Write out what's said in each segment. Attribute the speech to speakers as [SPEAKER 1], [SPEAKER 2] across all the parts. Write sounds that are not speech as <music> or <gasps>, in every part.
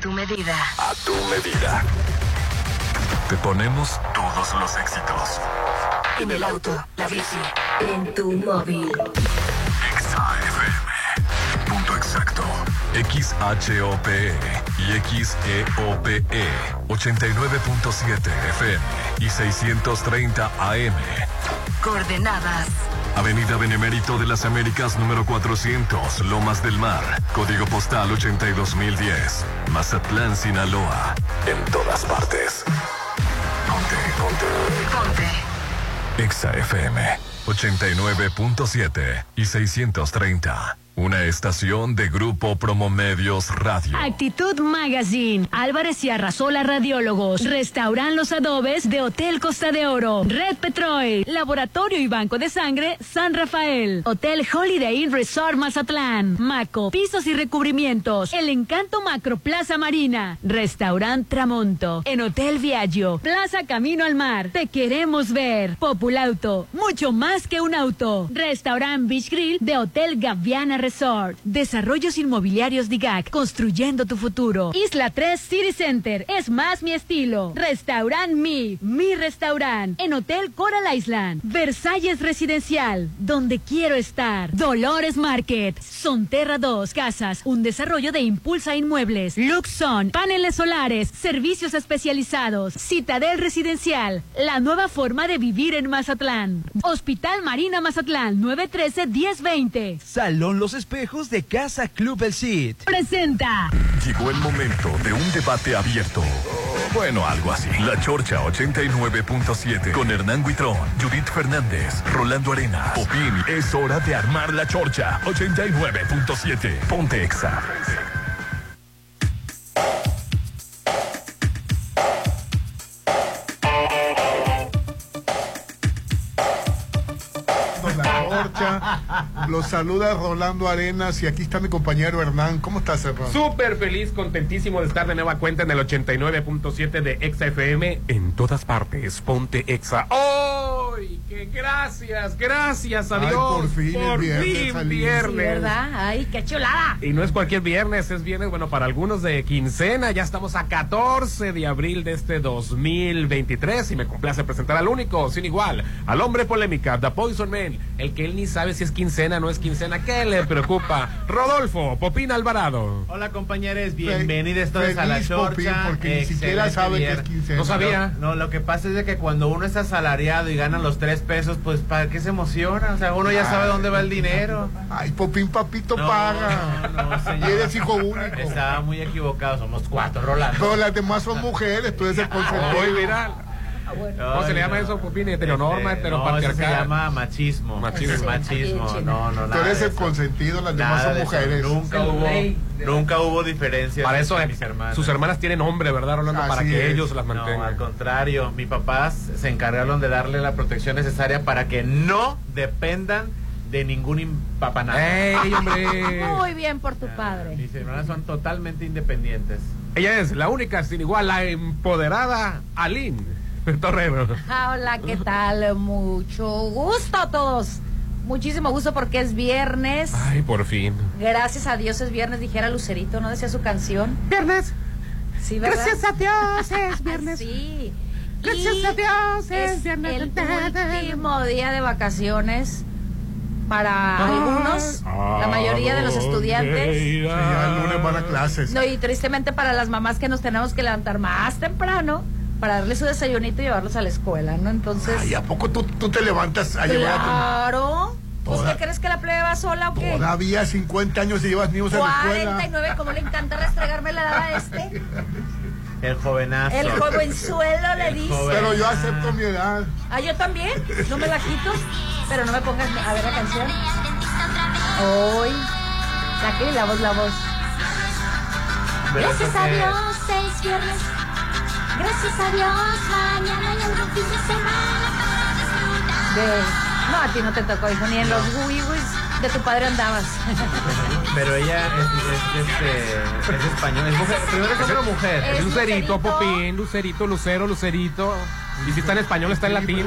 [SPEAKER 1] tu medida.
[SPEAKER 2] A tu medida. Te ponemos todos los éxitos.
[SPEAKER 1] En el auto, la bici, en tu móvil.
[SPEAKER 2] Exa FM. Punto exacto. XHOPE E y E XEOPE 89.7 FM y 630 AM.
[SPEAKER 1] Coordenadas.
[SPEAKER 2] Avenida Benemérito de las Américas número 400, Lomas del Mar, código postal 82010, Mazatlán, Sinaloa. En todas partes. Ponte, ponte.
[SPEAKER 1] Ponte.
[SPEAKER 2] Exa FM 89.7 y 630. Una estación de Grupo Promomedios Radio.
[SPEAKER 3] Actitud Magazine. Álvarez y Arrasola Radiólogos. Restauran los adobes de Hotel Costa de Oro. Red Petrol. Laboratorio y Banco de Sangre San Rafael. Hotel Holiday Inn Resort Mazatlán. Maco. Pisos y recubrimientos. El Encanto Macro Plaza Marina. Restaurant Tramonto. En Hotel Viaggio. Plaza Camino al Mar. Te queremos ver. Populauto. Mucho más que un auto. Restaurant Beach Grill de Hotel Gaviana Resort. Desarrollos Inmobiliarios DIGAC, construyendo tu futuro. Isla 3 City Center, es más mi estilo. Restaurant Mi, mi restaurant. En Hotel Coral Island. Versalles Residencial, donde quiero estar. Dolores Market, Sonterra 2, Casas, un desarrollo de Impulsa Inmuebles. Luxon, paneles solares, servicios especializados. Citadel Residencial, la nueva forma de vivir en Mazatlán. Hospital Marina Mazatlán, 913-1020.
[SPEAKER 4] Salón Los Espejos de Casa Club El Cid.
[SPEAKER 3] Presenta.
[SPEAKER 2] Llegó el momento de un debate abierto. Bueno, algo así. La Chorcha 89.7 con Hernán Guitrón, Judith Fernández, Rolando Arenas. Opin, es hora de armar la Chorcha 89.7. Ponte Exa.
[SPEAKER 5] Rolando La Horcha. Los saluda Rolando Arenas y aquí está mi compañero Hernán. ¿Cómo estás, Hernán?
[SPEAKER 6] Súper feliz, contentísimo de estar de nueva cuenta en el 89.7 de Exa FM. En todas partes, ponte Exa. ¡Ay! ¡Qué gracias! ¡Gracias a
[SPEAKER 5] Ay,
[SPEAKER 6] Dios!
[SPEAKER 5] por fin es viernes, Alicia.
[SPEAKER 6] viernes.
[SPEAKER 3] ¿Verdad? Ay, qué chulada.
[SPEAKER 6] Y no es cualquier viernes, es viernes, bueno, para algunos de quincena. Ya estamos a 14 de abril de este 2023 y me complace presentar al único, sin igual, al hombre polémica, The Poison Man, el que él ni sabe si es quincena o no es quincena. ¿Qué le preocupa? Rodolfo Popín Alvarado.
[SPEAKER 7] Hola compañeros, bienvenidos todos a la
[SPEAKER 5] Feliz Popín,
[SPEAKER 7] chorcha.
[SPEAKER 5] porque ni siquiera
[SPEAKER 7] Excelente
[SPEAKER 5] sabe que es
[SPEAKER 7] viernes.
[SPEAKER 5] quincena.
[SPEAKER 6] No sabía.
[SPEAKER 7] No, lo que pasa es de que cuando uno es asalariado y gana los tres pesos, pues ¿para qué se emociona? O sea, uno ya sabe dónde va el dinero.
[SPEAKER 5] Ay, Popín Papito
[SPEAKER 7] No,
[SPEAKER 5] paga.
[SPEAKER 7] no, no, señor.
[SPEAKER 5] y eres hijo único.
[SPEAKER 7] Estaba muy equivocado, somos cuatro, Rolando.
[SPEAKER 5] Pero las demás son mujeres, tú eres el
[SPEAKER 6] Hoy
[SPEAKER 5] consentido.
[SPEAKER 6] viral. Ah, ¿Cómo se le llama eso, Popín? Heteronorma,
[SPEAKER 7] Este, no, eso se
[SPEAKER 6] heteropatriarcal.
[SPEAKER 7] llama machismo.
[SPEAKER 6] Machismo.
[SPEAKER 7] Machismo. Machismo. No, no,
[SPEAKER 5] Tú
[SPEAKER 7] nada
[SPEAKER 5] eres
[SPEAKER 7] de
[SPEAKER 5] el
[SPEAKER 7] eso.
[SPEAKER 5] consentido, las demás
[SPEAKER 7] Nada
[SPEAKER 5] son
[SPEAKER 7] de eso.
[SPEAKER 5] mujeres.
[SPEAKER 7] Nunca
[SPEAKER 6] El rey
[SPEAKER 7] hubo, nunca hubo diferencia.
[SPEAKER 6] Para eso,
[SPEAKER 7] entre
[SPEAKER 6] eh,
[SPEAKER 7] mis hermanas.
[SPEAKER 6] sus hermanas tienen hombre, ¿verdad, Rolando? para
[SPEAKER 5] Así
[SPEAKER 6] que
[SPEAKER 5] es.
[SPEAKER 6] ellos las mantengan.
[SPEAKER 7] No, al contrario, mis papás se encargaron de darle la protección necesaria para que no dependan de ningún impapanado.
[SPEAKER 6] ¡Ey, hombre!
[SPEAKER 8] <laughs> Muy bien por tu padre.
[SPEAKER 7] <laughs> Mis hermanas son totalmente independientes.
[SPEAKER 6] Ella es la única sin igual, la empoderada Aline Torrero.
[SPEAKER 8] Ah, Hola, ¿qué tal? Mucho gusto a todos. Muchísimo gusto porque es viernes.
[SPEAKER 6] Ay, por fin.
[SPEAKER 8] Gracias a Dios es viernes, dijera Lucerito, ¿no decía su canción?
[SPEAKER 6] Viernes.
[SPEAKER 8] Sí, ¿verdad?
[SPEAKER 6] a Dios es
[SPEAKER 8] <laughs> Sí.
[SPEAKER 6] Gracias
[SPEAKER 8] Y
[SPEAKER 6] a Dios, es viernes.
[SPEAKER 8] el último día de vacaciones
[SPEAKER 6] Ah.
[SPEAKER 8] para algunos, la mayoría de
[SPEAKER 5] Ah,
[SPEAKER 8] los estudiantes.
[SPEAKER 5] Sí, ya el lunes van a <laughs> clases.
[SPEAKER 8] No, y tristemente para las mamás que nos tenemos que levantar más temprano para darle su desayunito y llevarlos a la escuela, ¿no? Entonces...
[SPEAKER 5] Ay, ¿a poco tú, tú te levantas a llevar a
[SPEAKER 8] Claro. ¿Pues
[SPEAKER 5] Toda-
[SPEAKER 8] qué crees que la plebe va sola o
[SPEAKER 5] tu...
[SPEAKER 8] qué?
[SPEAKER 5] Todavía 50 años y llevas niños a la escuela.
[SPEAKER 8] 49, como le encanta restregarme la edad a
[SPEAKER 5] <laughs>
[SPEAKER 8] este.
[SPEAKER 7] El jovenazo.
[SPEAKER 8] El jovenzuelo
[SPEAKER 7] <laughs>
[SPEAKER 8] le
[SPEAKER 7] El
[SPEAKER 8] dice.
[SPEAKER 7] joven.
[SPEAKER 5] Pero yo acepto mi edad.
[SPEAKER 8] Ah, yo también. No me la quito, pero no me pongas a ver la canción. Hoy. Saqué la voz, la voz.
[SPEAKER 7] Pero eso
[SPEAKER 9] Gracias a
[SPEAKER 7] que-
[SPEAKER 9] Dios es viernes. Gracias a Dios mañana hay algún fin de semana para disfrutar.
[SPEAKER 8] De... No, a ti no te tocó, hijo, ni en los wiwis de tu padre andabas. <laughs>
[SPEAKER 7] Pero ella es, es, este, es español. Es mujer. Primero que es una mujer.
[SPEAKER 6] Lucerito,
[SPEAKER 8] Lucerito.
[SPEAKER 6] Popín, Lucerito, Lucero, Lucerito. Y si está en español, está en latín.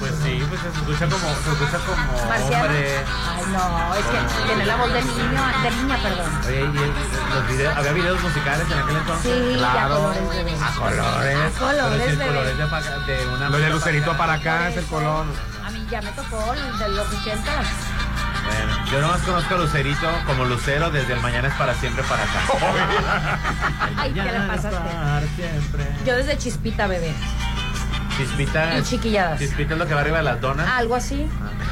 [SPEAKER 7] Pues sí, pues se escucha como, se escucha como
[SPEAKER 8] ¿Marciana?
[SPEAKER 7] hombre.
[SPEAKER 8] Ay, no, es que tiene la voz del niño, de niña, perdón.
[SPEAKER 7] Oye, y el- los videos, había videos musicales en aquel entonces.
[SPEAKER 8] Sí,
[SPEAKER 7] claro.
[SPEAKER 8] ya colores, bebé.
[SPEAKER 7] A colores.
[SPEAKER 8] A colores,
[SPEAKER 7] Pero si el
[SPEAKER 8] bebé.
[SPEAKER 7] color es de, pa- de una.
[SPEAKER 6] Lo de Lucerito para acá es el
[SPEAKER 8] Por
[SPEAKER 6] color.
[SPEAKER 8] eso, A mí ya me tocó el de los 80.
[SPEAKER 7] Bueno, yo nomás conozco a Lucerito como Lucero desde el mañana es para siempre
[SPEAKER 6] <laughs>
[SPEAKER 7] para acá.
[SPEAKER 8] Ay, te la pasaste. este? Yo desde chispita, bebé.
[SPEAKER 7] Chispita.
[SPEAKER 8] Y Ah. chiquilladas.
[SPEAKER 7] Chispita es lo que va arriba de las donas.
[SPEAKER 8] Algo así.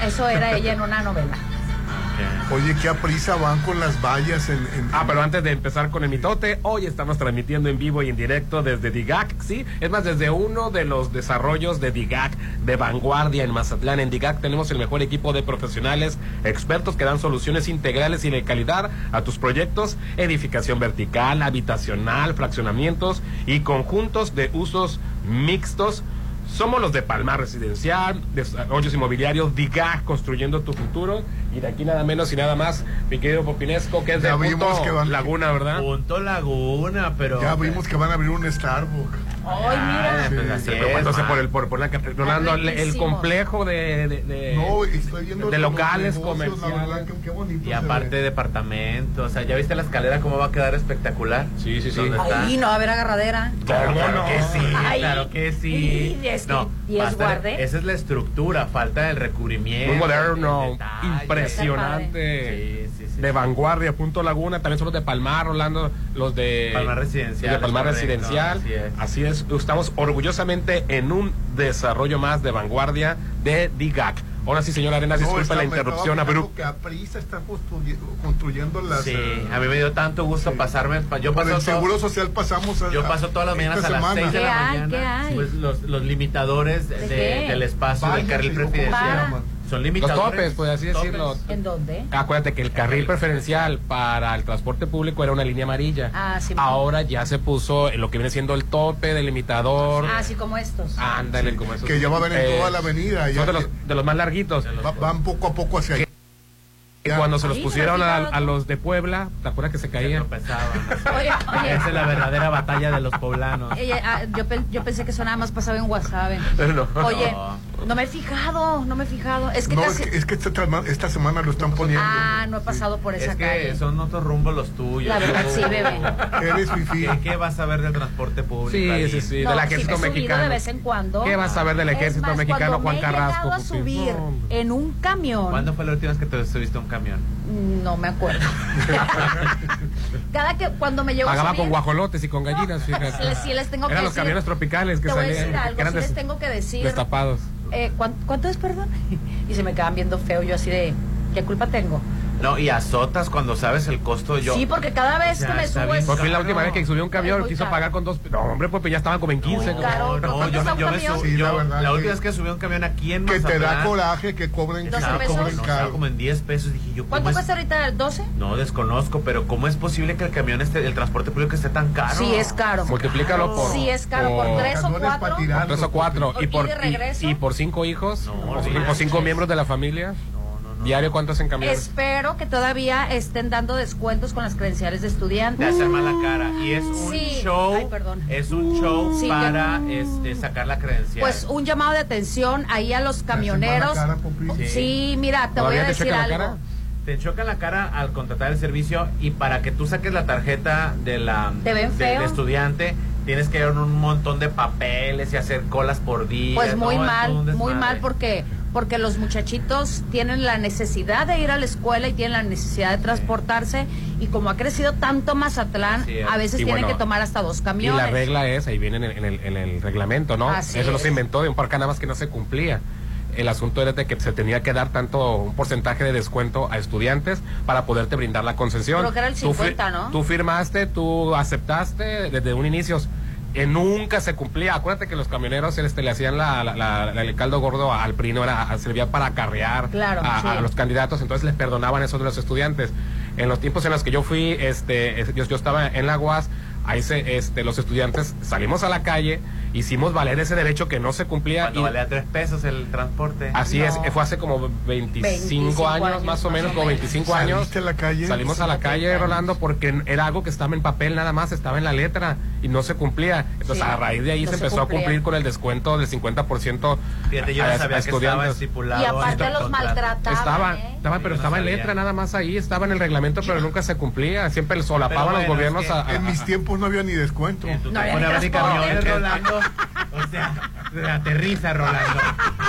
[SPEAKER 8] Eso era ella en una novela.
[SPEAKER 7] Ok.
[SPEAKER 5] Oye, qué a prisa van con las vallas en. en-
[SPEAKER 6] Ah, pero antes de empezar con el mitote, hoy estamos transmitiendo en vivo y en directo desde DIGAC, ¿sí? Es más, desde uno de los desarrollos de DIGAC, de vanguardia en Mazatlán. En DIGAC tenemos el mejor equipo de profesionales, expertos que dan soluciones integrales y de calidad a tus proyectos, edificación vertical, habitacional, fraccionamientos y conjuntos de usos mixtos. Somos los de Palmar Residencial, Desarrollos Inmobiliarios, DIGAG, construyendo tu futuro. Y de aquí nada menos y nada más, mi querido Popinesco, que es
[SPEAKER 5] Ya
[SPEAKER 6] de
[SPEAKER 5] vimos
[SPEAKER 6] punto
[SPEAKER 5] que van-
[SPEAKER 6] Laguna, ¿verdad?
[SPEAKER 7] Punto Laguna, pero.
[SPEAKER 5] Ya vimos que van a abrir un Starbucks.
[SPEAKER 8] Ay,
[SPEAKER 7] Ay,
[SPEAKER 8] mira.
[SPEAKER 7] pues así
[SPEAKER 6] Sí,
[SPEAKER 7] es,
[SPEAKER 6] pero entonces
[SPEAKER 7] ma.
[SPEAKER 6] por el por, por la que- Rolando, el, el
[SPEAKER 8] riquísimo.
[SPEAKER 6] complejo de, de- de-
[SPEAKER 5] No, estoy viendo.
[SPEAKER 6] de
[SPEAKER 5] los
[SPEAKER 6] locales
[SPEAKER 5] negocios, la
[SPEAKER 6] comerciales.
[SPEAKER 5] verdad, qué- qué bonito
[SPEAKER 7] Y
[SPEAKER 5] se
[SPEAKER 7] aparte
[SPEAKER 5] ve.
[SPEAKER 7] departamentos, o sea, ¿ya viste la escalera cómo va a quedar espectacular?
[SPEAKER 6] Sí, sí, sí.
[SPEAKER 7] ¿Dónde está?
[SPEAKER 8] Ahí no va a haber agarradera.
[SPEAKER 7] Claro, claro que sí,
[SPEAKER 8] Ay,
[SPEAKER 7] claro que sí.
[SPEAKER 8] y es que Dios
[SPEAKER 7] basta de-
[SPEAKER 8] guarde.
[SPEAKER 7] Esa es la estructura, falta del
[SPEAKER 6] muy
[SPEAKER 7] recubrimiento. el
[SPEAKER 6] moderno,
[SPEAKER 7] detalle.
[SPEAKER 6] Pues impresionante,
[SPEAKER 7] Sí, sí, sí.
[SPEAKER 6] de vanguardia, punto Laguna, también son los de Palmar, Rolando, los de
[SPEAKER 7] Palmar Residencial,
[SPEAKER 6] los de Palmar
[SPEAKER 7] es correcto,
[SPEAKER 6] Residencial,
[SPEAKER 7] así es.
[SPEAKER 6] así es. estamos orgullosamente en un desarrollo más de vanguardia de DIGAC. Ahora sí, señora Arenas,
[SPEAKER 5] No,
[SPEAKER 6] disculpa
[SPEAKER 5] está-
[SPEAKER 6] la
[SPEAKER 5] me estaba
[SPEAKER 6] interrupción
[SPEAKER 5] fijando
[SPEAKER 6] abrupta.
[SPEAKER 5] que a prisa está construye- construyendo las.
[SPEAKER 7] Sí,
[SPEAKER 5] eh,
[SPEAKER 7] a mí me dio tanto gusto pasarme, pa- yo
[SPEAKER 5] Por
[SPEAKER 7] paso
[SPEAKER 5] el
[SPEAKER 7] todo-
[SPEAKER 5] Seguro Social pasamos a.
[SPEAKER 7] Yo paso todas las mañanas
[SPEAKER 5] esta
[SPEAKER 7] a las
[SPEAKER 5] semana.
[SPEAKER 7] 6 de
[SPEAKER 8] ¿Qué
[SPEAKER 7] la
[SPEAKER 8] hay?
[SPEAKER 7] mañana.
[SPEAKER 8] ¿Qué hay?
[SPEAKER 7] Pues los, los limitadores de-
[SPEAKER 8] ¿De qué?
[SPEAKER 7] del espacio del
[SPEAKER 5] Vallas,
[SPEAKER 7] carril
[SPEAKER 5] digo, ¿cómo se
[SPEAKER 7] preferencial.
[SPEAKER 5] llaman?
[SPEAKER 7] Son limitadores.
[SPEAKER 6] Los topes, pues, así decirlo.
[SPEAKER 8] ¿En dónde?
[SPEAKER 6] Acuérdate que el carril preferencial para el transporte público era una línea amarilla.
[SPEAKER 8] Ah, sí.
[SPEAKER 6] Ahora ya se puso lo que viene siendo el tope, delimitador.
[SPEAKER 8] Ah, sí, como estos.
[SPEAKER 6] Ándale, como esos.
[SPEAKER 5] Que ya va a ver en
[SPEAKER 6] Eh,
[SPEAKER 5] toda la avenida. ya
[SPEAKER 6] Son de los, de los más larguitos.
[SPEAKER 5] va- van poco a poco hacia allá.
[SPEAKER 6] Y cuando se los
[SPEAKER 8] Ahí
[SPEAKER 6] pusieron
[SPEAKER 8] se
[SPEAKER 6] a,
[SPEAKER 8] me olvidaba
[SPEAKER 6] a
[SPEAKER 8] todo.
[SPEAKER 6] los de Puebla, ¿te acuerdas que se
[SPEAKER 7] Se
[SPEAKER 6] caían?
[SPEAKER 7] tropezaban, así.
[SPEAKER 8] Oye, oye.
[SPEAKER 7] Esa es la verdadera batalla de los poblanos.
[SPEAKER 8] Ella- ah, yo, pe- yo pensé que eso nada más pasaba en Guasave.
[SPEAKER 6] No.
[SPEAKER 8] Oye, no me he fijado, no me he fijado. Es que
[SPEAKER 5] No, es
[SPEAKER 8] casi...
[SPEAKER 5] que, es que esta, tra- esta semana lo están poniendo.
[SPEAKER 8] Ah, no he pasado por esa
[SPEAKER 7] Es
[SPEAKER 8] calle.
[SPEAKER 7] que son otros rumbos los tuyos.
[SPEAKER 8] La verdad,
[SPEAKER 7] Tú,
[SPEAKER 8] sí, bebé.
[SPEAKER 5] Eres fifí.
[SPEAKER 7] ¿Qué, qué vas a ver del transporte público?
[SPEAKER 6] Sí,
[SPEAKER 7] Aline?
[SPEAKER 6] sí, sí,
[SPEAKER 8] No,
[SPEAKER 6] del
[SPEAKER 8] sí
[SPEAKER 6] ejército
[SPEAKER 8] me he subido
[SPEAKER 6] mexicano.
[SPEAKER 8] de vez en cuando.
[SPEAKER 6] ¿Qué vas a ver del
[SPEAKER 8] Es
[SPEAKER 6] ejército
[SPEAKER 8] más,
[SPEAKER 6] mexicano
[SPEAKER 8] cuando
[SPEAKER 6] Juan
[SPEAKER 8] me
[SPEAKER 6] Carrasco?
[SPEAKER 8] He llegado a
[SPEAKER 6] Pupi?
[SPEAKER 8] subir
[SPEAKER 6] No, hombre.
[SPEAKER 8] en un camión.
[SPEAKER 7] ¿Cuándo fue la última vez que te subiste a un camión?
[SPEAKER 8] <laughs> No me acuerdo. Cada que cuando me llevo a
[SPEAKER 6] Pagaba
[SPEAKER 8] subir,
[SPEAKER 6] con guajolotes y con gallinas,
[SPEAKER 8] No,
[SPEAKER 6] fíjate.
[SPEAKER 8] les- sí les tengo que
[SPEAKER 6] Eran los
[SPEAKER 8] decir-
[SPEAKER 6] camiones tropicales que
[SPEAKER 8] Te voy a
[SPEAKER 6] salían.
[SPEAKER 8] decir algo,
[SPEAKER 6] que eran
[SPEAKER 8] sí
[SPEAKER 6] des-
[SPEAKER 8] les tengo que decir.
[SPEAKER 6] Destapados.
[SPEAKER 8] eh, ¿cuán- ¿Cuánto es, perdón? <laughs> Y se me quedan viendo feo yo así de, ¿qué culpa tengo?
[SPEAKER 7] No, y azotas cuando sabes el
[SPEAKER 6] Pues
[SPEAKER 7] costo. Yo,
[SPEAKER 8] sí, porque cada vez
[SPEAKER 7] Ya,
[SPEAKER 8] que me
[SPEAKER 7] está
[SPEAKER 8] subo
[SPEAKER 7] bien.
[SPEAKER 8] es...
[SPEAKER 7] Pues,
[SPEAKER 6] Porque la última vez que subió un
[SPEAKER 8] Es
[SPEAKER 6] camión
[SPEAKER 8] muy
[SPEAKER 6] quiso
[SPEAKER 8] caro.
[SPEAKER 6] pagar con dos. No, hombre, pues ya estaban como en 15.
[SPEAKER 8] Muy
[SPEAKER 6] ¿no?
[SPEAKER 8] caro. pues
[SPEAKER 7] No, no,
[SPEAKER 8] ¿Cuánto
[SPEAKER 7] yo,
[SPEAKER 8] está
[SPEAKER 7] me-
[SPEAKER 8] un
[SPEAKER 7] yo me
[SPEAKER 8] camión?
[SPEAKER 7] subí.
[SPEAKER 5] Sí, la
[SPEAKER 7] la,
[SPEAKER 5] verdad, sí.
[SPEAKER 7] última vez que subí a un camión aquí en
[SPEAKER 5] Que te da
[SPEAKER 7] Mazatlán,
[SPEAKER 5] coraje que cobren
[SPEAKER 8] ¿Doce
[SPEAKER 5] caro,
[SPEAKER 7] Estaba como,
[SPEAKER 8] pesos?
[SPEAKER 5] cobren
[SPEAKER 7] no, estaba
[SPEAKER 5] caro.
[SPEAKER 7] como en 10 pesos. Dije yo, ¿cómo
[SPEAKER 8] ¿Cuánto
[SPEAKER 7] es?
[SPEAKER 8] cuesta ahorita? ¿12?
[SPEAKER 7] No, desconozco, pero ¿cómo es posible que el camión esté, el transporte público esté tan caro?
[SPEAKER 8] Sí, es caro.
[SPEAKER 6] Multiplícalo por.
[SPEAKER 8] Sí, es caro.
[SPEAKER 6] por-
[SPEAKER 8] Por tres o
[SPEAKER 5] Camiones pa'
[SPEAKER 8] cuatro.
[SPEAKER 5] tirar.
[SPEAKER 6] por tres o cuatro.
[SPEAKER 8] Por
[SPEAKER 6] Y por,
[SPEAKER 8] ir y regreso.
[SPEAKER 6] y, y por cinco hijos.
[SPEAKER 7] No,
[SPEAKER 6] o,
[SPEAKER 7] olvídate.
[SPEAKER 6] o cinco miembros de la familia.
[SPEAKER 7] No, no, no.
[SPEAKER 6] Diario, ¿cuántos en camiones?
[SPEAKER 8] Espero que todavía estén dando descuentos con las credenciales de
[SPEAKER 7] Te
[SPEAKER 8] estudiantes.
[SPEAKER 7] hacer mala cara. Y es un
[SPEAKER 8] Sí.
[SPEAKER 7] show.
[SPEAKER 8] Ay, perdón.
[SPEAKER 7] Es un show
[SPEAKER 8] Sí,
[SPEAKER 7] para este, sacar la credencial.
[SPEAKER 8] Pues un llamado de atención ahí a los camioneros.
[SPEAKER 5] Te hacen mala cara, Popín.
[SPEAKER 8] sí.
[SPEAKER 7] Sí.
[SPEAKER 8] mira, te voy
[SPEAKER 6] ¿Todavía
[SPEAKER 8] a
[SPEAKER 6] te
[SPEAKER 8] decir
[SPEAKER 6] checan la
[SPEAKER 8] algo.
[SPEAKER 6] cara?
[SPEAKER 7] te chocan la cara al contratar el servicio y para que tú saques la tarjeta de la
[SPEAKER 8] Te ven
[SPEAKER 7] de-
[SPEAKER 8] feo.
[SPEAKER 7] del estudiante tienes que llevar un montón de papeles y hacer colas por día.
[SPEAKER 8] Pues muy
[SPEAKER 7] ¿no? Es
[SPEAKER 8] mal,
[SPEAKER 7] todo un
[SPEAKER 8] muy
[SPEAKER 7] desmadre.
[SPEAKER 8] mal porque porque los muchachitos tienen la necesidad de ir a la escuela y tienen la necesidad de transportarse y como ha crecido tanto Mazatlán,
[SPEAKER 7] Así es.
[SPEAKER 8] a veces
[SPEAKER 6] Y
[SPEAKER 8] tienen
[SPEAKER 6] bueno,
[SPEAKER 8] que tomar hasta dos
[SPEAKER 6] Y
[SPEAKER 8] camiones.
[SPEAKER 6] la regla es, ahí viene en el, en el- en el reglamento, ¿no?
[SPEAKER 8] Así
[SPEAKER 6] Eso no se
[SPEAKER 8] es.
[SPEAKER 6] inventó de un parque nada más que no se cumplía. El asunto era de que se tenía que dar tanto un porcentaje de descuento a estudiantes para poderte brindar la concesión.
[SPEAKER 8] Creo que era el
[SPEAKER 6] Tú fir-
[SPEAKER 8] 50, ¿no?
[SPEAKER 6] Tú firmaste, tú aceptaste desde un inicio. eh, nunca se cumplía. Acuérdate que los camioneros este, le hacían la, la- la- la- el caldo gordo al PRI, no era, a- servía para acarrear
[SPEAKER 8] Claro,
[SPEAKER 6] a,
[SPEAKER 8] sí.
[SPEAKER 6] a los candidatos, entonces les perdonaban eso de los estudiantes. En los tiempos en los que yo fui, este, es- yo, yo estaba en la UAS, ahí se, este, los estudiantes salimos a la calle hicimos valer ese derecho que no se cumplía.
[SPEAKER 7] Cuando
[SPEAKER 6] y-
[SPEAKER 7] valía tres pesos el transporte.
[SPEAKER 6] Así es,
[SPEAKER 8] No.
[SPEAKER 6] eh, fue hace como 25,
[SPEAKER 8] 25
[SPEAKER 6] años,
[SPEAKER 8] años,
[SPEAKER 6] más o menos, como 25
[SPEAKER 5] ¿Saliste
[SPEAKER 6] años.
[SPEAKER 5] a la calle?
[SPEAKER 6] Salimos a la calle, Rolando, porque era algo que estaba en papel nada más, estaba en la letra y no se cumplía. Entonces,
[SPEAKER 8] Sí,
[SPEAKER 6] a raíz de ahí
[SPEAKER 8] no
[SPEAKER 6] se
[SPEAKER 8] se
[SPEAKER 6] empezó a
[SPEAKER 8] cumplía.
[SPEAKER 6] cumplir con el descuento del 50%
[SPEAKER 7] Fíjate, yo
[SPEAKER 6] a-
[SPEAKER 7] no
[SPEAKER 6] a
[SPEAKER 7] sabía que estaba
[SPEAKER 6] estudiantes.
[SPEAKER 7] estipulado.
[SPEAKER 8] Y aparte
[SPEAKER 7] en el
[SPEAKER 8] los
[SPEAKER 7] contrato.
[SPEAKER 8] maltrataban.
[SPEAKER 6] Estaba,
[SPEAKER 8] ¿eh?
[SPEAKER 6] estaba, pero
[SPEAKER 7] Yo no
[SPEAKER 6] estaba en
[SPEAKER 7] sabía.
[SPEAKER 6] letra nada más ahí, estaba en el reglamento, pero nunca se cumplía. Siempre solapaban
[SPEAKER 7] Pero
[SPEAKER 6] los
[SPEAKER 7] bueno,
[SPEAKER 6] gobiernos
[SPEAKER 7] es que
[SPEAKER 6] a- a-
[SPEAKER 5] En mis tiempos no había ni descuento.
[SPEAKER 7] En tu
[SPEAKER 8] No,
[SPEAKER 7] no,
[SPEAKER 8] era
[SPEAKER 7] había
[SPEAKER 8] transporte.
[SPEAKER 7] camiones, Rolando. O sea, aterriza, Rolando.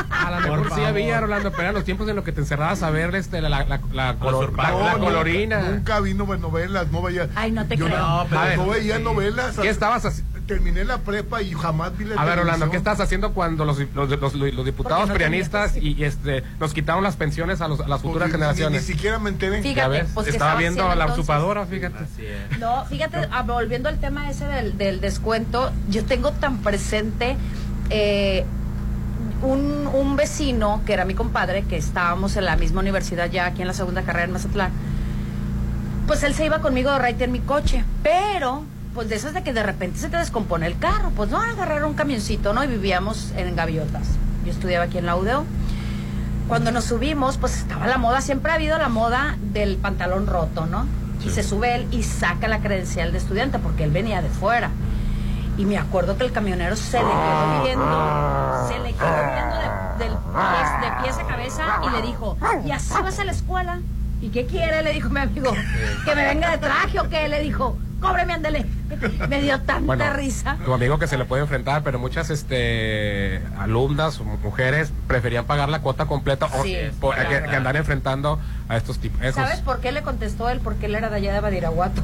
[SPEAKER 6] A lo
[SPEAKER 7] Por
[SPEAKER 6] mejor sí
[SPEAKER 7] favor.
[SPEAKER 6] había, Rolando, pero eran los tiempos en los que te encerrabas a ver este, la, la, la- la color- la-
[SPEAKER 7] usurpadores.
[SPEAKER 6] la
[SPEAKER 5] No,
[SPEAKER 6] colorina.
[SPEAKER 5] Nunca, nunca vi novelas, no veía.
[SPEAKER 8] Ay, no te
[SPEAKER 5] yo
[SPEAKER 8] creo.
[SPEAKER 5] No,
[SPEAKER 7] No, pero-
[SPEAKER 5] no
[SPEAKER 6] A ver,
[SPEAKER 5] veía
[SPEAKER 7] sí.
[SPEAKER 5] novelas.
[SPEAKER 6] ¿Qué estabas haci-
[SPEAKER 5] Terminé la prepa y jamás vi la
[SPEAKER 6] A ver, Rolando,
[SPEAKER 5] televisión.
[SPEAKER 6] ¿qué estás haciendo cuando los, los, los- los- los diputados
[SPEAKER 8] Porque no
[SPEAKER 6] prianistas y, y, este, nos quitaron las pensiones a, los- a las
[SPEAKER 5] Porque
[SPEAKER 6] futuras
[SPEAKER 5] ni- Ni,
[SPEAKER 6] generaciones?
[SPEAKER 5] siquiera me enteré.
[SPEAKER 8] Fíjate,
[SPEAKER 6] Ya ves,
[SPEAKER 8] pues, ¿qué
[SPEAKER 6] estaba
[SPEAKER 8] estaba
[SPEAKER 6] viendo
[SPEAKER 8] haciendo
[SPEAKER 6] a la
[SPEAKER 8] entonces?
[SPEAKER 6] usurpadora, fíjate.
[SPEAKER 7] Así es.
[SPEAKER 8] No, fíjate, ah, volviendo al tema ese del, del descuento, yo tengo tan presente eh, un, un vecino, que era mi compadre, que estábamos en la misma universidad ya aquí en la segunda carrera en Mazatlán, pues él se iba conmigo de raite en mi coche, pero pues de esas de que de repente se te descompone el carro, pues no, agarrar un camioncito, ¿no? Y vivíamos en Gaviotas. Yo estudiaba aquí en la UDO. Cuando nos subimos, pues estaba la moda, siempre ha habido la moda del pantalón roto, ¿no? Y se sube él y saca la credencial de estudiante porque él venía de fuera. Y me acuerdo que el camionero se le quedó viendo, se le quedó viendo de, del pies- de pies a cabeza y le dijo, ¿y así vas a la escuela? ¿Y qué quiere? Le dijo mi amigo, ¿que me venga de traje o qué? Le dijo, cóbreme, ándele. <laughs> Me dio tanta risa.
[SPEAKER 6] tu amigo que se le puede enfrentar, pero muchas este, alumnas, o mujeres, preferían pagar la cuota completa o-
[SPEAKER 8] Sí,
[SPEAKER 6] por-
[SPEAKER 8] claro.
[SPEAKER 6] que, que andar enfrentando a estos tipos. esos.
[SPEAKER 8] ¿Sabes por qué le contestó él? Porque él era de allá de Badiraguato.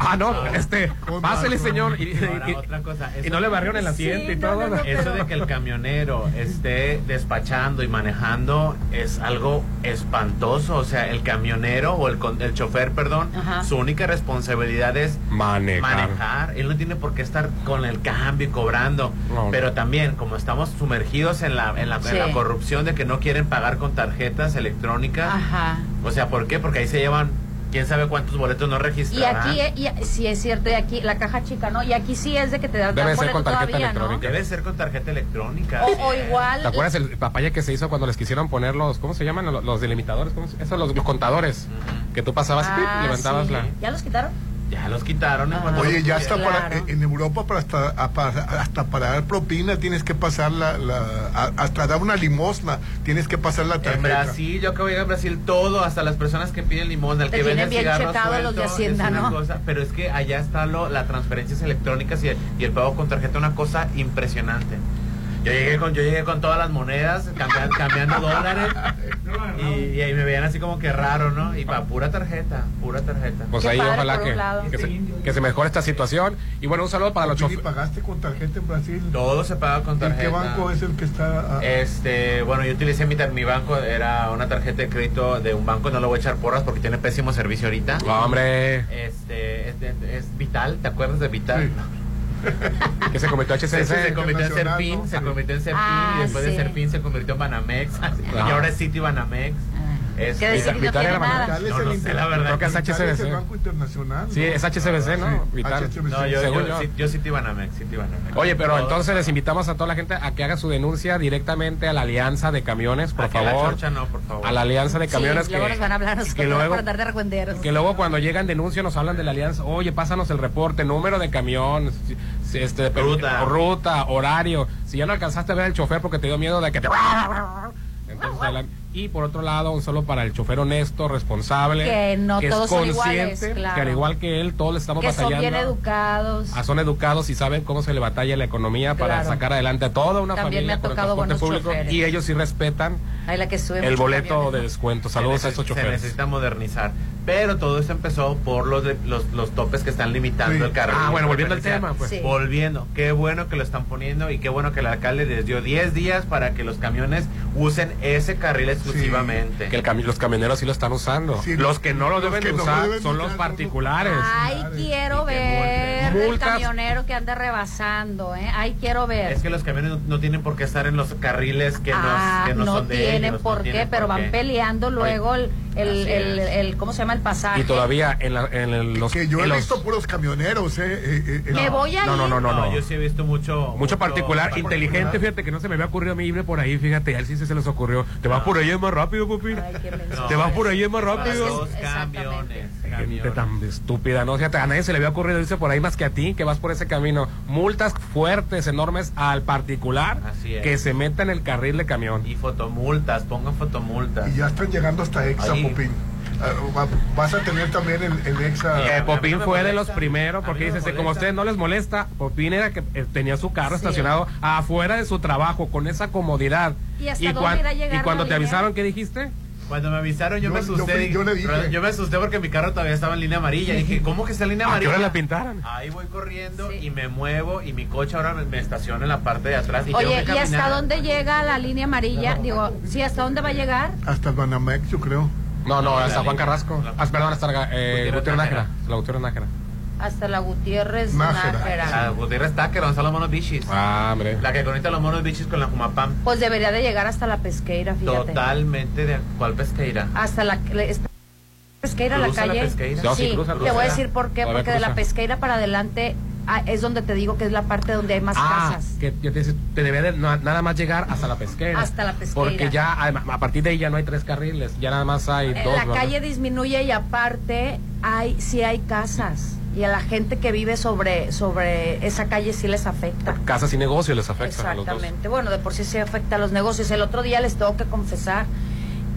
[SPEAKER 6] Ah, no, este,
[SPEAKER 5] Con
[SPEAKER 6] pásele,
[SPEAKER 5] razón.
[SPEAKER 6] señor. Y, y-
[SPEAKER 7] Ahora, otra cosa,
[SPEAKER 6] y
[SPEAKER 7] eso-
[SPEAKER 6] no le barrieron el asiento
[SPEAKER 8] Sí,
[SPEAKER 6] y
[SPEAKER 8] no,
[SPEAKER 6] todo.
[SPEAKER 8] no, no.
[SPEAKER 7] Eso de que el camionero esté despachando y manejando es algo espantoso. O sea, el camionero o el, con- el chofer, perdón,
[SPEAKER 8] Ajá.
[SPEAKER 7] su única responsabilidad es
[SPEAKER 6] Manejar.
[SPEAKER 7] manejar. Él no tiene por qué estar con el cambio y cobrando.
[SPEAKER 6] No.
[SPEAKER 7] Pero también, como estamos sumergidos en la, en, la, en
[SPEAKER 8] Sí.
[SPEAKER 7] la corrupción de que no quieren pagar con tarjetas electrónicas.
[SPEAKER 8] Ajá.
[SPEAKER 7] O sea, ¿por qué? Porque ahí se llevan quién sabe cuántos boletos no
[SPEAKER 8] Y
[SPEAKER 7] registrados.
[SPEAKER 8] aquí, eh, y, sí es cierto, y aquí la caja chica, ¿no? Y aquí sí es de que te dan
[SPEAKER 6] Debe
[SPEAKER 8] dan
[SPEAKER 6] ser
[SPEAKER 8] boleto
[SPEAKER 6] con tarjeta
[SPEAKER 8] todavía, ¿no?
[SPEAKER 6] electrónica.
[SPEAKER 7] Debe ser con tarjeta electrónica.
[SPEAKER 8] O, o igual.
[SPEAKER 6] ¿Te acuerdas el papaya que se hizo cuando les quisieron poner los, ¿cómo se llaman? Los, los delimitadores, ¿cómo se- Esos, los, los contadores. Que tú pasabas y
[SPEAKER 8] Ah,
[SPEAKER 6] ¡pip! levantabas
[SPEAKER 8] sí.
[SPEAKER 6] la...
[SPEAKER 8] ¿Ya los quitaron?
[SPEAKER 7] Ya los quitaron. en
[SPEAKER 8] Ajá.
[SPEAKER 7] cuanto
[SPEAKER 5] Oye,
[SPEAKER 7] los
[SPEAKER 5] ya
[SPEAKER 7] pusieron.
[SPEAKER 5] hasta para, eh,
[SPEAKER 8] Claro.
[SPEAKER 5] en Europa para hasta, a- para- hasta para dar propina tienes que pasar la, la- a- hasta dar una limosna tienes que pasar la
[SPEAKER 7] En
[SPEAKER 5] tarjeta.
[SPEAKER 7] Brasil, yo acabo de llegar a Brasil, todo, hasta las personas que piden limosna, el
[SPEAKER 8] Te
[SPEAKER 7] que
[SPEAKER 8] tienen
[SPEAKER 7] vende
[SPEAKER 8] bien
[SPEAKER 7] cigarros
[SPEAKER 8] checado los de
[SPEAKER 7] sueltos,
[SPEAKER 8] Hacienda,
[SPEAKER 7] es una
[SPEAKER 8] ¿no?
[SPEAKER 7] cosa- pero es que allá está lo, las transferencias electrónicas y el, y el pago con tarjeta, una cosa impresionante. Yo llegué con, yo llegué con todas las monedas, cambian- cambiando dólares, y, y ahí me veían así como que raro, ¿no? Y para pura tarjeta, pura tarjeta.
[SPEAKER 6] Pues
[SPEAKER 8] Qué
[SPEAKER 6] ahí
[SPEAKER 8] padre,
[SPEAKER 6] ojalá
[SPEAKER 8] por
[SPEAKER 6] que,
[SPEAKER 8] un lado.
[SPEAKER 5] Este
[SPEAKER 6] que se, que se mejore esta situación. Y bueno, un saludo para los
[SPEAKER 5] Oye, ¿y
[SPEAKER 6] choferes.
[SPEAKER 5] pagaste con tarjeta en Brasil?
[SPEAKER 7] Todo se paga con
[SPEAKER 5] ¿En
[SPEAKER 7] tarjeta.
[SPEAKER 5] qué banco es el que está? a-
[SPEAKER 7] Este, bueno, yo utilicé mi, tar- mi banco, era una tarjeta de crédito de un banco, no lo voy a echar porras porque tiene pésimo servicio ahorita.
[SPEAKER 6] Ah, Hombre,
[SPEAKER 7] Este, es, de- es Vital, ¿te acuerdas de Vital?
[SPEAKER 5] Sí.
[SPEAKER 7] <laughs>
[SPEAKER 6] que se cometió
[SPEAKER 7] Se, se- se
[SPEAKER 6] HCC.
[SPEAKER 7] convirtió en
[SPEAKER 5] Internacional,
[SPEAKER 7] Serpin,
[SPEAKER 5] ¿no?
[SPEAKER 7] se convirtió en Serpin
[SPEAKER 8] Ah,
[SPEAKER 7] y después
[SPEAKER 8] sí.
[SPEAKER 7] de Serpin se convirtió en Banamex y ahora es City Banamex. Es,
[SPEAKER 8] Que Ah. decir que no
[SPEAKER 6] Vital
[SPEAKER 8] tiene
[SPEAKER 6] era
[SPEAKER 8] nada.
[SPEAKER 5] Tal es
[SPEAKER 7] No,
[SPEAKER 5] el
[SPEAKER 7] no sé, la verdad.
[SPEAKER 6] Creo que es
[SPEAKER 5] Tal es el
[SPEAKER 6] HCBC.
[SPEAKER 5] Banco Internacional.
[SPEAKER 6] Sí,
[SPEAKER 7] Ah,
[SPEAKER 6] es HCBC, ¿no?
[SPEAKER 5] Sí,
[SPEAKER 6] Vital.
[SPEAKER 5] HCBC.
[SPEAKER 7] no, yo,
[SPEAKER 6] Según
[SPEAKER 7] yo,
[SPEAKER 6] yo.
[SPEAKER 7] sí- yo City Banamex, City Banamex.
[SPEAKER 6] Oye, pero
[SPEAKER 7] Todo-
[SPEAKER 6] entonces les invitamos a toda la gente a que haga su denuncia directamente a la Alianza de Camiones, por
[SPEAKER 7] Aquí a la
[SPEAKER 6] favor.
[SPEAKER 7] chorcha no, por favor.
[SPEAKER 6] A la Alianza de Camiones
[SPEAKER 8] sí,
[SPEAKER 6] que,
[SPEAKER 8] luego nos van a hablar nosotros
[SPEAKER 6] que luego
[SPEAKER 8] por andar de argüenderos.
[SPEAKER 6] Que luego cuando llegan denuncias nos hablan de la alianza, oye, pásanos el reporte, número de camión, si- si- este, per-
[SPEAKER 7] Ruta.
[SPEAKER 6] o ruta, horario, si ya no alcanzaste a ver al chofer porque te dio miedo de que te... Entonces, hablan- y por otro lado, un solo para el chofer honesto, responsable,
[SPEAKER 8] Que no
[SPEAKER 6] es
[SPEAKER 8] todos son
[SPEAKER 6] consciente,
[SPEAKER 8] iguales, claro.
[SPEAKER 6] que al igual que él, todos le estamos
[SPEAKER 8] que son
[SPEAKER 6] batallando.
[SPEAKER 8] bien educados.
[SPEAKER 6] Ah, son educados y saben cómo se le batalla la economía para
[SPEAKER 8] Claro.
[SPEAKER 6] sacar adelante a toda una
[SPEAKER 8] También me
[SPEAKER 6] familia
[SPEAKER 8] ha
[SPEAKER 6] con el
[SPEAKER 8] tocado
[SPEAKER 6] transporte
[SPEAKER 8] buenos
[SPEAKER 6] público
[SPEAKER 8] choferes.
[SPEAKER 6] y ellos sí respetan
[SPEAKER 8] Ahí la que sube
[SPEAKER 6] el
[SPEAKER 8] muchos
[SPEAKER 6] boleto
[SPEAKER 8] camiones,
[SPEAKER 6] de
[SPEAKER 8] ¿no?
[SPEAKER 6] descuento.
[SPEAKER 7] se
[SPEAKER 6] Saludos a
[SPEAKER 7] neces-
[SPEAKER 6] estos
[SPEAKER 7] Se
[SPEAKER 6] choferes.
[SPEAKER 7] necesita modernizar. Pero todo esto empezó por los, de- los, los topes que están limitando
[SPEAKER 5] Sí.
[SPEAKER 7] el carril.
[SPEAKER 6] Ah, bueno, volviendo al
[SPEAKER 7] preferencial.
[SPEAKER 6] tema, pues.
[SPEAKER 8] Sí.
[SPEAKER 7] Volviendo, qué bueno que lo están poniendo y qué bueno que el alcalde les dio 10 días para que los camiones usen ese carril exclusivamente.
[SPEAKER 6] que el cami- los camioneros sí lo están usando.
[SPEAKER 5] Sí,
[SPEAKER 6] los que no lo
[SPEAKER 5] los
[SPEAKER 6] deben
[SPEAKER 5] que no
[SPEAKER 6] usar
[SPEAKER 5] deben
[SPEAKER 6] son
[SPEAKER 5] usar,
[SPEAKER 6] los
[SPEAKER 5] no lo-
[SPEAKER 7] Ah,
[SPEAKER 6] particulares.
[SPEAKER 8] Ay, quiero
[SPEAKER 7] Y qué
[SPEAKER 8] ver ver del
[SPEAKER 6] multas.
[SPEAKER 8] camionero que anda rebasando, ¿eh? Ahí quiero ver.
[SPEAKER 7] Es que los camiones no, no tienen por qué estar en los carriles que,
[SPEAKER 8] Ah,
[SPEAKER 7] nos- que no, son de
[SPEAKER 8] tienen
[SPEAKER 7] ellos, no
[SPEAKER 8] por qué,
[SPEAKER 7] tienen
[SPEAKER 8] pero
[SPEAKER 7] por
[SPEAKER 8] van
[SPEAKER 7] qué.
[SPEAKER 8] peleando luego el, el,
[SPEAKER 7] Así
[SPEAKER 8] el-
[SPEAKER 7] es.
[SPEAKER 8] el- ¿cómo se llama? El pasaje.
[SPEAKER 6] Y todavía en, la- en el- los.
[SPEAKER 5] Que yo
[SPEAKER 6] en
[SPEAKER 5] he
[SPEAKER 6] los-
[SPEAKER 5] visto puros camioneros, ¿eh? eh, eh, eh,
[SPEAKER 8] Me voy a
[SPEAKER 6] No, no,
[SPEAKER 8] ir.
[SPEAKER 6] no, no, no.
[SPEAKER 7] No, yo sí he visto mucho.
[SPEAKER 6] Mucho particular, inteligente, fíjate que no se me había ocurrido a mí irme por ahí, fíjate, a él sí se les ocurrió. Te vas por ahí es más rápido, papi.
[SPEAKER 8] Ay, qué menso.
[SPEAKER 7] No,
[SPEAKER 6] Te vas por ahí es más
[SPEAKER 7] para
[SPEAKER 6] rápido.
[SPEAKER 7] Dos
[SPEAKER 8] Exactamente.
[SPEAKER 7] camiones.
[SPEAKER 6] Gente
[SPEAKER 7] camiones.
[SPEAKER 6] tan estúpida, ¿no? O sea, a nadie se le había ocurrido irse por ahí más que a ti, que vas por ese camino. Multas fuertes, enormes al particular
[SPEAKER 7] Así es.
[SPEAKER 6] que se meta en el carril de camión.
[SPEAKER 7] Y fotomultas, pongan fotomultas.
[SPEAKER 5] Y ya están llegando hasta EXA,
[SPEAKER 7] Ahí.
[SPEAKER 5] Popín. Ah, va- vas a tener también el, el
[SPEAKER 6] Y, eh,
[SPEAKER 5] EXA.
[SPEAKER 6] Popín
[SPEAKER 7] A mí no me
[SPEAKER 6] fue de los
[SPEAKER 7] molesta.
[SPEAKER 6] primeros,
[SPEAKER 7] A
[SPEAKER 6] porque
[SPEAKER 7] mí no
[SPEAKER 6] dice,
[SPEAKER 7] me
[SPEAKER 6] como a
[SPEAKER 7] molesta.
[SPEAKER 6] ustedes no les molesta, Popín era que eh, tenía su carro
[SPEAKER 8] Sí.
[SPEAKER 6] estacionado afuera de su trabajo, con esa comodidad.
[SPEAKER 8] ¿Y hasta dónde irá a llegar
[SPEAKER 6] y cuando
[SPEAKER 8] la
[SPEAKER 6] te
[SPEAKER 8] línea?
[SPEAKER 6] avisaron, ¿qué dijiste?
[SPEAKER 7] Cuando me avisaron, yo,
[SPEAKER 5] Yo-
[SPEAKER 7] me
[SPEAKER 5] yo
[SPEAKER 7] asusté.
[SPEAKER 5] fui-
[SPEAKER 7] dije-
[SPEAKER 5] yo le dije.
[SPEAKER 7] pero yo me asusté porque mi carro todavía estaba en línea amarilla. Dije, ¿cómo que está en
[SPEAKER 6] <laughs>
[SPEAKER 7] línea
[SPEAKER 6] ¿A qué
[SPEAKER 7] amarilla?
[SPEAKER 6] hora la pintaron?
[SPEAKER 7] Ahí voy corriendo
[SPEAKER 8] Sí.
[SPEAKER 7] y me muevo y mi coche ahora me, me estaciona en la parte de atrás. Y tengo
[SPEAKER 8] Oye,
[SPEAKER 7] que
[SPEAKER 8] ¿y
[SPEAKER 7] caminar.
[SPEAKER 8] hasta dónde llega la línea amarilla? Digo, sí, ¿hasta dónde va a llegar?
[SPEAKER 5] Hasta el Banamex, yo creo.
[SPEAKER 6] No, no,
[SPEAKER 7] La
[SPEAKER 6] hasta Juan
[SPEAKER 7] línea.
[SPEAKER 6] Carrasco.
[SPEAKER 7] La-
[SPEAKER 6] Ah, perdón, hasta eh,
[SPEAKER 7] Gutiérrez
[SPEAKER 6] Gutiérrez Nájera.
[SPEAKER 7] Nájera.
[SPEAKER 6] La Gutiérrez Nájera.
[SPEAKER 8] Hasta la Gutiérrez
[SPEAKER 5] Nájera.
[SPEAKER 7] La
[SPEAKER 8] Nájera.
[SPEAKER 7] Gutiérrez Táquera, donde están los monos bichis.
[SPEAKER 6] Ah, hombre.
[SPEAKER 7] La que conecta los monos bichis con la Jumapam.
[SPEAKER 8] Pues debería de llegar hasta la pesqueira, fíjate.
[SPEAKER 7] Totalmente de cuál pesqueira.
[SPEAKER 8] Hasta la le- esta- pesqueira, la
[SPEAKER 7] Cruza la
[SPEAKER 8] calle.
[SPEAKER 7] pesqueira.
[SPEAKER 6] No, sí,
[SPEAKER 8] sí,
[SPEAKER 6] cruza,
[SPEAKER 8] te
[SPEAKER 6] cruza.
[SPEAKER 8] voy a decir por qué,
[SPEAKER 6] Todavía
[SPEAKER 8] porque de la
[SPEAKER 6] cruza.
[SPEAKER 8] pesqueira para adelante ah, es donde te digo que es la parte donde hay más
[SPEAKER 6] Ah,
[SPEAKER 8] casas.
[SPEAKER 6] que yo te, decía, te debía de na- nada más llegar hasta la pesquera.
[SPEAKER 8] Hasta la pesquera.
[SPEAKER 6] Porque ya, además, a partir de ahí ya no hay tres carriles, ya nada más hay
[SPEAKER 8] Eh,
[SPEAKER 6] dos.
[SPEAKER 8] la
[SPEAKER 6] ¿verdad?
[SPEAKER 8] calle disminuye y aparte hay sí hay casas y a la gente que vive sobre sobre esa calle sí les afecta.
[SPEAKER 6] Casas y negocios les afectan a los dos.
[SPEAKER 8] Exactamente. Bueno, de por sí se afecta a los negocios. El otro día les tengo que confesar,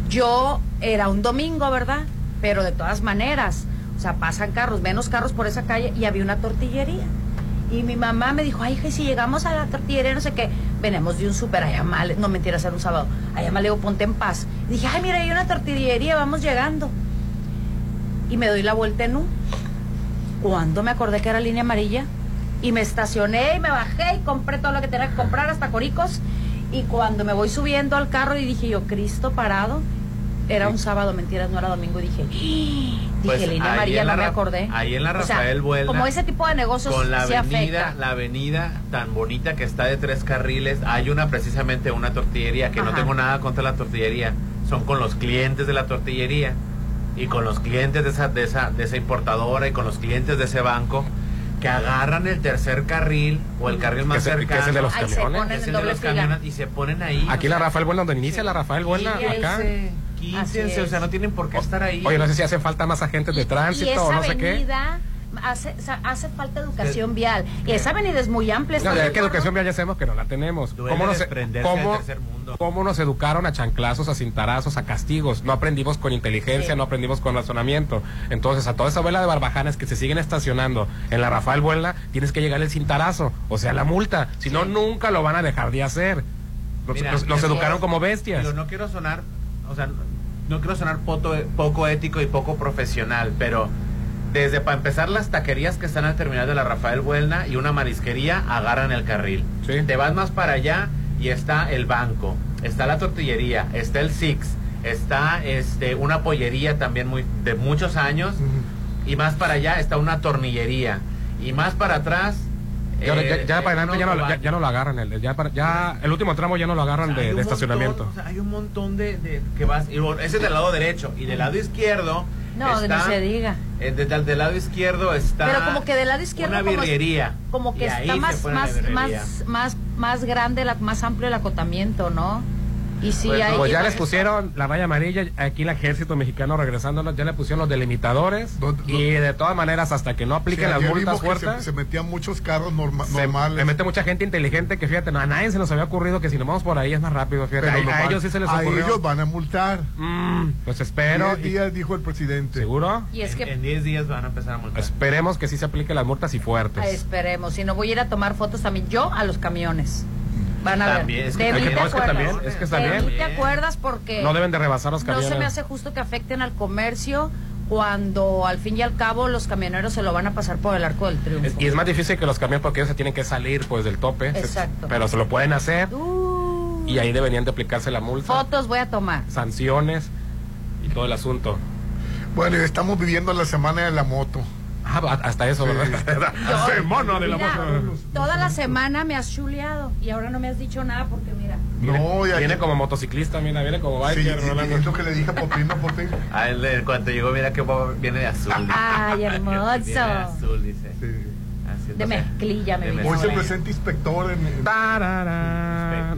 [SPEAKER 8] yo era un domingo, ¿verdad? Pero de todas maneras, o sea, pasan carros, menos carros por esa calle y había una tortillería. Y mi mamá me dijo, ay, hija, y si llegamos a la tortillería, no sé qué, venimos de un súper, allá mal, no mentira, era un sábado, allá mal, le digo, ponte en paz. Y dije, ay, mira, hay una tortillería, vamos llegando. Y me doy la vuelta en un cuando me acordé que era línea amarilla y me estacioné y me bajé y compré todo lo que tenía que comprar hasta Coricos y cuando me voy subiendo al carro y dije yo Cristo parado era un sábado mentiras no era domingo y dije "Ih",
[SPEAKER 7] Pues,
[SPEAKER 8] dije línea
[SPEAKER 7] ahí
[SPEAKER 8] amarilla
[SPEAKER 7] en la
[SPEAKER 8] no me
[SPEAKER 7] Ra-
[SPEAKER 8] acordé
[SPEAKER 7] ahí en la
[SPEAKER 8] O sea,
[SPEAKER 7] Rafael Buelna,
[SPEAKER 8] como ese tipo de negocios
[SPEAKER 7] con la
[SPEAKER 8] se
[SPEAKER 7] avenida,
[SPEAKER 8] afecta
[SPEAKER 7] la avenida tan bonita que está de tres carriles, hay una precisamente una tortillería que
[SPEAKER 8] Ajá.
[SPEAKER 7] no tengo nada contra la tortillería, son con los clientes de la tortillería y con los clientes de esa de esa de esa importadora y con los clientes de ese banco que agarran el tercer carril o el carril
[SPEAKER 6] Que
[SPEAKER 7] más
[SPEAKER 6] es el- que es el
[SPEAKER 7] cercano,
[SPEAKER 6] de los
[SPEAKER 8] Ahí
[SPEAKER 6] camiones.
[SPEAKER 8] se
[SPEAKER 7] que es
[SPEAKER 8] ponen en
[SPEAKER 7] el de
[SPEAKER 8] doble
[SPEAKER 7] los
[SPEAKER 8] fila
[SPEAKER 7] camiones, y se ponen ahí.
[SPEAKER 6] Aquí
[SPEAKER 7] o
[SPEAKER 6] la
[SPEAKER 7] sea,
[SPEAKER 6] Rafael Buena, donde inicia la Rafael Buena,
[SPEAKER 8] Sí,
[SPEAKER 6] acá.
[SPEAKER 8] ese- Así
[SPEAKER 7] Quítense, o sea,
[SPEAKER 8] es.
[SPEAKER 7] no tienen por qué estar ahí.
[SPEAKER 6] Oye, no sé si hacen falta más agentes
[SPEAKER 8] Y-
[SPEAKER 6] de tránsito
[SPEAKER 8] y esa
[SPEAKER 6] o no sé qué.
[SPEAKER 8] avenida hace, o sea, hace falta educación vial y esa avenida es muy amplia
[SPEAKER 6] No,
[SPEAKER 8] ¿estás de
[SPEAKER 6] de que
[SPEAKER 8] acuerdo?
[SPEAKER 6] educación vial ya sabemos que no la tenemos.
[SPEAKER 7] Duele
[SPEAKER 6] nos, e-,
[SPEAKER 7] desprenderse
[SPEAKER 6] cómo,
[SPEAKER 7] del tercer mundo.
[SPEAKER 6] cómo nos educaron a chanclazos, a cintarazos, a castigos? No aprendimos con inteligencia,
[SPEAKER 8] Sí.
[SPEAKER 6] no aprendimos con razonamiento. Entonces, a toda esa abuela de barbajanas que se siguen estacionando en la Rafael Buena, tienes que llegar el cintarazo, o sea, la multa. Si no, nunca lo van a dejar de hacer. Los,
[SPEAKER 7] Mira,
[SPEAKER 6] los- los
[SPEAKER 7] mira,
[SPEAKER 6] educaron
[SPEAKER 7] yo-
[SPEAKER 6] como bestias.
[SPEAKER 7] Digo, no quiero sonar, o sea, no, no quiero sonar poto- poco ético y poco profesional, pero desde para empezar las taquerías que están al terminal de la Rafael Buelna y una marisquería agarran el carril.
[SPEAKER 6] Sí.
[SPEAKER 7] Te vas más para allá y está el banco, está la tortillería, está el Six, está este una pollería también muy de muchos años y más para allá está una tornillería y más para atrás
[SPEAKER 6] Y ahora, ya,
[SPEAKER 7] eh,
[SPEAKER 6] ya para
[SPEAKER 7] eh,
[SPEAKER 6] adelante
[SPEAKER 7] un
[SPEAKER 6] ya no, ya-
[SPEAKER 7] autobaño.
[SPEAKER 6] ya no lo agarran. El, ya, para- ya el último tramo ya no lo
[SPEAKER 7] O sea,
[SPEAKER 6] agarran
[SPEAKER 7] hay
[SPEAKER 6] de,
[SPEAKER 7] un
[SPEAKER 6] de estacionamiento.
[SPEAKER 7] montón, o sea, hay un montón de, de- que vas. Y bueno, ese es del lado derecho. Y del lado izquierdo.
[SPEAKER 8] no que
[SPEAKER 7] está,
[SPEAKER 8] no se diga
[SPEAKER 7] eh, desde el- del lado izquierdo está.
[SPEAKER 8] Pero como que del lado izquierdo
[SPEAKER 7] Una
[SPEAKER 8] como es-
[SPEAKER 7] birrería.
[SPEAKER 8] como que
[SPEAKER 7] Y ahí
[SPEAKER 8] está
[SPEAKER 7] se
[SPEAKER 8] más
[SPEAKER 7] pone la
[SPEAKER 8] más
[SPEAKER 7] birrería.
[SPEAKER 8] más más más grande la, más amplio el acotamiento no y si
[SPEAKER 7] Pues,
[SPEAKER 8] hay
[SPEAKER 6] Pues ya
[SPEAKER 7] Oye,
[SPEAKER 6] les
[SPEAKER 7] ¿no?
[SPEAKER 6] pusieron la raya amarilla, aquí el ejército mexicano regresándonos, ya le pusieron los delimitadores
[SPEAKER 5] ¿Dónde-
[SPEAKER 6] y de todas maneras hasta que no apliquen
[SPEAKER 5] Sí,
[SPEAKER 6] las
[SPEAKER 5] ayer
[SPEAKER 6] multas
[SPEAKER 5] vimos que
[SPEAKER 6] fuertes.
[SPEAKER 5] Se, se metían muchos carros norma-
[SPEAKER 6] se-
[SPEAKER 5] normales.
[SPEAKER 6] le mete mucha gente inteligente que fíjate, no, a nadie se nos había ocurrido que si nos vamos por ahí es más rápido, fíjate.
[SPEAKER 5] pero
[SPEAKER 6] a,
[SPEAKER 5] no
[SPEAKER 6] a
[SPEAKER 5] van-
[SPEAKER 6] ellos sí se les
[SPEAKER 5] a
[SPEAKER 6] ocurrió.
[SPEAKER 5] ellos van a multar.
[SPEAKER 6] Mm, pues espero.
[SPEAKER 5] Diez
[SPEAKER 6] y-
[SPEAKER 5] días dijo el presidente.
[SPEAKER 6] ¿Seguro?
[SPEAKER 8] y es
[SPEAKER 7] En-
[SPEAKER 8] que
[SPEAKER 7] En 10 días van a empezar a multar.
[SPEAKER 6] Esperemos que sí se apliquen las multas y
[SPEAKER 7] pues.
[SPEAKER 8] ah,
[SPEAKER 6] fuertes.
[SPEAKER 8] esperemos si no voy a ir a tomar fotos también yo a los camiones van a
[SPEAKER 7] También,
[SPEAKER 8] ver
[SPEAKER 7] es que
[SPEAKER 8] de mí
[SPEAKER 7] también-
[SPEAKER 8] te
[SPEAKER 6] no, es que
[SPEAKER 8] acuerdas
[SPEAKER 6] también, es que está
[SPEAKER 8] de
[SPEAKER 6] bien.
[SPEAKER 8] mí te acuerdas porque
[SPEAKER 6] No deben de rebasar los
[SPEAKER 8] no
[SPEAKER 6] camiones.
[SPEAKER 8] se me hace justo que afecten al comercio cuando al fin y al cabo los camioneros se lo van a pasar por el arco del triunfo
[SPEAKER 6] Es- y es más difícil que los camiones porque ellos se tienen que salir pues del tope. se-
[SPEAKER 8] Exacto.
[SPEAKER 6] pero se lo pueden hacer
[SPEAKER 8] Uh,
[SPEAKER 6] y ahí deberían de aplicarse la multa,
[SPEAKER 8] fotos voy a tomar
[SPEAKER 6] sanciones y todo el asunto.
[SPEAKER 5] Bueno, y estamos viviendo la semana de la moto.
[SPEAKER 6] Ah, Ah, va, hasta eso,
[SPEAKER 5] <laughs>
[SPEAKER 6] ¿verdad?
[SPEAKER 8] Yo-
[SPEAKER 6] Semana de la
[SPEAKER 8] Mira,
[SPEAKER 6] mujer.
[SPEAKER 8] Toda la semana me has chuleado y ahora no me has dicho nada porque mira.
[SPEAKER 5] No, ya.
[SPEAKER 6] Viene como motociclista, mira, viene como
[SPEAKER 5] Sí,
[SPEAKER 6] biker,
[SPEAKER 5] sí,
[SPEAKER 6] Rolando.
[SPEAKER 5] es lo que le dije a Popín, no Popín.
[SPEAKER 7] A él, eh, cuando llegó, mira que viene de azul.
[SPEAKER 8] Ay, hermoso.
[SPEAKER 7] Viene de azul, dice.
[SPEAKER 5] Sí.
[SPEAKER 7] Así,
[SPEAKER 8] Ah, De
[SPEAKER 7] no sé.
[SPEAKER 8] mezclilla me
[SPEAKER 7] De
[SPEAKER 8] vi.
[SPEAKER 5] Hoy se
[SPEAKER 7] mezclilla.
[SPEAKER 5] presenta inspector en. en-
[SPEAKER 6] Tarara.
[SPEAKER 7] Inspector,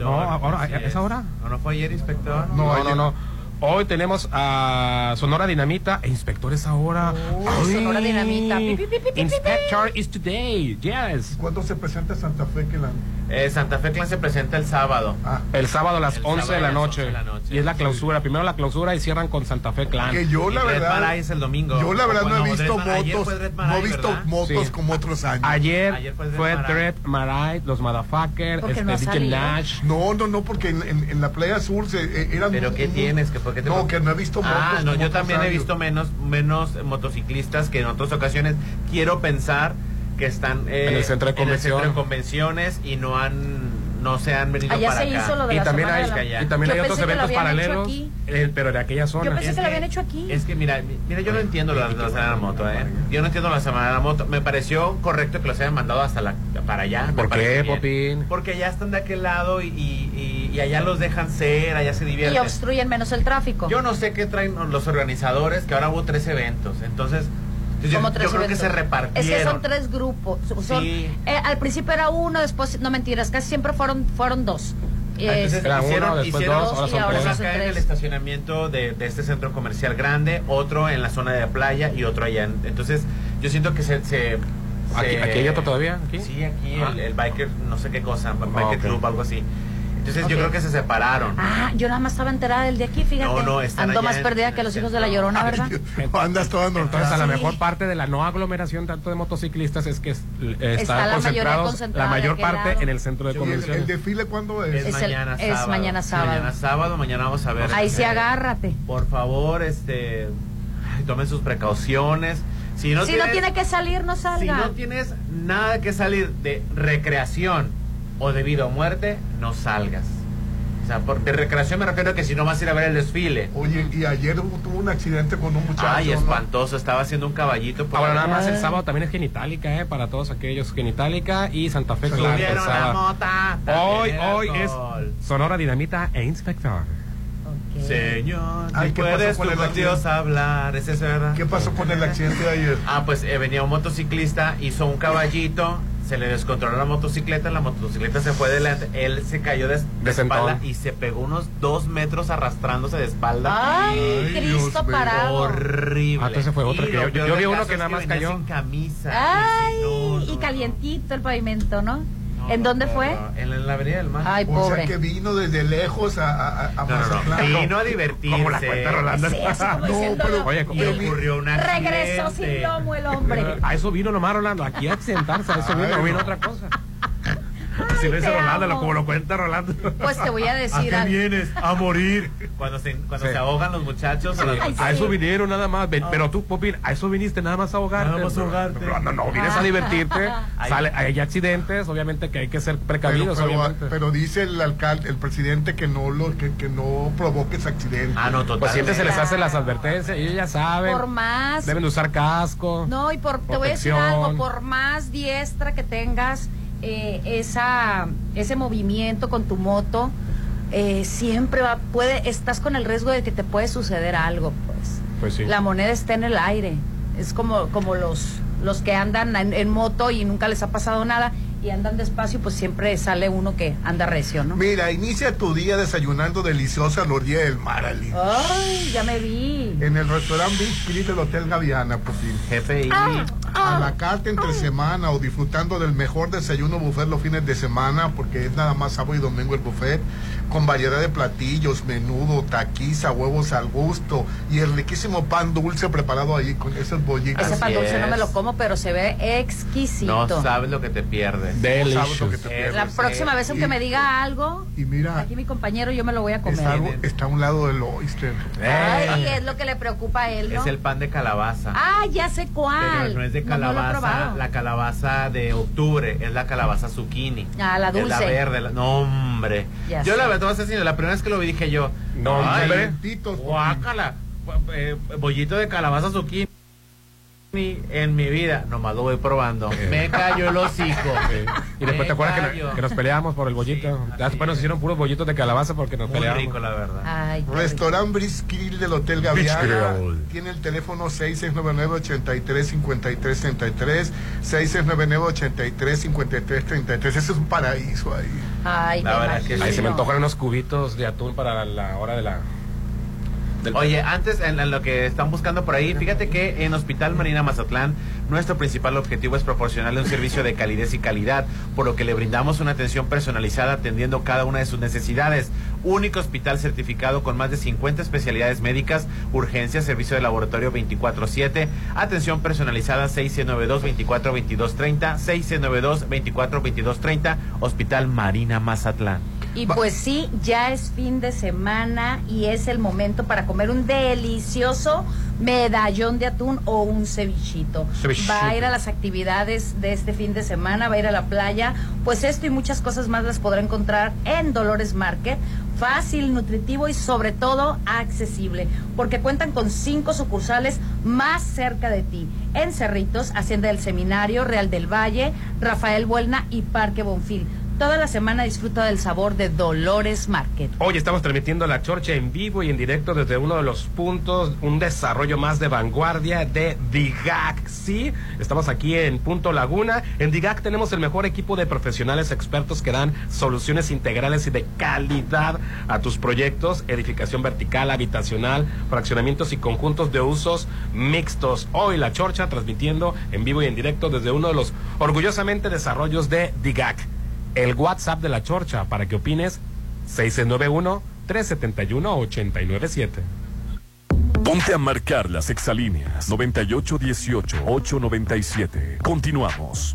[SPEAKER 6] <laughs> No, ahora,
[SPEAKER 7] así
[SPEAKER 6] ¿es ahora?
[SPEAKER 7] ¿O no fue ayer, inspector?
[SPEAKER 5] No,
[SPEAKER 6] No,
[SPEAKER 5] ayer.
[SPEAKER 6] no, no. Hoy tenemos a Sonora Dinamita e inspectores ahora.
[SPEAKER 7] Oh,
[SPEAKER 6] Ay.
[SPEAKER 8] Sonora Dinamita. Pi, pi, pi, pi, pi, pi.
[SPEAKER 6] Inspector is today. Yes.
[SPEAKER 5] ¿Cuándo se presenta Santa Fe que la.?
[SPEAKER 7] Eh, Santa Fe Clan se presenta el sábado.
[SPEAKER 5] Ah,
[SPEAKER 6] El sábado a las
[SPEAKER 7] El
[SPEAKER 6] 11 de la
[SPEAKER 7] sábado a las
[SPEAKER 6] noche.
[SPEAKER 7] 11 de la noche.
[SPEAKER 6] Y es la clausura. Primero la clausura y cierran con Santa Fe Clan.
[SPEAKER 5] que yo,
[SPEAKER 7] Y
[SPEAKER 5] la
[SPEAKER 7] Red
[SPEAKER 5] verdad.
[SPEAKER 7] Marais el domingo.
[SPEAKER 5] Yo, la verdad, no he
[SPEAKER 7] Bueno,
[SPEAKER 5] visto
[SPEAKER 7] Red Mar- ayer fue
[SPEAKER 5] motos.
[SPEAKER 7] Red
[SPEAKER 5] No he
[SPEAKER 7] Marais,
[SPEAKER 5] visto
[SPEAKER 7] ¿verdad?
[SPEAKER 5] motos
[SPEAKER 6] Sí.
[SPEAKER 5] como otros años.
[SPEAKER 6] Ayer,
[SPEAKER 7] Ayer fue
[SPEAKER 6] fue,
[SPEAKER 7] Dread Marais.
[SPEAKER 6] Dread Marais, los Motherfuckers,
[SPEAKER 8] Porque
[SPEAKER 6] este,
[SPEAKER 8] no ha
[SPEAKER 6] DJ
[SPEAKER 8] salido.
[SPEAKER 6] Nash.
[SPEAKER 5] No, no, no, porque en, en- en la playa sur se, eh, eran.
[SPEAKER 7] ¿Pero qué tienes? ¿Que por qué te
[SPEAKER 5] No, que no he visto motos.
[SPEAKER 7] Ah, no,
[SPEAKER 5] como
[SPEAKER 7] yo
[SPEAKER 5] otros
[SPEAKER 7] también he
[SPEAKER 5] años.
[SPEAKER 7] visto menos, menos motociclistas que en otras ocasiones. Quiero pensar que están eh,
[SPEAKER 6] En el centro de
[SPEAKER 7] en el
[SPEAKER 6] convención.
[SPEAKER 7] centro de convenciones y no han no se han venido
[SPEAKER 8] Allá
[SPEAKER 7] para
[SPEAKER 8] se
[SPEAKER 7] acá.
[SPEAKER 8] hizo lo de
[SPEAKER 6] Y
[SPEAKER 8] la
[SPEAKER 6] también
[SPEAKER 8] semana
[SPEAKER 6] hay,
[SPEAKER 8] de
[SPEAKER 7] la-
[SPEAKER 6] y también
[SPEAKER 8] Yo
[SPEAKER 6] hay otros
[SPEAKER 8] pensé que lo
[SPEAKER 6] eventos
[SPEAKER 8] habían hecho
[SPEAKER 6] paralelos,
[SPEAKER 8] aquí.
[SPEAKER 6] eh, pero de aquella zona.
[SPEAKER 8] Yo pensé que lo habían hecho aquí.
[SPEAKER 7] Es que mira, mi- mira, yo no entiendo la, la semana de la moto, ¿eh? Yo no entiendo la semana de la moto. Me pareció correcto que los hayan mandado hasta la, para allá. me
[SPEAKER 6] ¿Por
[SPEAKER 7] parece
[SPEAKER 6] qué,
[SPEAKER 7] bien.
[SPEAKER 6] Popín?
[SPEAKER 7] Porque allá están de aquel lado y, y- y- y allá los dejan ser, allá se divierten.
[SPEAKER 8] Y obstruyen menos el tráfico.
[SPEAKER 7] Yo no sé qué traen los organizadores, que ahora hubo tres eventos. Entonces, pues, yo,
[SPEAKER 8] Como
[SPEAKER 7] yo
[SPEAKER 8] tres
[SPEAKER 7] creo que
[SPEAKER 8] eventos.
[SPEAKER 7] se repartieron.
[SPEAKER 8] Es que son tres grupos. Son-
[SPEAKER 7] Sí.
[SPEAKER 8] eh, al principio era uno, después, no mentiras, casi siempre fueron, fueron dos.
[SPEAKER 7] Ah, entonces
[SPEAKER 8] Este,
[SPEAKER 6] Era uno,
[SPEAKER 7] hicieron,
[SPEAKER 6] después
[SPEAKER 7] hicieron
[SPEAKER 6] dos, ahora
[SPEAKER 7] y
[SPEAKER 6] son
[SPEAKER 7] ahora
[SPEAKER 8] tres.
[SPEAKER 7] se acá en
[SPEAKER 8] Tres.
[SPEAKER 7] el estacionamiento de, de este centro comercial grande, otro en la zona de la playa y otro allá. Entonces, yo siento que se... se-
[SPEAKER 6] Aquí-
[SPEAKER 7] se-
[SPEAKER 6] aquí hay otro todavía, aquí?
[SPEAKER 7] Sí, aquí
[SPEAKER 6] Ah.
[SPEAKER 7] el, el biker, no sé qué cosa, biker
[SPEAKER 6] ok.
[SPEAKER 7] club, algo así. Entonces,
[SPEAKER 8] Ok.
[SPEAKER 7] yo creo que se separaron.
[SPEAKER 8] Ah, yo nada más estaba enterada del de aquí, fíjate.
[SPEAKER 7] No, no, están
[SPEAKER 8] Ando
[SPEAKER 7] allá
[SPEAKER 8] más
[SPEAKER 7] en-
[SPEAKER 8] perdida
[SPEAKER 7] en
[SPEAKER 8] que
[SPEAKER 7] el
[SPEAKER 8] los hijos de la
[SPEAKER 7] centro. Ah,
[SPEAKER 8] llorona, ¿verdad?
[SPEAKER 5] Ay, yo- andas toda
[SPEAKER 6] Entonces, a
[SPEAKER 5] normal.
[SPEAKER 6] la
[SPEAKER 8] Sí.
[SPEAKER 6] mejor parte de la no aglomeración tanto de motociclistas es que es- eh,
[SPEAKER 8] Está
[SPEAKER 6] están
[SPEAKER 8] la mayoría
[SPEAKER 6] concentrados la
[SPEAKER 8] concentrada de
[SPEAKER 6] mayor
[SPEAKER 8] aquel
[SPEAKER 6] parte
[SPEAKER 8] lado.
[SPEAKER 6] en el centro de
[SPEAKER 7] Sí,
[SPEAKER 5] ¿El,
[SPEAKER 6] convenciones.
[SPEAKER 5] el desfile cuándo es?
[SPEAKER 7] Es,
[SPEAKER 8] Es el-
[SPEAKER 7] mañana
[SPEAKER 8] es
[SPEAKER 7] sábado.
[SPEAKER 8] mañana sábado.
[SPEAKER 7] Mañana sábado, mañana vamos a ver.
[SPEAKER 8] Ahí sí
[SPEAKER 7] Eh,
[SPEAKER 8] agárrate.
[SPEAKER 7] Por favor, este, ay, tomen sus precauciones. Si no,
[SPEAKER 8] si
[SPEAKER 7] tienes,
[SPEAKER 8] no tiene que salir, no
[SPEAKER 7] si
[SPEAKER 8] salga.
[SPEAKER 7] no tienes nada que salir de recreación o debido a muerte, no salgas. O sea, por, de recreación me refiero a que si no vas a ir a ver el desfile.
[SPEAKER 5] Oye, y ayer hubo- tuvo un accidente con un muchacho.
[SPEAKER 7] Ay,
[SPEAKER 5] ¿no?
[SPEAKER 7] espantoso, estaba haciendo un caballito. Por
[SPEAKER 6] Ahora
[SPEAKER 7] ahí.
[SPEAKER 6] nada más
[SPEAKER 8] Ah.
[SPEAKER 6] el sábado también es genitálica, eh, para todos aquellos genitálica y Santa Fe Clan, el
[SPEAKER 7] Subieron la
[SPEAKER 6] sábado.
[SPEAKER 7] mota.
[SPEAKER 6] Hoy,
[SPEAKER 7] también
[SPEAKER 6] hoy es
[SPEAKER 7] alcohol.
[SPEAKER 6] Sonora Dinamita e Inspector.
[SPEAKER 8] Ok.
[SPEAKER 7] Señor,
[SPEAKER 5] Ay,
[SPEAKER 7] ¿no
[SPEAKER 5] ¿qué pasó
[SPEAKER 7] puedes
[SPEAKER 5] con
[SPEAKER 7] tú
[SPEAKER 5] el
[SPEAKER 7] con
[SPEAKER 5] accidente?
[SPEAKER 7] Dios hablar, ¿es eso, verdad?
[SPEAKER 5] ¿Qué pasó con el accidente de ayer?
[SPEAKER 7] Ah, pues eh, venía un motociclista, hizo un caballito, se le descontroló la motocicleta, la motocicleta se fue delante, él se cayó de, de
[SPEAKER 6] De sentón.
[SPEAKER 7] espalda y se pegó unos dos metros arrastrándose de espalda.
[SPEAKER 8] Ay,
[SPEAKER 5] Ay,
[SPEAKER 8] Cristo
[SPEAKER 5] Dios mío.
[SPEAKER 8] parado.
[SPEAKER 7] Horrible.
[SPEAKER 6] Ah, entonces fue otro
[SPEAKER 7] Y
[SPEAKER 6] que
[SPEAKER 7] lo
[SPEAKER 6] yo-
[SPEAKER 7] peor
[SPEAKER 6] yo vi
[SPEAKER 7] del
[SPEAKER 6] uno
[SPEAKER 7] caso
[SPEAKER 6] que
[SPEAKER 7] es
[SPEAKER 6] nada más
[SPEAKER 7] venía
[SPEAKER 6] cayó.
[SPEAKER 7] Sin camisa.
[SPEAKER 8] Ay,
[SPEAKER 7] Sí, no, no,
[SPEAKER 8] y
[SPEAKER 7] no.
[SPEAKER 8] calientito el pavimento, ¿no?
[SPEAKER 7] No,
[SPEAKER 8] ¿En
[SPEAKER 7] no,
[SPEAKER 8] dónde
[SPEAKER 7] no,
[SPEAKER 8] fue?
[SPEAKER 7] no, En, la- en la avenida del mar.
[SPEAKER 8] Ay,
[SPEAKER 5] O
[SPEAKER 8] pobre.
[SPEAKER 5] sea que vino desde lejos a, a, a- a
[SPEAKER 7] no, no, no.
[SPEAKER 5] Mazatlán.
[SPEAKER 7] Vino a divertirse.
[SPEAKER 6] Como la cuenta Rolando.
[SPEAKER 8] Sí, así como
[SPEAKER 5] No,
[SPEAKER 8] diciendo,
[SPEAKER 7] Ah,
[SPEAKER 5] pero-
[SPEAKER 8] no.
[SPEAKER 6] Oye,
[SPEAKER 7] Y
[SPEAKER 6] como-
[SPEAKER 7] ocurrió un accidente.
[SPEAKER 8] Regresó sin lomo el hombre.
[SPEAKER 6] a eso vino nomás Rolando, aquí a accidentarse, a eso vino, no vino otra cosa. Si lo dice
[SPEAKER 8] te
[SPEAKER 6] Rolando,
[SPEAKER 8] amo.
[SPEAKER 6] lo- como lo cuenta Rolando.
[SPEAKER 8] Pues
[SPEAKER 7] <laughs>
[SPEAKER 8] te voy a
[SPEAKER 7] ¿A
[SPEAKER 8] decir
[SPEAKER 7] qué
[SPEAKER 8] algo.
[SPEAKER 7] vienes? A morir. Cuando se, cuando
[SPEAKER 6] Sí.
[SPEAKER 7] se ahogan los muchachos. o las
[SPEAKER 8] Ay,
[SPEAKER 6] A
[SPEAKER 8] sí.
[SPEAKER 6] eso vinieron nada más, ven- pero tú, Popín, a eso viniste nada más a ahogarte.
[SPEAKER 7] Ah. Nada más a ahogarte.
[SPEAKER 6] No, no, no, vienes a divertirte.
[SPEAKER 7] <laughs> Ay.
[SPEAKER 6] Sale, hay accidentes, obviamente que hay que ser
[SPEAKER 5] Pero,
[SPEAKER 6] precavidos.
[SPEAKER 5] pero,
[SPEAKER 6] obviamente.
[SPEAKER 5] pero dice el alcalde, el presidente que no lo que, que no provoque ese accidente.
[SPEAKER 7] Ah, no, total.
[SPEAKER 6] pues siempre se les hace las advertencias, ellos ya saben.
[SPEAKER 8] Por más.
[SPEAKER 6] Deben de usar casco.
[SPEAKER 8] No, y por, te voy a decir
[SPEAKER 6] Protección.
[SPEAKER 8] algo, por más diestra que tengas eh, esa, ese movimiento con tu moto, eh, siempre va, puede, estás con el riesgo de que te puede suceder algo, pues.
[SPEAKER 6] Pues sí.
[SPEAKER 8] La moneda está en el aire. Es como, como los, los que andan en, en moto y nunca les ha pasado nada y andan despacio, pues siempre sale uno que anda recio, ¿no?
[SPEAKER 5] Mira, inicia tu día desayunando deliciosa a la orilla del mar, Ali.
[SPEAKER 8] Ay, ya me vi.
[SPEAKER 5] En el restaurante Big Kill del Hotel Gaviana, pues sí.
[SPEAKER 7] Jefe y...
[SPEAKER 8] Ah,
[SPEAKER 5] A la carta entre semana o disfrutando del mejor desayuno buffet los fines de semana, porque es nada más sábado y domingo el buffet, con variedad de platillos, menudo, taquiza, huevos al gusto y el riquísimo pan dulce preparado ahí con esos bollitos.
[SPEAKER 8] Ese
[SPEAKER 7] Así
[SPEAKER 8] pan dulce no me
[SPEAKER 7] es.
[SPEAKER 8] lo como, pero se ve exquisito.
[SPEAKER 7] No sabes lo que te pierdes.
[SPEAKER 5] Sabes lo que
[SPEAKER 6] Delicious.
[SPEAKER 5] te
[SPEAKER 7] Eh,
[SPEAKER 5] pierdes.
[SPEAKER 8] La
[SPEAKER 7] Sí.
[SPEAKER 8] próxima vez, aunque
[SPEAKER 5] Y-
[SPEAKER 8] me diga algo,
[SPEAKER 5] Y mira,
[SPEAKER 8] aquí mi compañero, yo me lo voy a
[SPEAKER 5] está,
[SPEAKER 8] comer.
[SPEAKER 5] algo- está a un lado del oyster.
[SPEAKER 8] Ay, es lo que le preocupa a él, ¿no?
[SPEAKER 7] Eh, Es el pan de calabaza.
[SPEAKER 8] Ah, ya sé
[SPEAKER 7] Pero
[SPEAKER 8] cuál.
[SPEAKER 7] no es de
[SPEAKER 8] No, no lo he
[SPEAKER 7] calabaza,
[SPEAKER 8] probado.
[SPEAKER 7] la calabaza de octubre, es la calabaza zucchini.
[SPEAKER 8] Ah, la
[SPEAKER 7] Es
[SPEAKER 8] dulce.
[SPEAKER 7] la verde, la- no hombre.
[SPEAKER 8] Ya
[SPEAKER 7] yo
[SPEAKER 8] sé.
[SPEAKER 7] la verdad te voy a decir, la primera vez que lo vi dije yo,
[SPEAKER 6] No,
[SPEAKER 7] ay,
[SPEAKER 6] hombre.
[SPEAKER 5] Calentitos,
[SPEAKER 7] guácala, eh, bollito de calabaza zucchini. Disney en mi vida. Nomás lo voy probando. Me cayó el hocico.
[SPEAKER 6] Y después te acuerdas que, no- que nos peleábamos por el bollito.
[SPEAKER 7] Sí, así
[SPEAKER 6] después nos
[SPEAKER 7] es.
[SPEAKER 6] hicieron puros bollitos de calabaza porque nos
[SPEAKER 7] Muy
[SPEAKER 6] peleábamos.
[SPEAKER 7] rico, la verdad.
[SPEAKER 8] Ay, qué
[SPEAKER 5] Restaurant Briskril del Hotel Gaviana. Tiene el teléfono 6699-835333. 6699-835333. Ese es un paraíso ahí.
[SPEAKER 8] rico. Ay,
[SPEAKER 7] La
[SPEAKER 8] me
[SPEAKER 7] verdad que
[SPEAKER 6] Ahí
[SPEAKER 7] sí.
[SPEAKER 6] se me
[SPEAKER 8] imagino.
[SPEAKER 6] antojan unos cubitos de atún para la hora de la. del-
[SPEAKER 7] Oye, antes en, en lo que están buscando por ahí, fíjate que en Hospital Marina Mazatlán nuestro principal objetivo es proporcionarle un servicio de calidez y calidad, por lo que le brindamos una atención personalizada atendiendo cada una de sus necesidades. Único hospital certificado con más de 50 especialidades médicas, urgencias, servicio de laboratorio 24/7, atención personalizada 692-24-2230, 692-24-2230, Hospital Marina Mazatlán.
[SPEAKER 8] Y pues sí, ya es fin de semana y es el momento para comer un delicioso medallón de atún o un cevichito.
[SPEAKER 6] Cevichito.
[SPEAKER 8] Va a ir a las actividades de este fin de semana, va a ir a la playa. Pues esto y muchas cosas más las podrá encontrar en Dolores Market. Fácil, nutritivo y sobre todo accesible, porque cuentan con cinco sucursales más cerca de ti. En Cerritos, Hacienda del Seminario, Real del Valle, Rafael Buelna y Parque Bonfil. Toda la semana disfruta del sabor de Dolores Market.
[SPEAKER 6] Hoy estamos transmitiendo la chorcha en vivo y en directo desde uno de los puntos, un desarrollo más de vanguardia de DIGAC. Sí, estamos aquí en Punto Laguna. En DIGAC tenemos el mejor equipo de profesionales expertos que dan soluciones integrales y de calidad a tus proyectos, edificación vertical, habitacional, fraccionamientos y conjuntos de usos mixtos. Hoy la chorcha transmitiendo en vivo y en directo desde uno de los orgullosamente desarrollos de DIGAC el WhatsApp de la Chorcha para que opines 691-371-897.
[SPEAKER 2] Ponte a marcar las exalíneas 9818-897. Continuamos.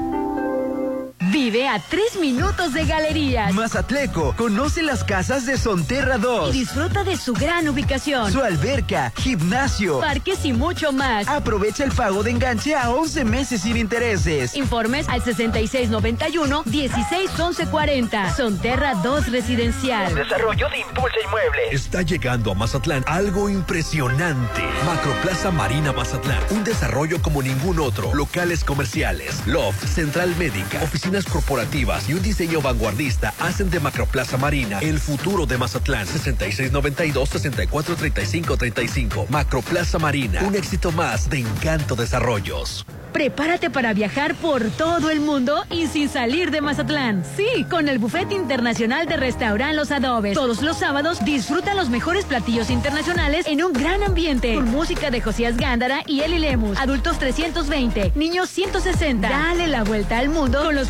[SPEAKER 3] Vive a tres minutos de galerías
[SPEAKER 10] Mazatleco, conoce las casas de Sonterra
[SPEAKER 3] y
[SPEAKER 10] 2,
[SPEAKER 3] disfruta de su gran ubicación,
[SPEAKER 10] su alberca, gimnasio.
[SPEAKER 3] parques y mucho más.
[SPEAKER 11] Ah,
[SPEAKER 10] Aprovecha el pago de enganche a 11 meses sin intereses.
[SPEAKER 3] Informes al 6691-161140. Sonterra 2 Residencial.
[SPEAKER 10] Desarrollo de Impulsa Inmuebles.
[SPEAKER 11] Está llegando a Mazatlán algo impresionante. Macroplaza Marina Mazatlán. Un desarrollo como ningún otro. Locales comerciales, loft, central médica, oficinas corporativas y un diseño vanguardista hacen de Macroplaza Marina el futuro de Mazatlán. 6692-643535. Macroplaza Marina. Un éxito más de Encanto Desarrollos.
[SPEAKER 3] Prepárate para viajar por todo el mundo y sin salir de Mazatlán. Sí, con el Buffet Internacional de Restaurant Los Adobes. Todos los sábados disfruta los mejores platillos internacionales en un gran ambiente. Con música de Josías Gándara y Eli Lemus. Adultos 320, niños 160. Dale la vuelta al mundo con los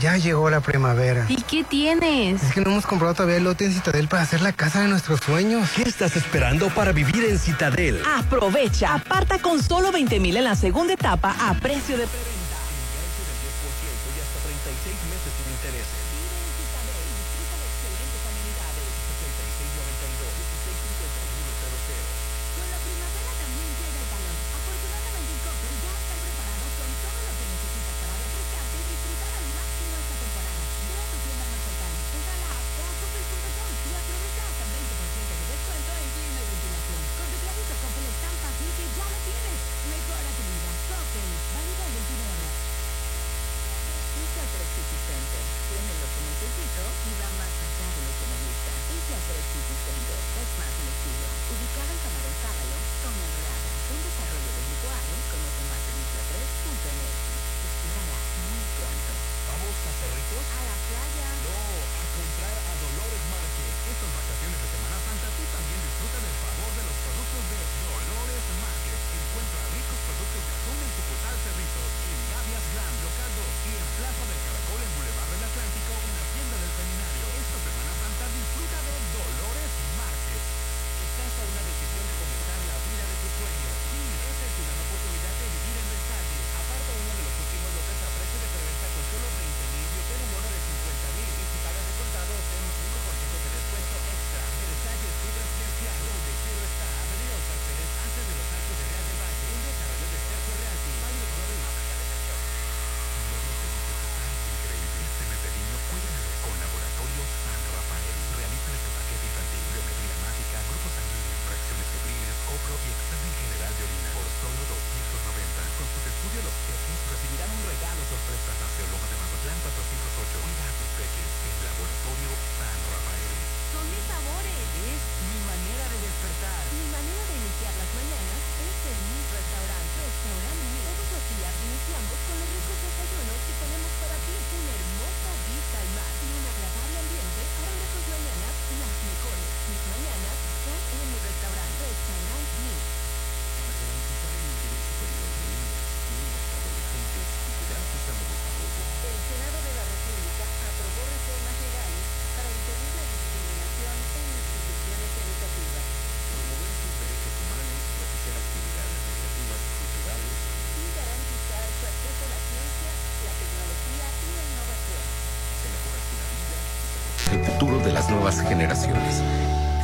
[SPEAKER 12] ya llegó la primavera.
[SPEAKER 13] ¿Y qué tienes?
[SPEAKER 12] Es que no hemos comprado todavía el lote en Citadel para hacer la casa de nuestros sueños.
[SPEAKER 11] ¿Qué estás esperando para vivir en Citadel?
[SPEAKER 3] Aprovecha. Aparta con solo 20 mil en la segunda etapa a precio de.
[SPEAKER 13] Con la primavera también llega el calor. Afortunadamente en Coppel ya están preparados con todo lo que necesitas para refrescarte y disfrutar al máximo esta temporada. Ve a tu tienda más cercana, entra a la app o a coppel.com y aprovecha hasta 20% de descuento en clima y ventilación. Con tu crédito Coppel es tan fácil que ya lo tienes. Mejora tu vida.
[SPEAKER 14] futuro de las nuevas generaciones.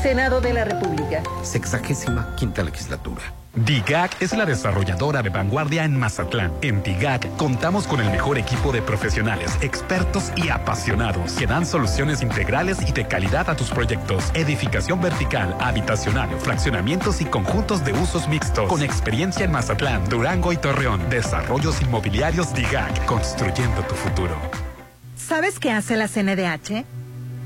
[SPEAKER 15] Senado de la República.
[SPEAKER 14] Sexagésima quinta legislatura. DIGAC es la desarrolladora de vanguardia en Mazatlán. En DIGAC contamos con el mejor equipo de profesionales, expertos y apasionados que dan soluciones integrales y de calidad a tus proyectos. Edificación vertical, habitacional, fraccionamientos y conjuntos de usos mixtos. Con experiencia en Mazatlán, Durango y Torreón. Desarrollos inmobiliarios DIGAC, construyendo tu futuro.
[SPEAKER 16] ¿Sabes qué hace la CNDH?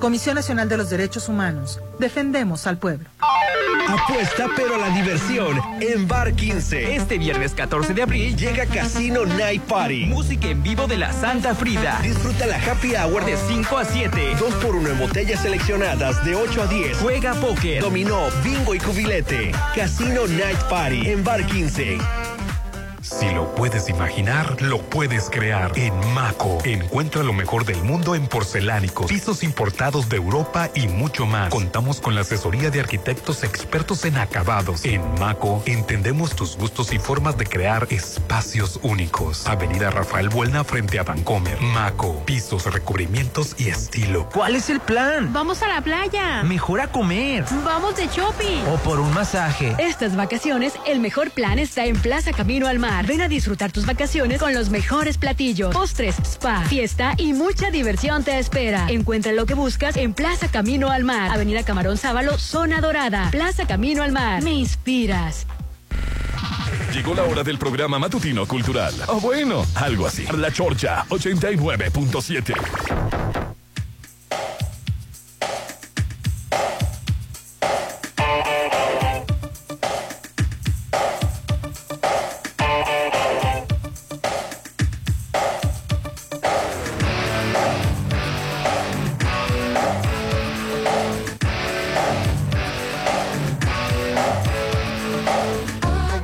[SPEAKER 10] Comisión Nacional de los Derechos Humanos. Defendemos al pueblo.
[SPEAKER 11] Apuesta pero a la diversión en Bar 15. Este viernes 14 de abril llega Casino Night Party. Música en vivo de la Santa Frida. Disfruta la happy hour de 5 a 7. 2 por 1 en botellas seleccionadas de 8 a 10. Juega póker, dominó, bingo y cubilete. Casino Night Party en Bar 15.
[SPEAKER 2] Si lo puedes imaginar, lo puedes crear. En Maco, encuentra lo mejor del mundo en porcelánicos, pisos importados de Europa y mucho más. Contamos con la asesoría de arquitectos expertos en acabados. En Maco, entendemos tus gustos y formas de crear espacios únicos. Avenida Rafael Buelna frente a Vancomer. Maco, pisos, recubrimientos y estilo.
[SPEAKER 17] ¿Cuál es el plan?
[SPEAKER 3] Vamos a la playa.
[SPEAKER 17] Mejor a comer.
[SPEAKER 3] Vamos de shopping.
[SPEAKER 17] O por un masaje.
[SPEAKER 3] Estas vacaciones, el mejor plan está en Plaza Camino al Mar. Ven a disfrutar tus vacaciones con los mejores platillos, postres, spa, fiesta y mucha diversión te espera. Encuentra lo que buscas en Plaza Camino al Mar, Avenida Camarón Sábalo, Zona Dorada. Plaza Camino al Mar. Me inspiras.
[SPEAKER 2] Llegó la hora del programa matutino cultural. O bueno, algo así. La Chorcha 89.7.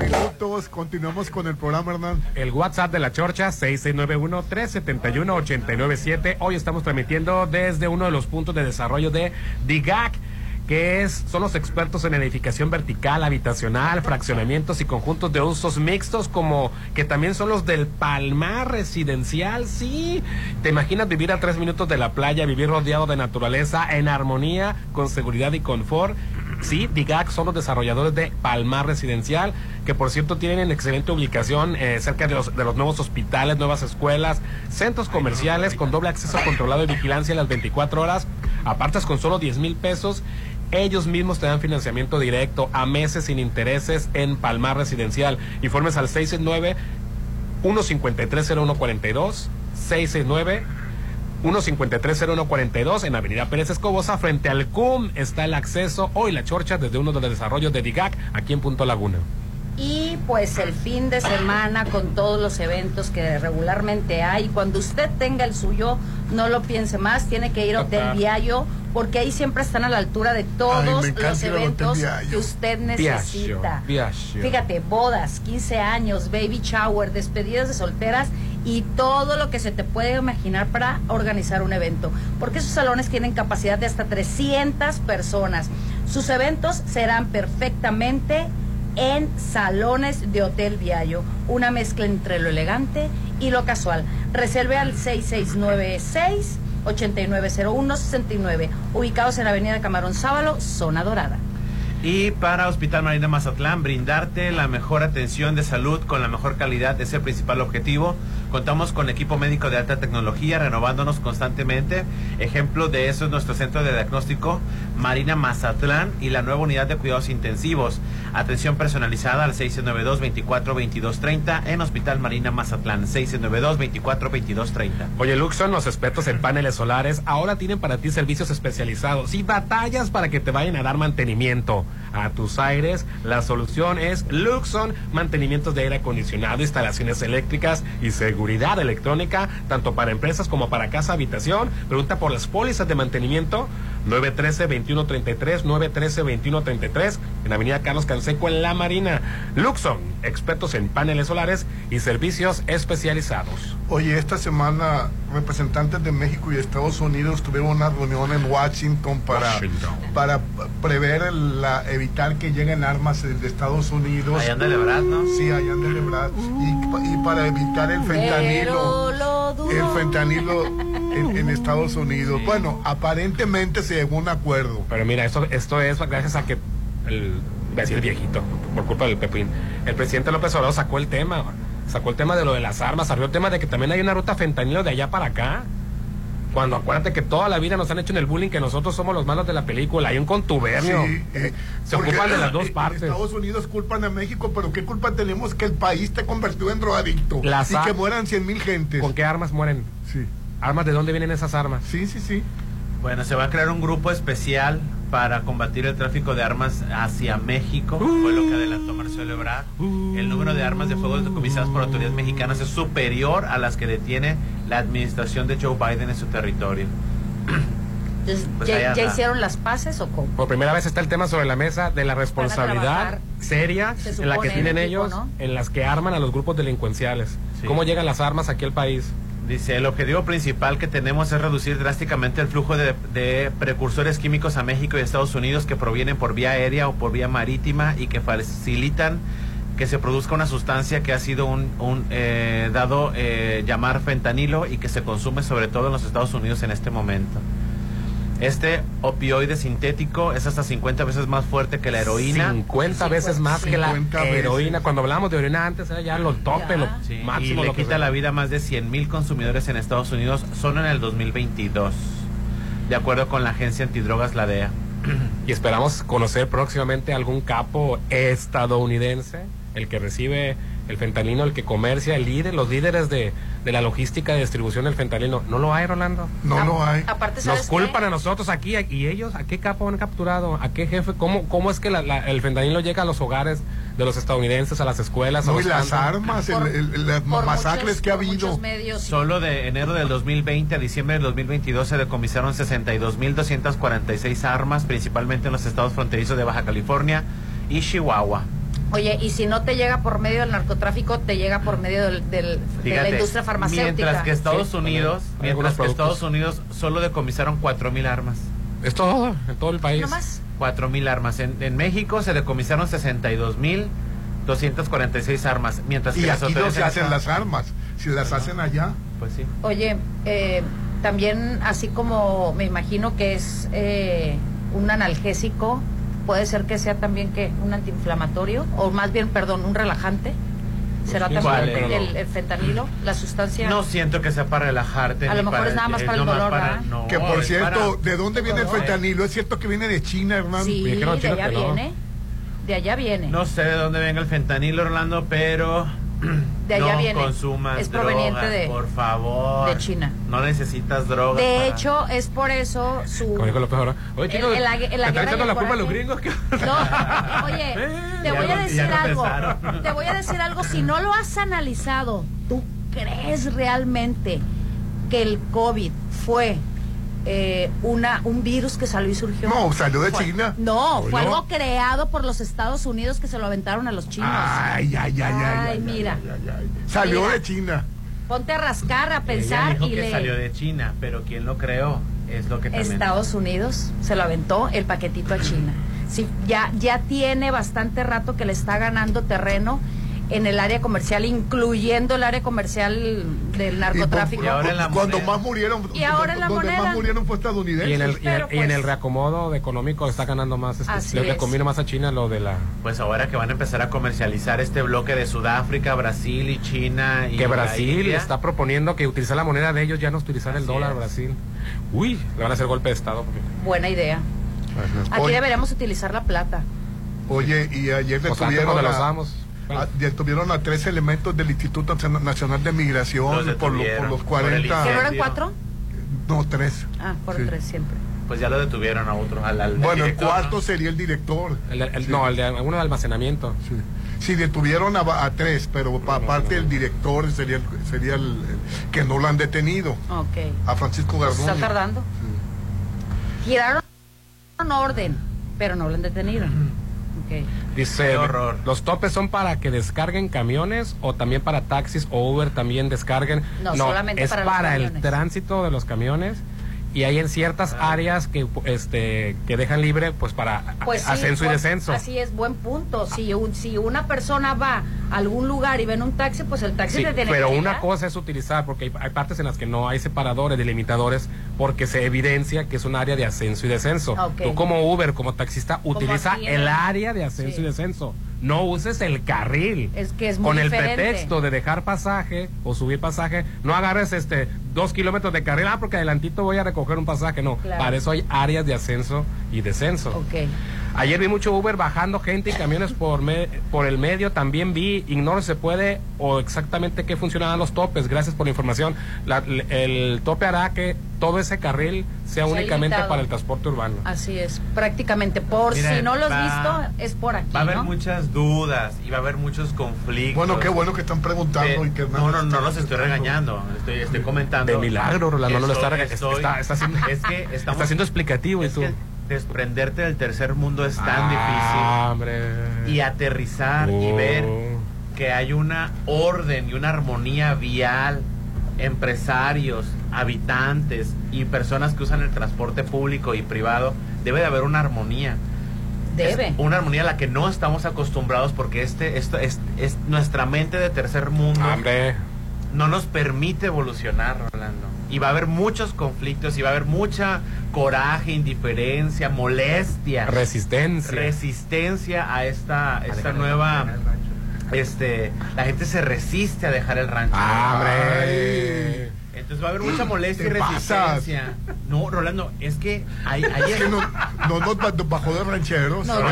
[SPEAKER 5] Minutos, continuamos con el programa, Hernán.
[SPEAKER 6] El WhatsApp de la Chorcha, 6691-371-897. Hoy estamos transmitiendo desde uno de los puntos de desarrollo de DIGAC, que es, son los expertos en edificación vertical, habitacional, fraccionamientos y conjuntos de usos mixtos, como que también son los del palmar residencial. Sí, te imaginas vivir a tres minutos de la playa, vivir rodeado de naturaleza, en armonía, con seguridad y confort. Sí, DIGAC son los desarrolladores de Palmar Residencial, que por cierto tienen excelente ubicación eh, cerca de los, de los nuevos hospitales, nuevas escuelas, centros comerciales con doble acceso controlado y vigilancia las 24 horas. Apartas con solo 10 mil pesos. Ellos mismos te dan financiamiento directo a meses sin intereses en Palmar Residencial. Informes al 669 1530142 669 1530142 en Avenida Pérez Escobosa, frente al CUM, está el acceso hoy la chorcha desde uno de los desarrollos de DIGAC aquí en Punto Laguna.
[SPEAKER 8] Y pues el fin de semana con todos los eventos que regularmente hay. Cuando usted tenga el suyo, no lo piense más, tiene que ir a Hotel
[SPEAKER 6] Ajá.
[SPEAKER 8] Viallo porque ahí siempre están a la altura de
[SPEAKER 6] Ay, me
[SPEAKER 8] todos
[SPEAKER 6] encanta
[SPEAKER 8] los
[SPEAKER 6] ir al Hotel
[SPEAKER 8] eventos
[SPEAKER 6] Viallo.
[SPEAKER 8] que usted necesita.
[SPEAKER 6] Viaggio, viaggio.
[SPEAKER 8] Fíjate, bodas, 15 años, baby shower, despedidas de solteras y todo lo que se te puede imaginar para organizar un evento. Porque esos salones tienen capacidad de hasta 300 personas. Sus eventos serán perfectamente en salones de Hotel Viallo, una mezcla entre lo elegante y lo casual. Reserve al 6696 8901-69, ubicados en la Avenida Camarón Sábalo, Zona Dorada.
[SPEAKER 7] Y para Hospital Marina Mazatlán, brindarte la mejor atención de salud con la mejor calidad es el principal objetivo. Contamos con equipo médico de alta tecnología, renovándonos constantemente. Ejemplo de eso es nuestro centro de diagnóstico Marina Mazatlán y la nueva unidad de cuidados intensivos. Atención personalizada al 692-24-2230 en Hospital Marina Mazatlán, 692-24-2230.
[SPEAKER 6] Oye, Luxon, los expertos en paneles solares ahora tienen para ti servicios especializados y batallas para que te vayan a dar mantenimiento a tus aires. La solución es Luxon, mantenimientos de aire acondicionado, instalaciones eléctricas y seguridad electrónica, tanto para empresas como para casa, habitación. Pregunta por las pólizas de mantenimiento 913-2133, 913-2133, en Avenida Carlos Canseco, en La Marina. Luxon, expertos en paneles solares y servicios especializados.
[SPEAKER 5] Oye, esta semana representantes de México y Estados Unidos tuvieron una reunión en Washington para,
[SPEAKER 6] Washington.
[SPEAKER 5] para prever, el- la, evitar que lleguen armas de de Estados Unidos.
[SPEAKER 7] Allá anda el Ebrard, ¿no?
[SPEAKER 5] Sí, allá anda el Ebrard. Y, pa- y para evitar el fentanilo.
[SPEAKER 8] Pero lo dudo.
[SPEAKER 5] El fentanilo en, en Estados Unidos. Bueno, aparentemente se llegó a un acuerdo.
[SPEAKER 6] Pero mira, esto, esto es gracias a que el, voy a decir viejito, por culpa del Pepín. El presidente López Obrador sacó el tema, sacó el tema de lo de las armas, sacó el tema de que también hay una ruta fentanilo de allá para acá. Cuando acuérdate que toda la vida nos han hecho en el bullying que nosotros somos los malos de la película, hay un contubernio.
[SPEAKER 5] Sí, eh,
[SPEAKER 6] Se
[SPEAKER 5] porque eh,
[SPEAKER 6] ocupan de las dos
[SPEAKER 5] en
[SPEAKER 6] partes.
[SPEAKER 5] Estados Unidos culpan a México, pero ¿qué culpa tenemos que el país te convirtió en drogadicto?
[SPEAKER 6] Las
[SPEAKER 5] y
[SPEAKER 6] a-
[SPEAKER 5] que mueran cien mil gentes.
[SPEAKER 6] ¿Con qué armas mueren?
[SPEAKER 5] Sí.
[SPEAKER 6] ¿Armas de dónde vienen esas armas?
[SPEAKER 5] Sí, sí, sí.
[SPEAKER 7] Bueno, se va a crear un grupo especial para combatir el tráfico de armas hacia México. Fue lo que adelantó Marcelo Ebrard. El número de armas de fuego decomisadas por autoridades mexicanas es superior a las que detiene la administración de Joe Biden en su territorio.
[SPEAKER 8] Entonces,
[SPEAKER 7] Pues ahí
[SPEAKER 8] ¿Ya,
[SPEAKER 7] anda.
[SPEAKER 8] ya hicieron las paces o cómo?
[SPEAKER 6] Por primera vez está el tema sobre la mesa de la responsabilidad
[SPEAKER 8] trabajar,
[SPEAKER 6] seria
[SPEAKER 8] se
[SPEAKER 6] en la que
[SPEAKER 8] supone,
[SPEAKER 6] tienen
[SPEAKER 8] en equipo,
[SPEAKER 6] ellos,
[SPEAKER 8] ¿no?
[SPEAKER 6] en las que arman a los grupos delincuenciales.
[SPEAKER 7] Sí.
[SPEAKER 6] ¿Cómo llegan las armas aquí al país?
[SPEAKER 7] Dice, el objetivo principal que tenemos es reducir drásticamente el flujo de, de precursores químicos a México y Estados Unidos que provienen por vía aérea o por vía marítima y que facilitan que se produzca una sustancia que ha sido un, un, eh, dado eh, llamar fentanilo y que se consume sobre todo en los Estados Unidos en este momento. Este opioide sintético es hasta 50 veces más fuerte que la heroína.
[SPEAKER 6] 50 veces más que la
[SPEAKER 7] 50 veces.
[SPEAKER 6] heroína. Cuando hablábamos de heroína antes era ya lo tope, lo
[SPEAKER 7] Sí, y
[SPEAKER 6] máximo.
[SPEAKER 7] le
[SPEAKER 6] lo que
[SPEAKER 7] quita
[SPEAKER 6] sea.
[SPEAKER 7] la vida a más de 100.000 consumidores en Estados Unidos solo en el 2022, de acuerdo con la agencia antidrogas, la E DEA.
[SPEAKER 6] <clears throat> Y esperamos conocer próximamente algún capo estadounidense, el que recibe el fentanilo, el que comercia, el líder, los líderes de, de la logística de distribución del fentanilo. ¿No lo hay, Rolando?
[SPEAKER 5] No lo hay.
[SPEAKER 8] Aparte,
[SPEAKER 6] Nos
[SPEAKER 8] ¿sabes qué?
[SPEAKER 6] culpan a nosotros aquí a- y ellos, ¿a qué capo han capturado? ¿A qué jefe? ¿Cómo, cómo es que la- la- el fentanilo llega a los hogares de los estadounidenses, a las escuelas? a
[SPEAKER 5] No, y
[SPEAKER 6] los
[SPEAKER 5] las
[SPEAKER 6] campos?
[SPEAKER 5] armas,
[SPEAKER 7] Ah,
[SPEAKER 5] el- el- el- las
[SPEAKER 8] Por
[SPEAKER 5] masacres
[SPEAKER 8] muchos-
[SPEAKER 5] que ha
[SPEAKER 8] por
[SPEAKER 5] habido.
[SPEAKER 8] muchos medios y-
[SPEAKER 7] Solo de enero del 2020 a diciembre del 2022 se decomisaron 62.246 armas, principalmente en los estados fronterizos de Baja California y Chihuahua.
[SPEAKER 8] Oye, y si no te llega por medio del narcotráfico, te llega por medio del, del- de
[SPEAKER 7] Fíjate,
[SPEAKER 8] la industria farmacéutica.
[SPEAKER 7] Mientras que Estados
[SPEAKER 6] Sí, también.
[SPEAKER 7] Unidos,
[SPEAKER 6] Hay
[SPEAKER 7] mientras
[SPEAKER 6] algunos
[SPEAKER 7] que
[SPEAKER 6] productos.
[SPEAKER 7] Estados Unidos solo decomisaron 4.000 armas.
[SPEAKER 6] Es todo, en todo el país.
[SPEAKER 8] ¿No más?
[SPEAKER 7] 4.000 armas. En, en México se decomisaron 62.246 armas, mientras que
[SPEAKER 5] Y
[SPEAKER 7] las
[SPEAKER 5] aquí no
[SPEAKER 7] autoridades
[SPEAKER 5] se
[SPEAKER 7] en
[SPEAKER 5] hacen
[SPEAKER 7] esta-
[SPEAKER 5] las armas. Si las hacen allá.
[SPEAKER 7] Pues sí.
[SPEAKER 8] Oye, eh, también así como me imagino que es eh, un analgésico, puede ser que sea también que un antiinflamatorio, o más bien, perdón, un relajante. ¿Será
[SPEAKER 7] Pues
[SPEAKER 8] también
[SPEAKER 7] igual,
[SPEAKER 8] el,
[SPEAKER 7] pero
[SPEAKER 8] el fentanilo, la sustancia?
[SPEAKER 7] No siento que sea para relajarte.
[SPEAKER 8] A
[SPEAKER 7] ni
[SPEAKER 8] lo mejor es nada más para el
[SPEAKER 7] nomás
[SPEAKER 8] dolor, ¿verdad?
[SPEAKER 7] no,
[SPEAKER 5] que por
[SPEAKER 7] es
[SPEAKER 5] cierto,
[SPEAKER 7] para-
[SPEAKER 5] ¿de dónde viene el fentanilo? Es cierto que viene de China, hermano.
[SPEAKER 8] sí,
[SPEAKER 7] me dijeron
[SPEAKER 8] de
[SPEAKER 7] chino
[SPEAKER 8] allá
[SPEAKER 7] que no.
[SPEAKER 8] viene. De allá viene.
[SPEAKER 7] No sé de dónde venga el fentanilo, Orlando, pero.
[SPEAKER 8] De allá
[SPEAKER 7] no
[SPEAKER 8] viene.
[SPEAKER 7] consumas
[SPEAKER 8] Es proveniente
[SPEAKER 7] drogas,
[SPEAKER 8] de-
[SPEAKER 7] Por favor.
[SPEAKER 8] de China.
[SPEAKER 7] No necesitas drogas.
[SPEAKER 8] de
[SPEAKER 7] para-
[SPEAKER 8] hecho, es por eso su...
[SPEAKER 6] Como dijo López Obrador. Oye,
[SPEAKER 8] El-
[SPEAKER 6] chicos,
[SPEAKER 8] el- la-
[SPEAKER 6] ¿te
[SPEAKER 8] la
[SPEAKER 6] están
[SPEAKER 8] guerra
[SPEAKER 6] echando la
[SPEAKER 8] del
[SPEAKER 6] culpa a los
[SPEAKER 8] coraje.
[SPEAKER 6] gringos? ¿Qué-
[SPEAKER 8] No,
[SPEAKER 7] <laughs>
[SPEAKER 8] oye, te
[SPEAKER 7] Ya
[SPEAKER 8] voy
[SPEAKER 7] no-
[SPEAKER 8] a
[SPEAKER 7] ya
[SPEAKER 8] decir
[SPEAKER 7] no
[SPEAKER 8] algo.
[SPEAKER 7] empezaron.
[SPEAKER 8] Te voy a decir algo. Si no lo has analizado, ¿tú crees realmente que el COVID fue eh, una, un virus que salió y surgió?
[SPEAKER 5] No, salió de
[SPEAKER 8] Fue-
[SPEAKER 5] China.
[SPEAKER 8] No, fue
[SPEAKER 5] ¿O no?
[SPEAKER 8] algo creado por los Estados Unidos que se lo aventaron a los chinos.
[SPEAKER 5] Ay, ay, ay, ay.
[SPEAKER 8] Ay,
[SPEAKER 5] ay,
[SPEAKER 8] mira.
[SPEAKER 5] ay, ay, ay. Salió
[SPEAKER 8] Mira.
[SPEAKER 5] de China.
[SPEAKER 8] Ponte a rascar, a
[SPEAKER 7] Ella
[SPEAKER 8] pensar
[SPEAKER 7] dijo que
[SPEAKER 8] y le...
[SPEAKER 7] salió de China, pero ¿quién lo creó? Es lo que también.
[SPEAKER 8] Estados Unidos se lo aventó el paquetito a China. Sí, ya, ya tiene bastante rato que le está ganando terreno en el área comercial, incluyendo el área comercial del narcotráfico.
[SPEAKER 5] Y,
[SPEAKER 7] ahora en la
[SPEAKER 5] cuando
[SPEAKER 7] moneda.
[SPEAKER 5] más murieron,
[SPEAKER 8] Y ahora en la
[SPEAKER 5] donde
[SPEAKER 8] moneda.
[SPEAKER 5] más murieron fue estadounidenses.
[SPEAKER 6] Y en, el, y, en,
[SPEAKER 8] Pero
[SPEAKER 6] y en el
[SPEAKER 8] pues-
[SPEAKER 6] reacomodo económico está ganando más. este,
[SPEAKER 8] Así
[SPEAKER 6] le- le
[SPEAKER 8] es.
[SPEAKER 6] conviene más a China lo de la.
[SPEAKER 7] Pues ahora que van a empezar a comercializar este bloque de Sudáfrica, Brasil y China. Y
[SPEAKER 6] Que
[SPEAKER 7] la
[SPEAKER 6] Brasil
[SPEAKER 7] India.
[SPEAKER 6] está proponiendo que utilizar la moneda de ellos, ya no utilizar el
[SPEAKER 7] Así
[SPEAKER 6] dólar
[SPEAKER 7] es.
[SPEAKER 6] Brasil. Uy, le van a hacer golpe de Estado. porque-
[SPEAKER 8] Buena idea. Aquí
[SPEAKER 5] Oye,
[SPEAKER 8] deberíamos utilizar la plata.
[SPEAKER 5] oye, y ayer
[SPEAKER 6] O sea, Pues, antes
[SPEAKER 5] detuvieron
[SPEAKER 6] cuando los
[SPEAKER 5] a,
[SPEAKER 6] damos.
[SPEAKER 5] a- detuvieron a tres elementos del Instituto Nacional de Migración
[SPEAKER 7] Los
[SPEAKER 5] por, lo- por
[SPEAKER 7] detuvieron,
[SPEAKER 5] los
[SPEAKER 7] por el
[SPEAKER 5] 40.
[SPEAKER 8] ¿Que no eran
[SPEAKER 7] Dios.
[SPEAKER 8] cuatro?
[SPEAKER 5] no, tres.
[SPEAKER 8] Ah, por
[SPEAKER 5] Sí.
[SPEAKER 8] tres siempre.
[SPEAKER 7] Pues ya lo detuvieron a otro. Al, al
[SPEAKER 5] Bueno, el
[SPEAKER 7] director,
[SPEAKER 5] cuarto
[SPEAKER 7] ¿no?
[SPEAKER 5] sería el director.
[SPEAKER 6] El de- el-
[SPEAKER 5] Sí.
[SPEAKER 6] No, el de alguno de almacenamiento.
[SPEAKER 5] Sí. Sí, detuvieron a, a tres, pero pa- aparte el director sería, el- sería el, el que no lo han detenido,
[SPEAKER 8] Ok.
[SPEAKER 5] a Francisco
[SPEAKER 8] ¿Se está
[SPEAKER 5] Garduño.
[SPEAKER 8] tardando? Giraron en orden, pero no lo han detenido. Ok.
[SPEAKER 6] Dice, los topes son para que descarguen camiones o también para taxis o Uber también descarguen.
[SPEAKER 8] No, solamente
[SPEAKER 6] es
[SPEAKER 8] para
[SPEAKER 6] para,
[SPEAKER 8] los
[SPEAKER 6] el
[SPEAKER 8] camiones.
[SPEAKER 6] tránsito de los camiones y hay en ciertas
[SPEAKER 7] Ah.
[SPEAKER 6] áreas que este que dejan libre pues para
[SPEAKER 8] Pues sí,
[SPEAKER 6] ascenso y
[SPEAKER 8] pues,
[SPEAKER 6] descenso.
[SPEAKER 8] Así es, buen punto. Si, un- si una persona va a algún lugar y ve en un taxi, pues el taxi
[SPEAKER 6] Sí,
[SPEAKER 8] te tiene
[SPEAKER 6] pero
[SPEAKER 8] que
[SPEAKER 6] una
[SPEAKER 8] llegar.
[SPEAKER 6] cosa es utilizar, porque hay, hay partes en las que no hay separadores, delimitadores, porque se evidencia que es un área de ascenso y descenso.
[SPEAKER 8] Ah, ok.
[SPEAKER 6] Tú como Uber, como taxista, utiliza
[SPEAKER 8] aquí en
[SPEAKER 6] el
[SPEAKER 8] el-
[SPEAKER 6] área de ascenso y descenso. No uses el carril.
[SPEAKER 8] Es que es muy
[SPEAKER 6] Con el
[SPEAKER 8] diferente.
[SPEAKER 6] pretexto de dejar pasaje o subir pasaje, no agarres este dos kilómetros de carril, ah, porque adelantito voy a recoger un pasaje. No,
[SPEAKER 8] Claro.
[SPEAKER 6] para eso hay áreas de ascenso y descenso.
[SPEAKER 8] Ok.
[SPEAKER 6] Ayer vi mucho Uber bajando gente y camiones por, me- por el medio. También vi, ignoro si se puede o exactamente qué funcionaban los topes. Gracias por la información. La- el tope hará que todo ese carril sea,
[SPEAKER 8] Sea
[SPEAKER 6] únicamente
[SPEAKER 8] limitado.
[SPEAKER 6] para el transporte urbano.
[SPEAKER 8] Así es, prácticamente. Por
[SPEAKER 7] Mira,
[SPEAKER 8] si no lo
[SPEAKER 7] va-
[SPEAKER 8] has visto, es por aquí.
[SPEAKER 7] Va a haber
[SPEAKER 8] ¿no?
[SPEAKER 7] muchas dudas y va a haber muchos conflictos.
[SPEAKER 5] Bueno, qué bueno que están preguntando
[SPEAKER 7] Eh,
[SPEAKER 5] y que
[SPEAKER 7] No, no, no los estoy regañando. Estoy, estoy comentando.
[SPEAKER 6] De milagro, Rolando, no lo
[SPEAKER 7] Estoy-
[SPEAKER 6] está rega-
[SPEAKER 7] estoy-
[SPEAKER 6] está- está haciendo-
[SPEAKER 7] <laughs> es que estamos-
[SPEAKER 6] está siendo explicativo y
[SPEAKER 7] es
[SPEAKER 6] tú-
[SPEAKER 7] que desprenderte del tercer mundo es tan
[SPEAKER 6] Ah,
[SPEAKER 7] difícil.
[SPEAKER 6] hombre.
[SPEAKER 7] Y aterrizar y
[SPEAKER 6] Oh.
[SPEAKER 7] ver que hay una orden y una armonía vial, empresarios, habitantes y personas que usan el transporte público y privado, debe de haber una armonía.
[SPEAKER 8] Debe.
[SPEAKER 7] Una armonía a la que no estamos acostumbrados porque este, esto es, es nuestra mente de tercer mundo. No nos permite evolucionar, Rolando. Y va a haber muchos conflictos y va a haber mucha coraje, indiferencia, molestia.
[SPEAKER 6] Resistencia.
[SPEAKER 7] Resistencia a esta, esta nueva... Este, la gente se resiste a dejar el rancho.
[SPEAKER 6] ¡Hombre!
[SPEAKER 7] Entonces va a haber
[SPEAKER 5] <gasps>
[SPEAKER 7] mucha molestia y
[SPEAKER 5] Ah, Te pasas.
[SPEAKER 7] resistencia. No, Rolando, es que hay, hay-
[SPEAKER 5] Es que no, no nos ba- bajó de rancheros.
[SPEAKER 8] No, yo-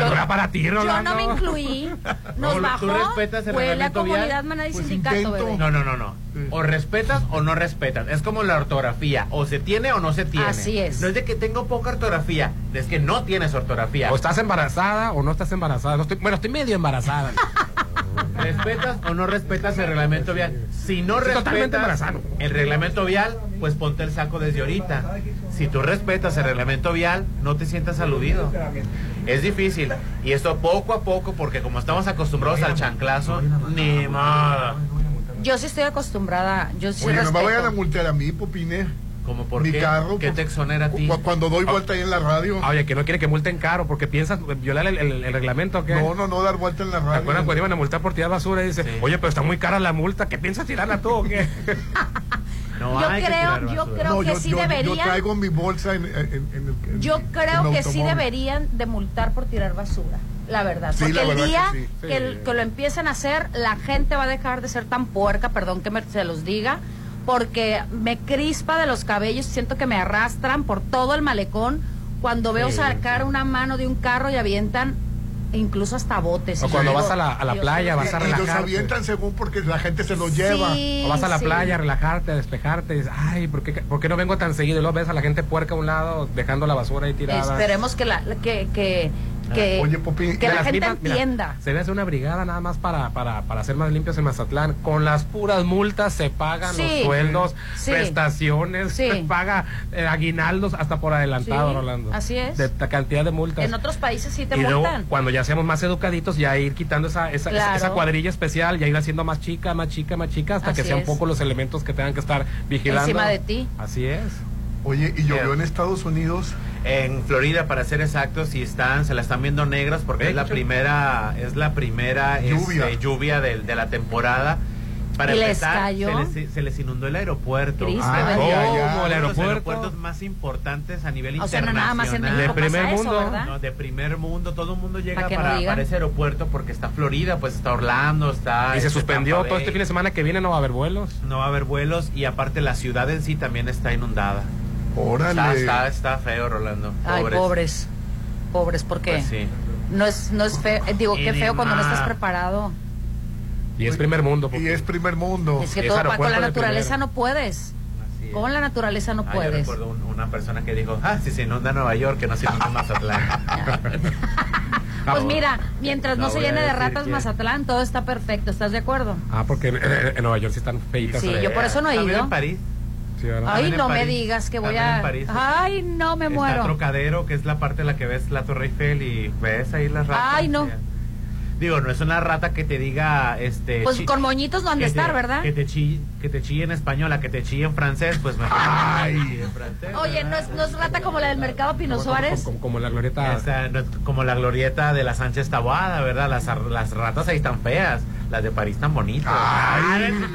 [SPEAKER 8] Yo no <laughs> me incluí. Nos
[SPEAKER 7] No,
[SPEAKER 8] bajó.
[SPEAKER 7] tú respetas el
[SPEAKER 8] fue la
[SPEAKER 7] reglamento vial.
[SPEAKER 8] comunidad manada y sindicato, bebé.
[SPEAKER 7] No, no, no, no. O respetas o no respetas. Es como la ortografía. O se tiene o no se tiene.
[SPEAKER 8] Así es.
[SPEAKER 7] No es de que tengo poca ortografía. Es que no tienes ortografía.
[SPEAKER 6] O estás embarazada o no estás embarazada. No estoy- bueno, estoy medio embarazada.
[SPEAKER 7] <laughs> ¿Respetas o no respetas el reglamento vial? Si no
[SPEAKER 6] Estoy totalmente
[SPEAKER 7] respetas
[SPEAKER 6] embarazado.
[SPEAKER 7] el reglamento vial, pues ponte el saco desde ahorita. Si tú respetas el reglamento vial, no te sientas aludido. Es difícil. Y esto poco a poco, porque como estamos acostumbrados al chanclazo, ni modo.
[SPEAKER 8] Yo sí estoy acostumbrada. Yo sí
[SPEAKER 5] Oye, no me
[SPEAKER 8] respeto.
[SPEAKER 5] vayan a multear a mí, Popine.
[SPEAKER 7] Como por
[SPEAKER 5] Mi
[SPEAKER 7] qué?
[SPEAKER 5] carro.
[SPEAKER 7] ¿Qué te exonera a ti?
[SPEAKER 5] pues, cu- Cuando doy vuelta ahí en la radio.
[SPEAKER 6] Ah, Oye, que no quiere que multen caro porque piensas violar el, el- el reglamento. ¿qué?
[SPEAKER 5] No, no, no dar vuelta en la
[SPEAKER 6] ¿Te
[SPEAKER 5] radio.
[SPEAKER 6] acuerdas cuando iban a multar por tirar basura? Y dice, oye, pero está muy cara la multa. ¿Qué piensas tirarla tú o qué?
[SPEAKER 7] No
[SPEAKER 8] Yo hay que creo- tirar yo basura. creo que sí
[SPEAKER 5] Yo
[SPEAKER 8] deberían.
[SPEAKER 5] traigo mi bolsa en, en- en el. en-
[SPEAKER 8] Yo
[SPEAKER 5] en
[SPEAKER 8] creo
[SPEAKER 5] el
[SPEAKER 8] que sí
[SPEAKER 5] automóvil.
[SPEAKER 8] deberían de multar por tirar basura, la verdad.
[SPEAKER 5] Sí,
[SPEAKER 8] Porque
[SPEAKER 5] la verdad
[SPEAKER 8] el día
[SPEAKER 5] que sí.
[SPEAKER 8] que, el- que lo empiecen a hacer, la gente va a dejar de ser tan puerca, perdón que me, se los diga, porque me crispa de los cabellos, siento que me arrastran por todo el malecón cuando veo
[SPEAKER 6] Sí,
[SPEAKER 8] sacar una mano de un carro y avientan incluso hasta botes.
[SPEAKER 6] O
[SPEAKER 8] Y
[SPEAKER 6] cuando
[SPEAKER 8] yo
[SPEAKER 6] vas
[SPEAKER 8] digo,
[SPEAKER 6] a la, a la
[SPEAKER 8] Dios
[SPEAKER 6] playa, vas a
[SPEAKER 5] Y los
[SPEAKER 6] relajarte.
[SPEAKER 5] avientan según porque la gente <laughs> se los lleva.
[SPEAKER 8] Sí,
[SPEAKER 6] O vas a la
[SPEAKER 8] sí.
[SPEAKER 6] playa a relajarte, a despejarte. Y dices, ay, ¿por qué, por qué no vengo tan seguido? Y luego ves a la gente puerca a un lado, dejando la basura ahí tirada.
[SPEAKER 8] Esperemos que la, que, que,
[SPEAKER 7] Ah.
[SPEAKER 8] que,
[SPEAKER 6] Ah, Oye, Popín,
[SPEAKER 8] que
[SPEAKER 6] de
[SPEAKER 8] la
[SPEAKER 6] las
[SPEAKER 8] gente
[SPEAKER 6] mismas- mira,
[SPEAKER 8] entienda.
[SPEAKER 6] se debe hacer una brigada nada más para, para, para hacer más limpios en Mazatlán. Con las puras multas se pagan
[SPEAKER 8] Sí.
[SPEAKER 6] los sueldos,
[SPEAKER 8] Sí.
[SPEAKER 6] prestaciones,
[SPEAKER 8] Sí.
[SPEAKER 6] se <laughs> paga eh, aguinaldos hasta por adelantado,
[SPEAKER 8] Sí,
[SPEAKER 6] Rolando.
[SPEAKER 8] así es.
[SPEAKER 6] De la cantidad de multas.
[SPEAKER 8] En otros países sí te
[SPEAKER 6] y luego,
[SPEAKER 8] multan.
[SPEAKER 6] cuando ya seamos más educaditos, ya ir quitando esa, esa, esa-
[SPEAKER 8] Claro.
[SPEAKER 6] esa cuadrilla especial, ya ir haciendo más chica, más chica, más chica, hasta que
[SPEAKER 8] Así
[SPEAKER 6] sean
[SPEAKER 8] es.
[SPEAKER 6] pocos los elementos que tengan que estar vigilando.
[SPEAKER 8] Encima de ti.
[SPEAKER 6] Así es.
[SPEAKER 5] Oye, y llovió en Estados Unidos.
[SPEAKER 7] En Florida, para ser exactos, y están, se la están viendo negras porque es la primera, es la primera
[SPEAKER 5] Lluvia.
[SPEAKER 7] este, lluvia del- de, la temporada. Para
[SPEAKER 8] ¿Y les
[SPEAKER 7] empezar,
[SPEAKER 8] cayó?
[SPEAKER 7] Se, les, se les inundó el aeropuerto.
[SPEAKER 8] Cristo Ah, bendito.
[SPEAKER 7] Uno de
[SPEAKER 8] ¿cómo?
[SPEAKER 7] los
[SPEAKER 6] ¿El aeropuerto?
[SPEAKER 7] aeropuertos más importantes a nivel
[SPEAKER 8] O sea, no
[SPEAKER 7] internacional.
[SPEAKER 8] nada más en México
[SPEAKER 6] De pasa primer eso, mundo. ¿verdad?
[SPEAKER 7] No, de primer mundo. Todo el mundo llega
[SPEAKER 8] Para que no
[SPEAKER 7] para,
[SPEAKER 8] digan.
[SPEAKER 7] para ese aeropuerto porque está Florida, pues está Orlando, está...
[SPEAKER 6] y se
[SPEAKER 7] este,
[SPEAKER 6] suspendió
[SPEAKER 7] Tampa
[SPEAKER 6] todo este
[SPEAKER 7] Bay.
[SPEAKER 6] fin de semana que viene, no va a haber vuelos.
[SPEAKER 7] No va a haber vuelos y aparte la ciudad en sí también está inundada.
[SPEAKER 5] Órale.
[SPEAKER 7] Está, está, está feo, Rolando.
[SPEAKER 8] Ay,
[SPEAKER 7] Pobres.
[SPEAKER 8] pobres. Pobres, porque
[SPEAKER 7] Pues sí.
[SPEAKER 8] no es no es feo, eh, digo,
[SPEAKER 7] Y
[SPEAKER 8] qué
[SPEAKER 7] ni
[SPEAKER 8] feo cuando no estás
[SPEAKER 7] más.
[SPEAKER 8] preparado.
[SPEAKER 6] Y es primer mundo.
[SPEAKER 5] Y es primer mundo.
[SPEAKER 8] Es que todo pa- con la naturaleza no puedes. Con la naturaleza no
[SPEAKER 7] Ah, yo
[SPEAKER 8] puedes. Pues
[SPEAKER 7] recuerdo un- una persona que dijo, ah, si se inunda Nueva York, que no se inunda
[SPEAKER 8] <laughs>
[SPEAKER 7] Mazatlán. <laughs>
[SPEAKER 8] Pues mira, mientras no,
[SPEAKER 6] No
[SPEAKER 8] se
[SPEAKER 6] voy a
[SPEAKER 8] llene de
[SPEAKER 6] decir
[SPEAKER 8] ratas
[SPEAKER 6] quién.
[SPEAKER 8] Mazatlán, todo está perfecto, ¿estás de acuerdo?
[SPEAKER 6] Ah, porque en, en Nueva York sí están feitas.
[SPEAKER 8] Sí, yo por eso no he
[SPEAKER 7] Ah, mira,
[SPEAKER 8] ido.
[SPEAKER 7] en París.
[SPEAKER 8] Ay,
[SPEAKER 7] También en
[SPEAKER 8] no me
[SPEAKER 7] París.
[SPEAKER 8] digas que voy
[SPEAKER 7] También en
[SPEAKER 8] a.
[SPEAKER 7] París.
[SPEAKER 8] Ay, no me
[SPEAKER 7] Está
[SPEAKER 8] muero.
[SPEAKER 7] Trocadero, que es la parte en la que ves la Torre Eiffel y ves ahí las ratas.
[SPEAKER 8] Ay, no.
[SPEAKER 7] Digo, no es una rata que te diga, este...
[SPEAKER 8] Pues
[SPEAKER 7] chi-
[SPEAKER 8] con moñitos no han de
[SPEAKER 7] que te-
[SPEAKER 8] estar, ¿verdad?
[SPEAKER 7] Que te, chille, que te chille en español, a que te chille en francés, pues mejor. Ay, en francés.
[SPEAKER 8] Oye, no es, no es rata como la del mercado Pino Suárez.
[SPEAKER 7] como la glorieta. como la glorieta de la Sánchez Taboada, ¿verdad? Las, ar- las ratas ahí tan feas. Las de París tan bonitas.
[SPEAKER 8] Han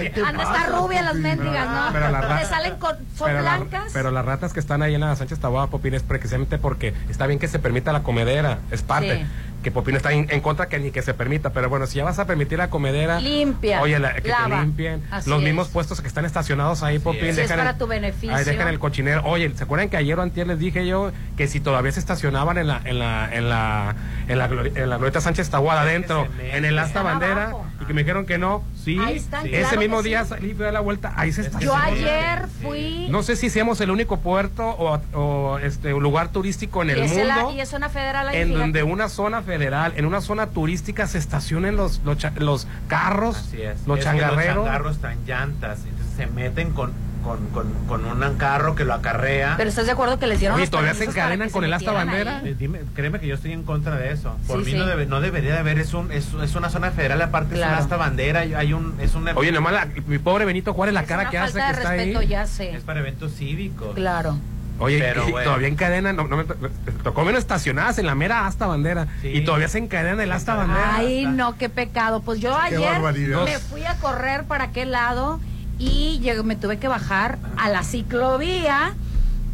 [SPEAKER 8] de estar rubias las mendigas, ¿no?
[SPEAKER 6] Pero la rata-
[SPEAKER 8] Te salen con. Son
[SPEAKER 6] pero, la-
[SPEAKER 8] blancas.
[SPEAKER 6] pero las ratas que están ahí en la Sánchez Taboada, Popín, es precisamente porque está bien que se permita la comedera, es parte.
[SPEAKER 8] Sí.
[SPEAKER 6] Que Popín está en, en contra que ni que se permita, pero bueno, si ya vas a permitir la comedera,
[SPEAKER 8] Limpia.
[SPEAKER 6] oye, la- que te
[SPEAKER 8] lava.
[SPEAKER 6] limpien.
[SPEAKER 8] Así
[SPEAKER 6] los
[SPEAKER 8] es.
[SPEAKER 6] mismos puestos que están estacionados ahí, Popín,
[SPEAKER 8] Si es
[SPEAKER 6] dejan el-
[SPEAKER 8] para tu beneficio.
[SPEAKER 6] Ahí dejan el cochinero. Oye, ¿se acuerdan que ayer o antier les dije yo que si todavía se estacionaban en la en la en la en la, glori- en la glorieta Sánchez Tahuada adentro, en el asta bandera y que me dijeron que no? Sí.
[SPEAKER 8] Ahí están,
[SPEAKER 6] sí.
[SPEAKER 8] claro
[SPEAKER 6] Ese
[SPEAKER 8] que
[SPEAKER 6] mismo
[SPEAKER 8] sí.
[SPEAKER 6] día salí y fui a dar la vuelta, ahí se
[SPEAKER 8] Yo
[SPEAKER 6] estacionaban.
[SPEAKER 8] ayer fui.
[SPEAKER 6] No sé si seamos el único puerto o, o, este lugar turístico en el
[SPEAKER 8] y es en la-
[SPEAKER 6] mundo
[SPEAKER 8] y es zona federal ahí,
[SPEAKER 6] en
[SPEAKER 8] fíjate.
[SPEAKER 6] donde una zona federal, en una zona turística se estacionen los los, cha- los carros,
[SPEAKER 7] Así es.
[SPEAKER 6] los
[SPEAKER 7] Es que
[SPEAKER 6] changarreros.
[SPEAKER 7] Los changarros traen llantas. Entonces se meten con, con, con, con un carro que lo acarrea.
[SPEAKER 8] Pero ¿estás de acuerdo que les dieron
[SPEAKER 7] Oye,
[SPEAKER 8] los permisos para que se metieran ahí?
[SPEAKER 7] Eh, dime, créeme que yo estoy en contra de eso. Por
[SPEAKER 8] Sí,
[SPEAKER 7] mí
[SPEAKER 8] sí.
[SPEAKER 7] No, debe- no debería de haber, es, un, es, es una zona federal, aparte es
[SPEAKER 8] Claro.
[SPEAKER 7] una asta bandera, hay- hay un, es una...
[SPEAKER 6] Oye, nomás la- mi pobre Benito Juárez, la
[SPEAKER 7] Es
[SPEAKER 6] cara
[SPEAKER 7] una
[SPEAKER 6] que hace que
[SPEAKER 8] Falta de
[SPEAKER 6] está ahí.
[SPEAKER 8] respeto, ya sé.
[SPEAKER 7] Es para eventos cívicos.
[SPEAKER 8] Claro.
[SPEAKER 6] Oye,
[SPEAKER 7] Pero
[SPEAKER 6] y
[SPEAKER 7] bueno.
[SPEAKER 6] todavía encadenan, no, no me, me tocó menos estacionadas en la mera asta bandera. Y todavía se encadenan el asta bandera.
[SPEAKER 8] Ay, no, qué pecado. Pues yo
[SPEAKER 6] Qué
[SPEAKER 8] ayer
[SPEAKER 6] barbaridad.
[SPEAKER 8] me fui a correr para aquel lado y llegué- me tuve que bajar a la ciclovía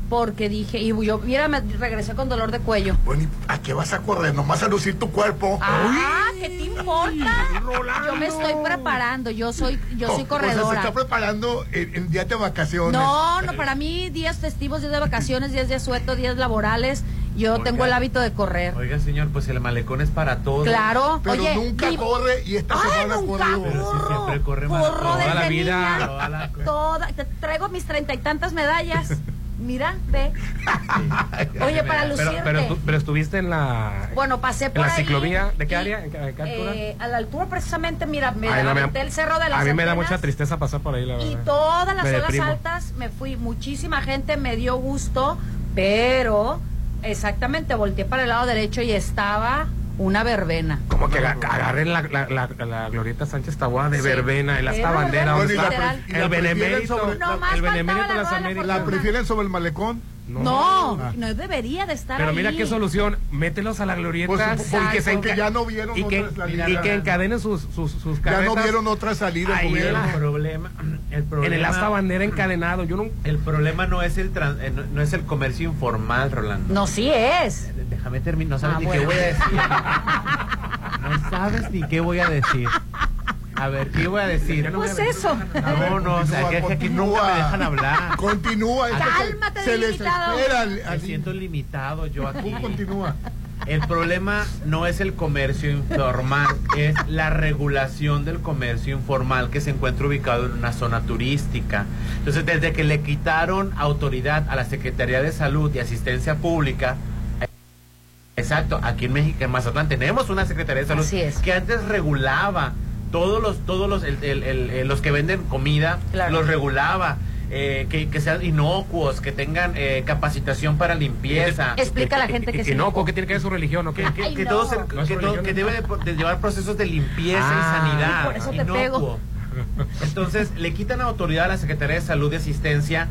[SPEAKER 8] porque dije, y yo, mira, me regresé con dolor de cuello.
[SPEAKER 5] Bueno, ¿y ¿a qué vas a correr? Nomás a lucir tu cuerpo. pues,
[SPEAKER 8] Ah, ¿qué te importa? Yo me estoy preparando, yo soy,
[SPEAKER 6] <laughs>
[SPEAKER 8] yo soy
[SPEAKER 5] O sea, se
[SPEAKER 8] corredora.
[SPEAKER 5] está preparando en, en días de vacaciones.
[SPEAKER 8] No, no, para mí días festivos, días de vacaciones, días de asueto, días laborales, yo tengo el hábito de correr.
[SPEAKER 7] Oiga, señor, pues el malecón es para todos.
[SPEAKER 8] Claro,
[SPEAKER 5] Pero
[SPEAKER 8] oye,
[SPEAKER 5] nunca
[SPEAKER 8] mi-
[SPEAKER 5] corre y esta
[SPEAKER 8] Ay,
[SPEAKER 5] semana
[SPEAKER 8] nunca
[SPEAKER 5] corrió.
[SPEAKER 7] Pero sí, siempre corre maratón.
[SPEAKER 8] Corro desde niña.
[SPEAKER 7] Toda la-
[SPEAKER 8] Toda, te traigo mis treinta y
[SPEAKER 6] <laughs>
[SPEAKER 8] tantas medallas. Mira, ve. Oye, para
[SPEAKER 6] pero,
[SPEAKER 8] lucirte.
[SPEAKER 6] pero, tú- pero estuviste en la,
[SPEAKER 8] Bueno, pasé
[SPEAKER 6] en
[SPEAKER 8] por
[SPEAKER 6] la
[SPEAKER 8] ahí,
[SPEAKER 6] ciclovía. ¿De qué
[SPEAKER 8] y,
[SPEAKER 6] área? ¿En qué, en qué altura?
[SPEAKER 8] eh, a la altura precisamente, mira, me
[SPEAKER 6] Ay, no, me-
[SPEAKER 8] levanté el cerro de las
[SPEAKER 6] a mí me da
[SPEAKER 8] Antenas
[SPEAKER 6] mucha tristeza pasar por ahí, la verdad.
[SPEAKER 8] y todas las
[SPEAKER 6] Me
[SPEAKER 8] olas
[SPEAKER 6] deprimo.
[SPEAKER 8] altas me fui. Muchísima gente me dio gusto, pero exactamente volteé para el lado derecho y estaba una verbena.
[SPEAKER 6] Como que aga- agarren la, la, la, la glorieta Sánchez Taboada de
[SPEAKER 8] Sí.
[SPEAKER 6] verbena, el
[SPEAKER 8] Era
[SPEAKER 6] asta bandera, ¿dónde
[SPEAKER 5] Bueno, y la
[SPEAKER 6] está?
[SPEAKER 5] pre- y la
[SPEAKER 6] el
[SPEAKER 5] prefieren
[SPEAKER 6] benemérito,
[SPEAKER 5] sobre- No más
[SPEAKER 6] el
[SPEAKER 5] faltaba
[SPEAKER 6] benemérito de las Américas.
[SPEAKER 5] ¿La prefieren sobre el malecón?
[SPEAKER 8] No,
[SPEAKER 6] Ah.
[SPEAKER 8] no debería de estar
[SPEAKER 6] Pero mira
[SPEAKER 8] ahí.
[SPEAKER 6] qué solución, mételos a la glorieta
[SPEAKER 5] Pues, porque
[SPEAKER 6] y que se
[SPEAKER 5] porque
[SPEAKER 6] enca-
[SPEAKER 5] ya no vieron
[SPEAKER 6] y que,
[SPEAKER 5] otra salida.
[SPEAKER 6] y que encadenen sus, sus, sus
[SPEAKER 5] Ya no
[SPEAKER 6] carretas
[SPEAKER 5] vieron otra salida.
[SPEAKER 6] ahí en
[SPEAKER 5] gobierno.
[SPEAKER 6] la-
[SPEAKER 7] problema, el
[SPEAKER 6] en
[SPEAKER 7] problema,
[SPEAKER 6] el asta bandera encadenado. Yo nunca
[SPEAKER 7] el problema no es el tran- eh, no, no es el comercio informal, Rolando.
[SPEAKER 8] No, sí es.
[SPEAKER 7] Déjame terminar, no sabes
[SPEAKER 8] Ah,
[SPEAKER 7] ni
[SPEAKER 8] bueno.
[SPEAKER 7] qué voy a decir.
[SPEAKER 8] <laughs>
[SPEAKER 7] No sabes ni qué voy a decir. A ver, ¿qué voy a decir?
[SPEAKER 8] Pues eso.
[SPEAKER 7] No, no, o sea, que es que aquí nunca me dejan hablar.
[SPEAKER 5] Continúa.
[SPEAKER 7] es que
[SPEAKER 8] Cálmate,
[SPEAKER 5] se les
[SPEAKER 8] delimitado.
[SPEAKER 5] espera
[SPEAKER 7] Me siento limitado <laughs> yo aquí.
[SPEAKER 5] continúa.
[SPEAKER 7] El problema no es el comercio informal, es la regulación del comercio informal que se encuentra ubicado en una zona turística. Entonces, desde que le quitaron autoridad a la Secretaría de Salud y Asistencia Pública, Exacto, aquí en México, en Mazatlán, tenemos una Secretaría de Salud
[SPEAKER 8] Así es.
[SPEAKER 7] que antes regulaba todos los, todos los, el- el- el- eh, los que venden comida,
[SPEAKER 8] Claro.
[SPEAKER 7] los regulaba. eh, que, que sean inocuos, que tengan eh, capacitación para limpieza.
[SPEAKER 8] Explica a la gente que es
[SPEAKER 6] Inocuo, ¿qué tiene que ver su religión o qué?
[SPEAKER 7] Que, que-
[SPEAKER 8] Ay,
[SPEAKER 7] que
[SPEAKER 8] no.
[SPEAKER 7] todo se-
[SPEAKER 6] No es
[SPEAKER 7] que todo-
[SPEAKER 6] religión,
[SPEAKER 7] que
[SPEAKER 6] ¿no?
[SPEAKER 7] debe de, de llevar procesos de limpieza
[SPEAKER 6] Ah.
[SPEAKER 7] y sanidad.
[SPEAKER 8] Por eso te
[SPEAKER 7] inocuo.
[SPEAKER 8] pego.
[SPEAKER 7] Entonces, le quitan autoridad a la Secretaría de Salud y Asistencia.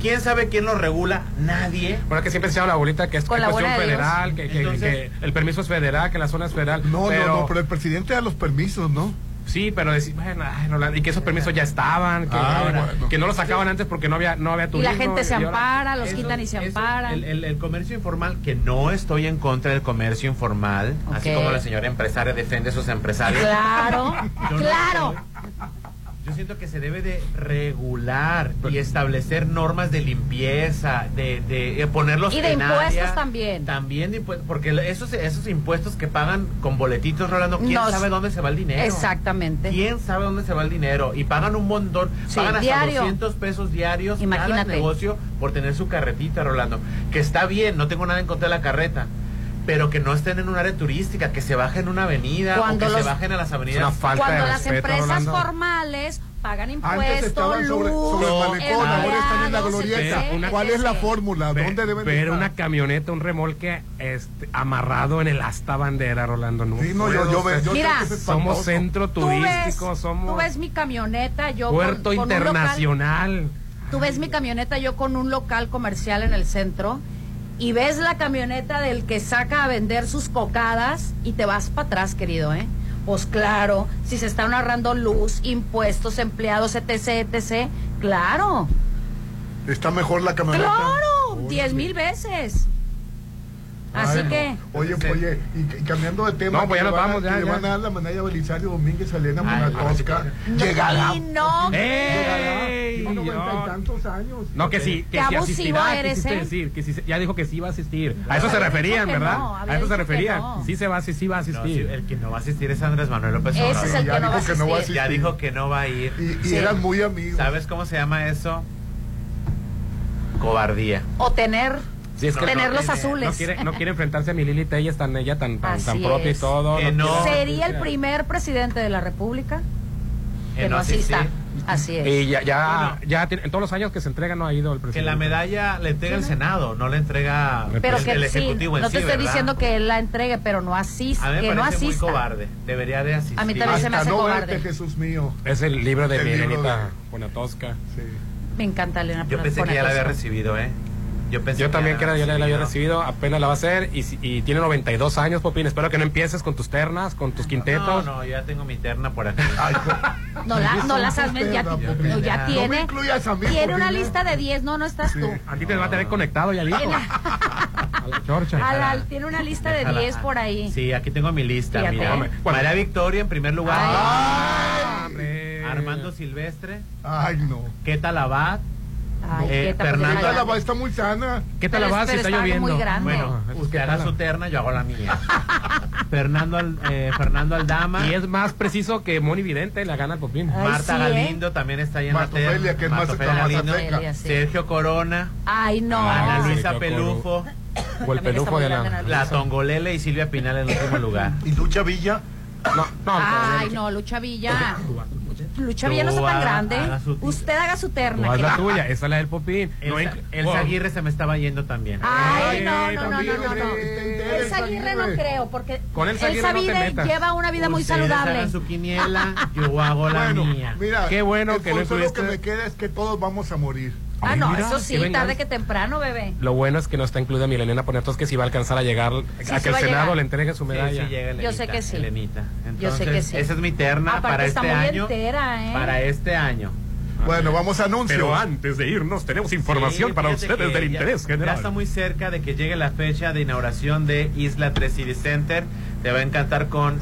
[SPEAKER 7] ¿Quién sabe quién lo regula? Nadie.
[SPEAKER 6] Bueno, que siempre se habla la bolita que es
[SPEAKER 7] Con
[SPEAKER 6] que
[SPEAKER 7] la
[SPEAKER 6] cuestión
[SPEAKER 7] bola de Dios.
[SPEAKER 6] federal, que, que-
[SPEAKER 7] Entonces-
[SPEAKER 6] que el permiso es federal, que la zona es federal.
[SPEAKER 5] No,
[SPEAKER 6] pero,
[SPEAKER 5] no, no, pero el presidente da los permisos, ¿no?
[SPEAKER 6] Sí, pero decir, bueno, ay, no, la- y que esos permisos ya estaban, que,
[SPEAKER 5] Ah,
[SPEAKER 6] ahora- que no los sacaban antes porque no había, no había
[SPEAKER 8] Y la
[SPEAKER 6] turismo,
[SPEAKER 8] gente se
[SPEAKER 6] ahora-
[SPEAKER 8] ampara, los
[SPEAKER 7] eso-
[SPEAKER 8] quitan y se
[SPEAKER 7] eso-
[SPEAKER 8] amparan.
[SPEAKER 7] El, el- el comercio informal, que no estoy en contra del comercio informal, así
[SPEAKER 8] Ok.
[SPEAKER 7] como la señora empresaria defiende a sus empresarios.
[SPEAKER 8] Claro,
[SPEAKER 7] Yo no
[SPEAKER 8] claro.
[SPEAKER 7] Yo siento que se debe de regular y establecer normas de limpieza, de, de, eh, ponerlos
[SPEAKER 8] Y de
[SPEAKER 7] en
[SPEAKER 8] impuestos
[SPEAKER 7] área,
[SPEAKER 8] también.
[SPEAKER 7] También de impuestos, porque esos, esos impuestos que pagan con boletitos, Rolando, ¿quién
[SPEAKER 8] No,
[SPEAKER 7] sabe dónde se va el dinero?
[SPEAKER 8] Exactamente.
[SPEAKER 7] ¿Quién sabe dónde se va el dinero? Y pagan un montón,
[SPEAKER 8] Sí,
[SPEAKER 7] pagan hasta
[SPEAKER 8] diario.
[SPEAKER 7] 200 pesos diarios cada
[SPEAKER 8] Imagínate.
[SPEAKER 7] negocio por tener su carretita, Rolando. Que está bien, no tengo nada en contra de la carreta. Pero que no estén en un área turística, que se bajen en una avenida
[SPEAKER 8] Cuando
[SPEAKER 7] o que
[SPEAKER 8] los-
[SPEAKER 7] se bajen a las avenidas.
[SPEAKER 6] Es una falta
[SPEAKER 8] Cuando
[SPEAKER 6] de
[SPEAKER 8] las
[SPEAKER 6] respeto,
[SPEAKER 8] empresas
[SPEAKER 6] Rolando.
[SPEAKER 8] formales pagan
[SPEAKER 5] Antes
[SPEAKER 8] impuestos,
[SPEAKER 5] estaban
[SPEAKER 8] luz,
[SPEAKER 5] sobre, sobre el malecón, ahora están en la
[SPEAKER 8] empleados,
[SPEAKER 5] glorieta.
[SPEAKER 8] etcétera,
[SPEAKER 5] ¿Cuál es la
[SPEAKER 8] etcétera.
[SPEAKER 5] fórmula?
[SPEAKER 6] Ve-
[SPEAKER 5] ¿Dónde deben de
[SPEAKER 6] Pero
[SPEAKER 5] estar?
[SPEAKER 6] una camioneta, un remolque este, amarrado en el asta bandera, Rolando. No,
[SPEAKER 5] Sí, no, yo-
[SPEAKER 6] puedo
[SPEAKER 5] yo ve-
[SPEAKER 6] ser.
[SPEAKER 5] yo
[SPEAKER 8] Mira, creo que es
[SPEAKER 6] somos
[SPEAKER 8] espantoso.
[SPEAKER 6] centro
[SPEAKER 8] Tú ves,
[SPEAKER 6] turístico,
[SPEAKER 8] tú
[SPEAKER 6] somos
[SPEAKER 8] ves mi camioneta, yo con-
[SPEAKER 6] puerto
[SPEAKER 8] con un local-
[SPEAKER 6] internacional.
[SPEAKER 8] Tú ves mi camioneta yo con un local comercial en el centro y ves la camioneta del que saca a vender sus cocadas y te vas para atrás, querido, ¿eh? Pues claro, si se están ahorrando luz, impuestos, empleados, etc, etc, claro,
[SPEAKER 5] Está mejor la camioneta.
[SPEAKER 8] claro, diez mil veces. Así
[SPEAKER 5] Ay, no.
[SPEAKER 8] que...
[SPEAKER 5] Oye, oye, y, y cambiando de tema.
[SPEAKER 6] No, pues ya
[SPEAKER 5] que
[SPEAKER 6] nos
[SPEAKER 5] le van a-
[SPEAKER 6] vamos, ya,
[SPEAKER 5] que Le
[SPEAKER 6] ya.
[SPEAKER 5] van a dar la medalla a Belisario Domínguez, a Elena Monatosca.
[SPEAKER 8] No,
[SPEAKER 5] Llegará.
[SPEAKER 8] y no,
[SPEAKER 6] ¡Ey!
[SPEAKER 5] Llegará. Noventa y
[SPEAKER 6] No.
[SPEAKER 5] tantos años.
[SPEAKER 6] No, que sí, que
[SPEAKER 8] Qué
[SPEAKER 6] sí
[SPEAKER 8] abusivo
[SPEAKER 6] asistirá,
[SPEAKER 8] eres,
[SPEAKER 6] quisiste
[SPEAKER 8] ¿eh?
[SPEAKER 6] decir, que sí se- ya dijo que sí va a asistir. A
[SPEAKER 7] Ya
[SPEAKER 6] eso se
[SPEAKER 7] había
[SPEAKER 6] referían,
[SPEAKER 8] dicho que
[SPEAKER 6] ¿verdad?
[SPEAKER 8] no, había
[SPEAKER 6] a eso se
[SPEAKER 8] dicho que
[SPEAKER 6] referían.
[SPEAKER 8] no.
[SPEAKER 6] Sí se va, sí, sí va a
[SPEAKER 7] No, sí,
[SPEAKER 6] asistir.
[SPEAKER 7] el que no va a asistir es Andrés Manuel López
[SPEAKER 8] Ese
[SPEAKER 7] Obrador.
[SPEAKER 8] es el
[SPEAKER 7] Ya
[SPEAKER 8] que no
[SPEAKER 7] dijo
[SPEAKER 8] va a asistir.
[SPEAKER 7] Ya dijo que no va a ir.
[SPEAKER 5] Y, y
[SPEAKER 8] Sí.
[SPEAKER 5] eran muy amigos.
[SPEAKER 7] ¿Sabes cómo se llama eso? Cobardía.
[SPEAKER 8] O tener...
[SPEAKER 6] Sí, es que
[SPEAKER 8] Tener
[SPEAKER 6] no-
[SPEAKER 8] los azules.
[SPEAKER 6] No quiere, no quiere enfrentarse a mi Lili Telles tan ella tan, tan, tan
[SPEAKER 8] <laughs> Así
[SPEAKER 6] propia y
[SPEAKER 8] es.
[SPEAKER 6] todo.
[SPEAKER 7] Que no.
[SPEAKER 6] quiere-
[SPEAKER 8] Sería el primer presidente de la República que
[SPEAKER 7] En
[SPEAKER 8] no
[SPEAKER 7] no asistir.
[SPEAKER 8] asista. Así es.
[SPEAKER 6] Y ya, ya, ya tiene- en todos los años que se entrega no ha ido el presidente.
[SPEAKER 7] Que la medalla le entrega el Senado, no le entrega
[SPEAKER 8] Pero
[SPEAKER 7] el,
[SPEAKER 8] que
[SPEAKER 7] el
[SPEAKER 8] sí,
[SPEAKER 7] Ejecutivo en
[SPEAKER 8] no
[SPEAKER 7] sí,
[SPEAKER 8] te estoy
[SPEAKER 7] ¿verdad?
[SPEAKER 8] diciendo que él la entregue, pero no asista.
[SPEAKER 7] A mí me
[SPEAKER 8] que
[SPEAKER 7] parece
[SPEAKER 8] no
[SPEAKER 7] muy
[SPEAKER 8] asista.
[SPEAKER 7] cobarde. Debería de asistir.
[SPEAKER 8] A mí también se me
[SPEAKER 5] Hasta
[SPEAKER 8] hace
[SPEAKER 5] no
[SPEAKER 8] cobarde.
[SPEAKER 5] verte, Jesús mío.
[SPEAKER 6] Es el libro de
[SPEAKER 5] El libro
[SPEAKER 6] Elenita
[SPEAKER 5] de-
[SPEAKER 6] Ponatosca.
[SPEAKER 5] Sí.
[SPEAKER 8] Me encanta Elena
[SPEAKER 7] Yo
[SPEAKER 8] Pon-
[SPEAKER 7] pensé que ya la había
[SPEAKER 8] Ponatowska.
[SPEAKER 7] recibido, ¿eh? Yo pensé
[SPEAKER 6] Yo también
[SPEAKER 7] que
[SPEAKER 6] creo que ya la había recibido, apenas la va a hacer y, si- y tiene 92 años, Popín. Espero que no empieces con tus ternas, con tus
[SPEAKER 7] No,
[SPEAKER 6] quintetos.
[SPEAKER 7] no, yo ya tengo mi terna por acá.
[SPEAKER 5] Ay, pues,
[SPEAKER 8] No, la, no las has ya,
[SPEAKER 5] Popín.
[SPEAKER 8] no, ya
[SPEAKER 7] No me
[SPEAKER 8] tiene.
[SPEAKER 5] incluyas a mí,
[SPEAKER 8] tiene una
[SPEAKER 5] Popín, ¿eh?
[SPEAKER 8] lista de 10, no, no estás tú.
[SPEAKER 6] A ti te va a tener conectado ya
[SPEAKER 7] <laughs>
[SPEAKER 6] listo. A la chorcha.
[SPEAKER 8] A la- tiene una lista de
[SPEAKER 7] Déjala.
[SPEAKER 8] 10 por ahí.
[SPEAKER 7] Sí, aquí tengo mi lista,
[SPEAKER 8] Fíjate.
[SPEAKER 7] mira.
[SPEAKER 6] Hombre, ¿cuál?
[SPEAKER 7] María Victoria en primer lugar.
[SPEAKER 5] Ay,
[SPEAKER 6] Hombre.
[SPEAKER 7] Armando Silvestre.
[SPEAKER 5] ay, no.
[SPEAKER 7] Keta Labat.
[SPEAKER 8] Ay,
[SPEAKER 7] Eh,
[SPEAKER 8] Keta, pues,
[SPEAKER 7] Fernando
[SPEAKER 8] ya la-
[SPEAKER 5] La va está muy sana.
[SPEAKER 6] ¿Qué tal
[SPEAKER 8] Pero
[SPEAKER 6] la
[SPEAKER 8] es-
[SPEAKER 6] vas si
[SPEAKER 8] pero
[SPEAKER 6] está
[SPEAKER 8] está
[SPEAKER 6] lloviendo?
[SPEAKER 8] muy grande.
[SPEAKER 7] Bueno,
[SPEAKER 6] es
[SPEAKER 7] usted
[SPEAKER 6] que
[SPEAKER 7] hará
[SPEAKER 6] está-
[SPEAKER 7] su terna, yo hago la mía. <laughs> Fernando, Al- eh, Fernando Aldama.
[SPEAKER 6] Y es más preciso que Moni Vidente la gana al Popín.
[SPEAKER 8] Ay,
[SPEAKER 7] Marta
[SPEAKER 8] sí, ¿eh?
[SPEAKER 7] Galindo también está ahí en
[SPEAKER 5] Marta
[SPEAKER 7] la
[SPEAKER 5] Ofelia,
[SPEAKER 7] terna.
[SPEAKER 5] que es
[SPEAKER 7] Marta
[SPEAKER 5] más-
[SPEAKER 7] Ofelia
[SPEAKER 5] más
[SPEAKER 7] Galindo.
[SPEAKER 5] azteca.
[SPEAKER 8] Ofelia, sí.
[SPEAKER 7] Sergio Corona.
[SPEAKER 8] Ay, no.
[SPEAKER 6] Ah,
[SPEAKER 7] Ana
[SPEAKER 6] sí,
[SPEAKER 7] Luisa
[SPEAKER 6] Sergio
[SPEAKER 7] Pelufo.
[SPEAKER 6] O el
[SPEAKER 8] También está
[SPEAKER 6] pelufo
[SPEAKER 8] muy
[SPEAKER 6] de
[SPEAKER 8] grande
[SPEAKER 6] la.
[SPEAKER 8] en
[SPEAKER 7] La Tongolele y Silvia Pinal en el último lugar.
[SPEAKER 5] ¿Y Lucha Villa?
[SPEAKER 6] No, no,
[SPEAKER 8] Ay, no, Lucha Villa. Lucha Villa no
[SPEAKER 7] Tú
[SPEAKER 8] está tan
[SPEAKER 7] haga-
[SPEAKER 8] grande.
[SPEAKER 7] haga su-
[SPEAKER 8] Usted haga su terna.
[SPEAKER 6] No es la
[SPEAKER 8] querido.
[SPEAKER 6] tuya, esa es la del Popín. No
[SPEAKER 7] Elsa,
[SPEAKER 6] inc-
[SPEAKER 7] Elsa
[SPEAKER 6] Oh.
[SPEAKER 7] Aguirre se me estaba yendo también.
[SPEAKER 8] Ay, no, no, no,
[SPEAKER 5] también,
[SPEAKER 8] no, no, no.
[SPEAKER 5] hombre.
[SPEAKER 8] Elsa Aguirre no creo, porque
[SPEAKER 6] Con Elsa Aguirre no te
[SPEAKER 8] Aguirre
[SPEAKER 6] metas.
[SPEAKER 8] lleva una vida muy
[SPEAKER 7] Ustedes
[SPEAKER 8] saludable. Ah,
[SPEAKER 7] hagan su
[SPEAKER 8] <laughs>
[SPEAKER 7] quiniela, yo hago la
[SPEAKER 5] Bueno,
[SPEAKER 7] mía.
[SPEAKER 5] Ah, mira.
[SPEAKER 6] Qué bueno
[SPEAKER 5] el
[SPEAKER 6] que no
[SPEAKER 5] consuelo
[SPEAKER 6] incluiste-
[SPEAKER 5] que me queda es que todos vamos a morir.
[SPEAKER 8] Ah,
[SPEAKER 6] Ay,
[SPEAKER 8] no,
[SPEAKER 6] mira,
[SPEAKER 8] eso
[SPEAKER 6] qué
[SPEAKER 8] sí,
[SPEAKER 6] venganza.
[SPEAKER 8] tarde que temprano, bebé.
[SPEAKER 6] Lo bueno es que no está incluida mi Elena Poniatos, que si va a alcanzar a llegar a
[SPEAKER 8] sí
[SPEAKER 6] que el
[SPEAKER 8] va a
[SPEAKER 6] Senado
[SPEAKER 8] llegar.
[SPEAKER 6] le entregue su
[SPEAKER 7] Sí,
[SPEAKER 6] medalla.
[SPEAKER 7] sí llega
[SPEAKER 8] Yo sé
[SPEAKER 7] Elenita,
[SPEAKER 8] que sí.
[SPEAKER 7] Elenita.
[SPEAKER 8] Yo sé que
[SPEAKER 7] Entonces,
[SPEAKER 8] sí.
[SPEAKER 7] Esa es mi terna
[SPEAKER 8] Aparte
[SPEAKER 7] para
[SPEAKER 8] está
[SPEAKER 7] este
[SPEAKER 8] muy
[SPEAKER 7] año.
[SPEAKER 8] entera, ¿eh?
[SPEAKER 7] Para este año.
[SPEAKER 5] Bueno, vamos a anuncios.
[SPEAKER 6] Pero antes de irnos, tenemos información
[SPEAKER 7] Sí,
[SPEAKER 6] para
[SPEAKER 7] fíjate
[SPEAKER 6] ustedes
[SPEAKER 7] que
[SPEAKER 6] del
[SPEAKER 7] ya-
[SPEAKER 6] interés
[SPEAKER 7] Ya
[SPEAKER 6] general.
[SPEAKER 7] está muy cerca de que llegue la fecha de inauguración de Isla 3 City Center. Te va a encantar con,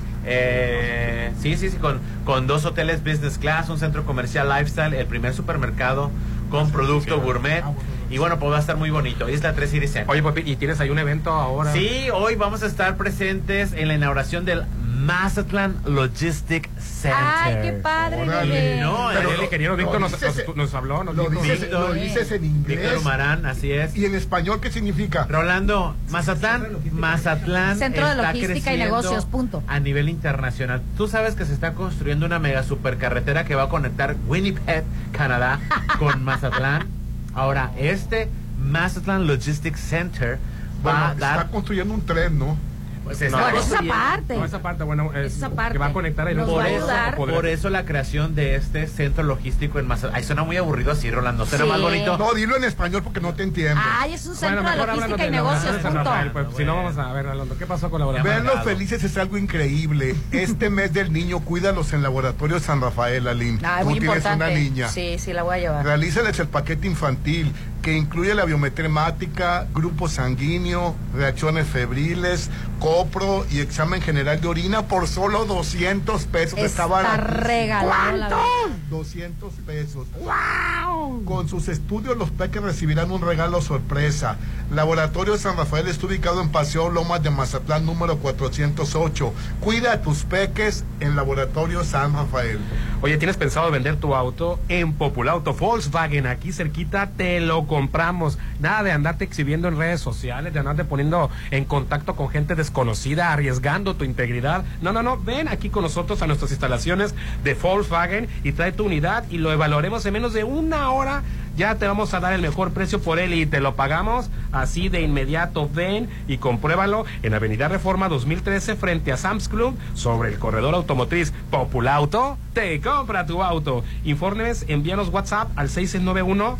[SPEAKER 7] eh, sí, sí, sí, con, con dos hoteles business class, un centro comercial lifestyle, el primer supermercado con producto gourmet.
[SPEAKER 8] Ah,
[SPEAKER 7] Y bueno, pues va a estar muy bonito. Isla 3 City Center.
[SPEAKER 6] Oye, papi, ¿y tienes ahí un evento ahora?
[SPEAKER 7] Sí, hoy vamos a estar presentes en la inauguración del Mazatlán Logistic Center.
[SPEAKER 8] Ay, qué padre,
[SPEAKER 5] Órale.
[SPEAKER 8] bebé.
[SPEAKER 7] No,
[SPEAKER 6] Pero
[SPEAKER 7] eh,
[SPEAKER 6] el ingeniero
[SPEAKER 5] lo
[SPEAKER 6] Víctor nos,
[SPEAKER 5] dices-
[SPEAKER 6] nos- nos habló, nos
[SPEAKER 5] Lo
[SPEAKER 6] dijo.
[SPEAKER 5] dices,
[SPEAKER 7] Víctor.
[SPEAKER 5] lo dices en
[SPEAKER 7] Víctor
[SPEAKER 5] inglés.
[SPEAKER 7] Humarán, así es.
[SPEAKER 5] ¿Y en español qué significa?
[SPEAKER 7] Rolando, Mazatlán, Mazatlán
[SPEAKER 8] Centro de
[SPEAKER 7] está
[SPEAKER 8] Logística y
[SPEAKER 7] creciendo
[SPEAKER 8] Negocios, punto.
[SPEAKER 7] A nivel internacional, tú sabes que se está construyendo una mega supercarretera que va a conectar Winnipeg,
[SPEAKER 8] <laughs>
[SPEAKER 7] Canadá, con Mazatlán. Ahora, este Mazatlán Logistics Center va
[SPEAKER 5] Bueno,
[SPEAKER 7] a
[SPEAKER 5] está
[SPEAKER 7] dar... Pues
[SPEAKER 5] construyendo un tren, ¿no?
[SPEAKER 7] se
[SPEAKER 6] No,
[SPEAKER 7] está
[SPEAKER 8] Por esa
[SPEAKER 7] construyendo-
[SPEAKER 8] parte.
[SPEAKER 6] No, esa parte, bueno, es
[SPEAKER 8] Esa parte.
[SPEAKER 6] que va a conectar ahí.
[SPEAKER 8] Nos
[SPEAKER 6] no
[SPEAKER 8] va
[SPEAKER 7] Por
[SPEAKER 8] a
[SPEAKER 6] sé,
[SPEAKER 7] eso,
[SPEAKER 8] ayudar.
[SPEAKER 6] poder-
[SPEAKER 7] por eso la creación de este centro logístico en Mazatlán. Ay, suena muy aburrido así, Rolando. Suena
[SPEAKER 8] Sí.
[SPEAKER 7] más bonito.
[SPEAKER 5] No, dilo en español porque no te entiendo.
[SPEAKER 8] Ay, es un centro
[SPEAKER 6] Bueno,
[SPEAKER 8] de
[SPEAKER 6] mejor háblanos
[SPEAKER 8] logística
[SPEAKER 6] de
[SPEAKER 8] y
[SPEAKER 6] la
[SPEAKER 8] negocios,
[SPEAKER 6] San
[SPEAKER 8] punto.
[SPEAKER 6] Rafael, pues, Si no, vamos a ver, Rolando, ¿qué pasó con la laboratorio?
[SPEAKER 5] Verlos felices es algo increíble. Este mes del niño, cuídalos en Laboratorio San Rafael, Aline.
[SPEAKER 8] Ah, es
[SPEAKER 5] Tú
[SPEAKER 8] muy
[SPEAKER 5] tienes
[SPEAKER 8] importante.
[SPEAKER 5] una niña.
[SPEAKER 8] Sí, sí, la voy a llevar.
[SPEAKER 5] Realízales el paquete infantil que incluye la biometremática, grupo sanguíneo, reacciones febriles, copro y examen general de orina por solo 200 pesos.
[SPEAKER 8] Está
[SPEAKER 5] baratísimo.
[SPEAKER 8] regalado, la
[SPEAKER 5] ¿Cuánto?
[SPEAKER 8] verdad.
[SPEAKER 5] 200 pesos. Con sus estudios los peques recibirán un regalo sorpresa. Laboratorio San Rafael está ubicado en Paseo Lomas de Mazatlán número 408. Cuida a tus peques en Laboratorio San Rafael.
[SPEAKER 6] Oye, ¿tienes pensado vender tu auto? En Populauto Volkswagen, aquí cerquita, te lo compramos. Nada de andarte exhibiendo en redes sociales, de andarte poniendo en contacto con gente desconocida, arriesgando tu integridad. No, no, no, ven aquí con nosotros a nuestras instalaciones de Volkswagen y trae tu unidad y lo evaluaremos en menos de una hora. Ya te vamos a dar el mejor precio por él y te lo pagamos así de inmediato. Ven y compruébalo en Avenida Reforma 2013 frente a Sam's Club sobre el corredor automotriz Populauto. Te compra tu auto. Informes, envíanos WhatsApp al 6691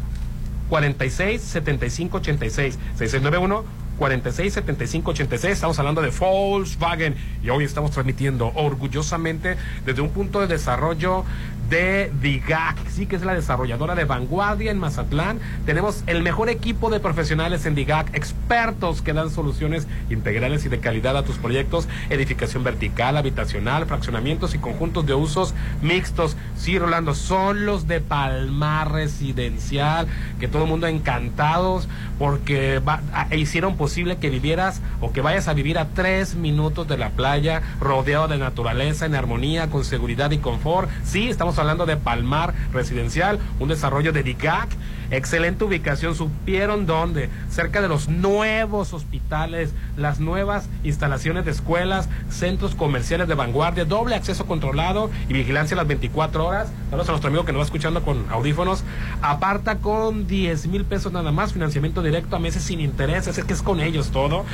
[SPEAKER 6] 46 75 86 6691 46 75 86 estamos hablando de Volkswagen y hoy estamos transmitiendo orgullosamente desde un punto de desarrollo de DIGAC, sí que es la desarrolladora de vanguardia en Mazatlán. Tenemos el mejor equipo de profesionales en DIGAC, expertos que dan soluciones integrales y de calidad a tus proyectos, edificación vertical, habitacional, fraccionamientos y conjuntos de usos mixtos. Sí, Rolando, son los de Palmar Residencial, que todo el mundo encantados porque va- a- e hicieron posible que vivieras o que vayas a vivir a tres minutos de la playa, rodeado de naturaleza, en armonía, con seguridad y confort. Sí, estamos hablando de Palmar Residencial, un desarrollo de DICAC. Excelente ubicación, supieron dónde, cerca de los nuevos hospitales, las nuevas instalaciones de escuelas, centros comerciales de vanguardia, doble acceso controlado y vigilancia las 24 horas. Saludos a nuestro amigo que nos va escuchando con audífonos. Aparta con 10 mil pesos nada más, financiamiento directo a meses sin intereses, es que es con ellos todo.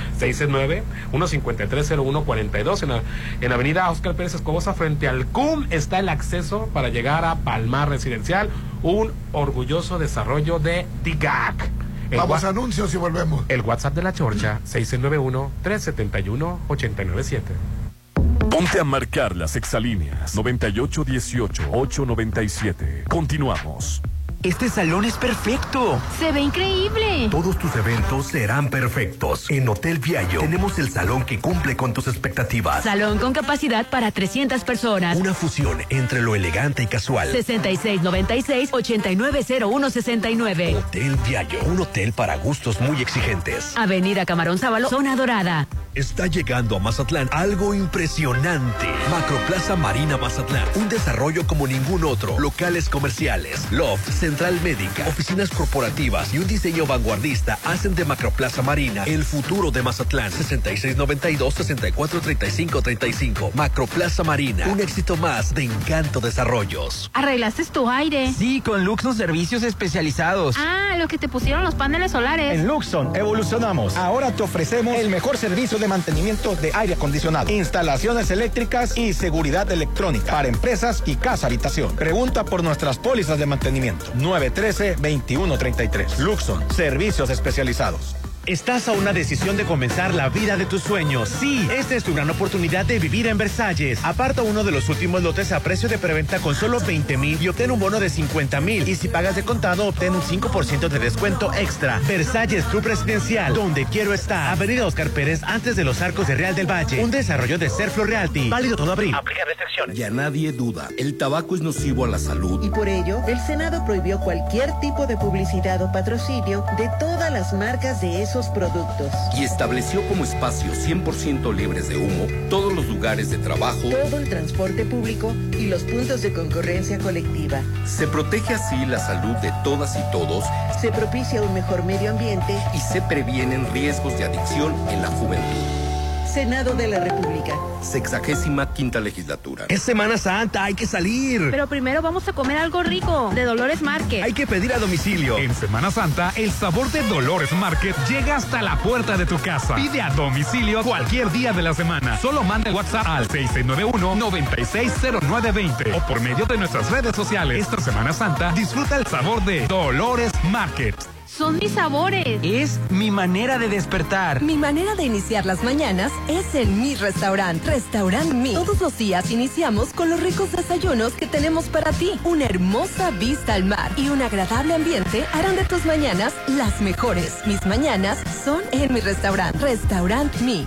[SPEAKER 6] 669-1530142 en, la- en Avenida Oscar Pérez Escobosa, frente al CUM, está el acceso para llegar a Palmar Residencial, un orgulloso desarrollo de DIGAC. El
[SPEAKER 5] Vamos
[SPEAKER 6] wa-
[SPEAKER 5] a anuncios y volvemos.
[SPEAKER 6] El WhatsApp de la Chorcha, 691-371-897.
[SPEAKER 2] Ponte a marcar las exalíneas 9818-897. Continuamos.
[SPEAKER 18] Este salón es perfecto.
[SPEAKER 8] Se ve increíble.
[SPEAKER 11] Todos tus eventos serán perfectos. En Hotel Viallo tenemos el salón que cumple con tus expectativas.
[SPEAKER 3] Salón con capacidad para 300 personas.
[SPEAKER 11] Una fusión entre lo elegante y casual.
[SPEAKER 3] 6696-890169.
[SPEAKER 11] Hotel Viallo, un hotel para gustos muy exigentes.
[SPEAKER 3] Avenida Camarón Sábalo, Zona Dorada.
[SPEAKER 11] Está llegando a Mazatlán algo impresionante. Macroplaza Marina Mazatlán. Un desarrollo como ningún otro. Locales comerciales, loft, central médica, oficinas corporativas y un diseño vanguardista hacen de Macroplaza Marina el futuro de Mazatlán. 6692-643535. Macroplaza Marina. Un éxito más de Encanto Desarrollos.
[SPEAKER 8] ¿Arreglaste tu aire?
[SPEAKER 18] Sí, con Luxon Servicios Especializados.
[SPEAKER 8] Ah, lo que te pusieron los paneles solares.
[SPEAKER 10] Pues En Luxon evolucionamos. Ahora te ofrecemos el mejor servicio de mantenimiento de aire acondicionado, instalaciones eléctricas y seguridad electrónica para empresas y casa habitación. Pregunta por nuestras pólizas de mantenimiento. 913-2133. Luxon, servicios especializados.
[SPEAKER 7] Estás a una decisión de comenzar la vida de tus sueños. Sí, esta es tu gran oportunidad de vivir en Versalles. Aparta uno de los últimos lotes a precio de preventa con solo 20 mil y obtén un bono de 50 mil. Y si pagas de contado, obtén un 5% de descuento extra. Versalles Club Presidencial, donde quiero estar. Avenida Oscar Pérez, antes de los arcos de Real del Valle. Un desarrollo de Serflo Realty. Válido todo abril. Aplica restricciones.
[SPEAKER 19] Ya nadie duda, el tabaco es nocivo a la salud.
[SPEAKER 15] Y por ello, el Senado prohibió cualquier tipo de publicidad o patrocinio de todas las marcas de esos productos.
[SPEAKER 19] Y estableció como espacios 100% libres de humo todos los lugares de trabajo.
[SPEAKER 15] Todo el transporte público y los puntos de concurrencia colectiva.
[SPEAKER 19] Se protege así la salud de todas y todos
[SPEAKER 15] Se propicia un mejor medio ambiente.
[SPEAKER 19] y se previenen riesgos de adicción en la juventud.
[SPEAKER 15] Senado de la República.
[SPEAKER 19] Sexagésima quinta legislatura.
[SPEAKER 7] Es Semana Santa, hay que salir.
[SPEAKER 8] Pero primero vamos a comer algo rico de Dolores Market.
[SPEAKER 7] Hay que pedir a domicilio.
[SPEAKER 14] En Semana Santa, el sabor de Dolores Market llega hasta la puerta de tu casa. Pide a domicilio cualquier día de la semana. Solo manda WhatsApp al 6691-960920 o por medio de nuestras redes sociales. Esta Semana Santa, disfruta el sabor de Dolores Market.
[SPEAKER 8] Son mis sabores.
[SPEAKER 18] Es mi manera de despertar.
[SPEAKER 20] Mi manera de iniciar las mañanas es en mi restaurante, Restaurant Mi. Todos los días iniciamos con los ricos desayunos que tenemos para ti. Una hermosa vista al mar y un agradable ambiente harán de tus mañanas las mejores. Mis mañanas son en mi restaurante, Restaurant Mi.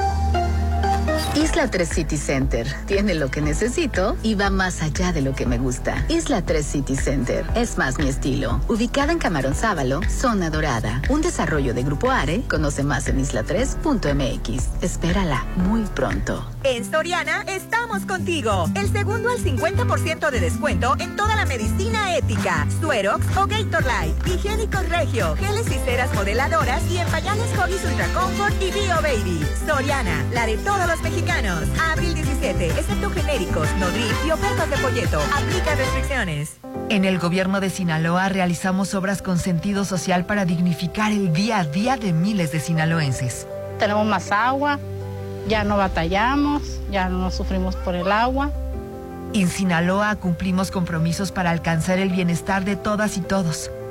[SPEAKER 4] Isla 3 City Center tiene lo que necesito y va más allá de lo que me gusta. Isla 3 City Center es más mi estilo. Ubicada en Camarón Sábalo, zona dorada. Un desarrollo de Grupo Are. Conoce más en isla3.mx. Espérala muy pronto.
[SPEAKER 9] En Soriana estamos contigo. El segundo al 50% de descuento en toda la medicina ética, Suerox o Gatorade, higiénicos Regio, geles y ceras modeladoras y en pañales Huggies Ultra Comfort y Bio Baby. Soriana, la de todos los mexicanos. A Abril 17, excepto genéricos, Nodril y ofertas de folleto. Aplica restricciones.
[SPEAKER 21] En el gobierno de Sinaloa realizamos obras con sentido social para dignificar el día a día de miles de sinaloenses.
[SPEAKER 22] Tenemos más agua, ya no batallamos, ya no sufrimos por el agua.
[SPEAKER 21] En Sinaloa cumplimos compromisos para alcanzar el bienestar de todas y todos.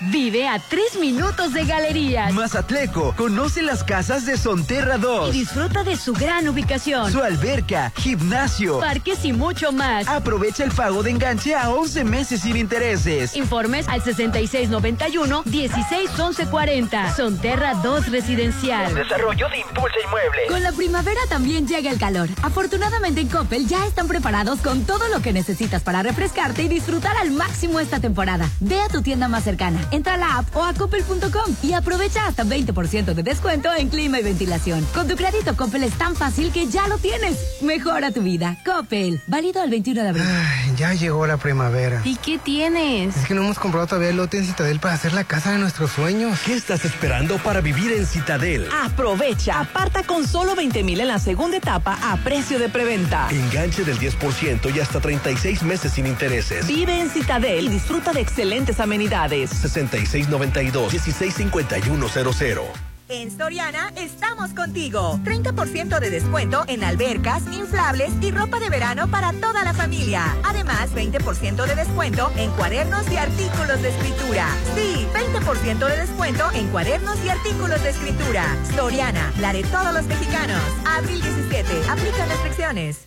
[SPEAKER 3] Vive a tres minutos de galerías.
[SPEAKER 17] Mazatleco, conoce las casas de Sonterra 2.
[SPEAKER 3] Y disfruta de su gran ubicación.
[SPEAKER 17] Su alberca, gimnasio,
[SPEAKER 3] parques y mucho más.
[SPEAKER 17] Aprovecha el pago de enganche a 11 meses sin intereses.
[SPEAKER 3] Informes al 6691-161140. Sonterra 2 Residencial.
[SPEAKER 13] Desarrollo de Impulsa Inmueble.
[SPEAKER 23] Con la primavera también llega el calor. Afortunadamente en Coppel ya están preparados con todo lo que necesitas para refrescarte y disfrutar al máximo esta temporada. Ve a tu tienda más cercana. Entra a la app o a coppel.com y aprovecha hasta 20% de descuento en clima y ventilación. Con tu crédito Coppel es tan fácil que ya lo tienes. Mejora tu vida. Coppel, válido al 21 de abril.
[SPEAKER 12] Ay, ya llegó la primavera.
[SPEAKER 22] ¿Y qué tienes?
[SPEAKER 12] Es que no hemos comprado todavía el lote en Citadel para hacer la casa de nuestros sueños.
[SPEAKER 11] ¿Qué estás esperando para vivir en Citadel?
[SPEAKER 19] Aprovecha. Aparta con solo 20 mil en la segunda etapa a precio de preventa.
[SPEAKER 11] Enganche del 10% y hasta 36 meses sin intereses.
[SPEAKER 19] Vive en Citadel y disfruta de excelentes amenidades.
[SPEAKER 11] 6692-165100.
[SPEAKER 9] En Soriana estamos contigo. 30% de descuento en albercas, inflables y ropa de verano para toda la familia. Además, 20% de descuento en cuadernos y artículos de escritura. Sí, 20% de descuento en cuadernos y artículos de escritura. Soriana, la de todos los mexicanos. Abril 17. Aplica restricciones.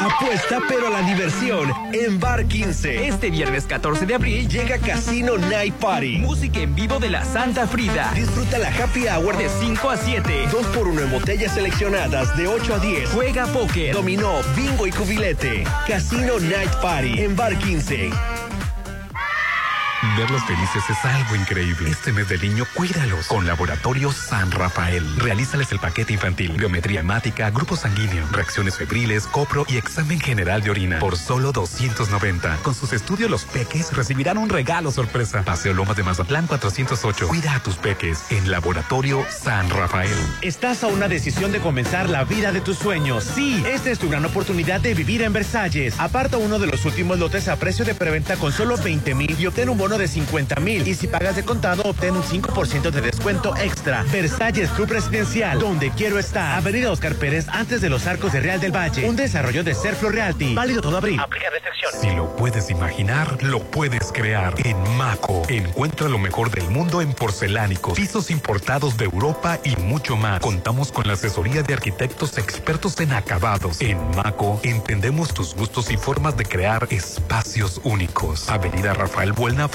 [SPEAKER 11] Apuesta pero a la diversión en Bar 15.
[SPEAKER 17] Este viernes 14 de abril llega Casino Night Party. Música en vivo de la Santa Frida.
[SPEAKER 11] Disfruta la happy hour
[SPEAKER 17] de 5 a 7.
[SPEAKER 11] 2 por 1 en botellas seleccionadas de 8 a 10.
[SPEAKER 17] Juega póker,
[SPEAKER 11] dominó, bingo y cubilete. Casino Night Party en Bar 15.
[SPEAKER 14] Verlos felices es algo increíble. Este mes del niño, cuídalos con Laboratorio San Rafael. Realízales el paquete infantil, biometría hemática, grupo sanguíneo, reacciones febriles, copro y examen general de orina por solo 290. Con sus estudios, los peques recibirán un regalo sorpresa. Paseo Lomas de Mazatlán 408. Cuida a tus peques en Laboratorio San Rafael.
[SPEAKER 24] Estás a una decisión de comenzar la vida de tus sueños. Sí, esta es tu gran oportunidad de vivir en Versalles. Aparta uno de los últimos lotes a precio de preventa con solo 20 mil y obtén un bono
[SPEAKER 25] bono de 50 mil y si pagas de contado obtén un 5% de descuento extra. Versalles Club Residencial, donde quiero estar. Avenida Oscar Pérez, antes de los arcos de Real del Valle. Un desarrollo de Serflo Realty. Válido todo abril.
[SPEAKER 8] Aplica restricciones.
[SPEAKER 14] Si lo puedes imaginar, lo puedes crear. En Maco, encuentra lo mejor del mundo en porcelánicos, pisos importados de Europa y mucho más. Contamos con la asesoría de arquitectos expertos en acabados. En Maco, entendemos tus gustos y formas de crear espacios únicos. Avenida Rafael Buelna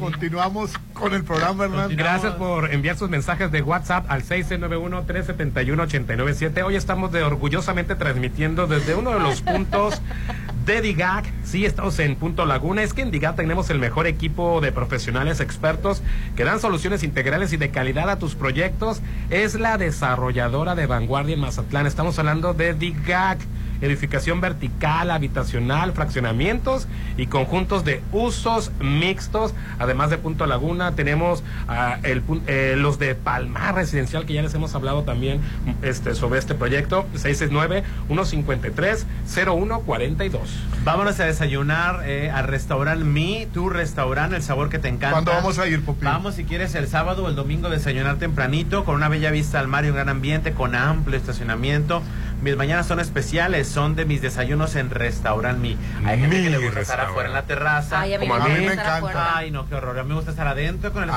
[SPEAKER 5] continuamos con el programa, Hernán.
[SPEAKER 6] Gracias por enviar sus mensajes de WhatsApp al 691-371-897. Hoy estamos de orgullosamente transmitiendo desde uno de los puntos de DIGAC. Sí, estamos en Punto Laguna. Es que en DIGAC tenemos el mejor equipo de profesionales expertos que dan soluciones integrales y de calidad a tus proyectos. Es la desarrolladora de vanguardia en Mazatlán. Estamos hablando de DIGAC edificación vertical, habitacional, fraccionamientos y conjuntos de usos mixtos. Además de Punto Laguna, tenemos uh, el, eh, los de Palmar Residencial, que ya les hemos hablado también este, sobre este proyecto, 669-153-0142.
[SPEAKER 7] Vámonos a desayunar eh, a Restaurant Mi, tu restaurante, el sabor que te encanta.
[SPEAKER 5] ¿Cuándo vamos a ir, Popín?
[SPEAKER 7] Vamos, si quieres, el sábado o el domingo, desayunar tempranito, con una bella vista al mar y un gran ambiente, con amplio estacionamiento. Mis mañanas son especiales, son de mis desayunos en Restaurant Mi. Hay gente
[SPEAKER 5] Mi
[SPEAKER 7] que le gusta estar
[SPEAKER 5] restaurante.
[SPEAKER 7] afuera en la terraza.
[SPEAKER 5] Ay, a mí Como me a mí gusta me estar encanta. afuera.
[SPEAKER 7] Ay, no, qué horror. A mí me gusta estar adentro con el
[SPEAKER 5] Ay,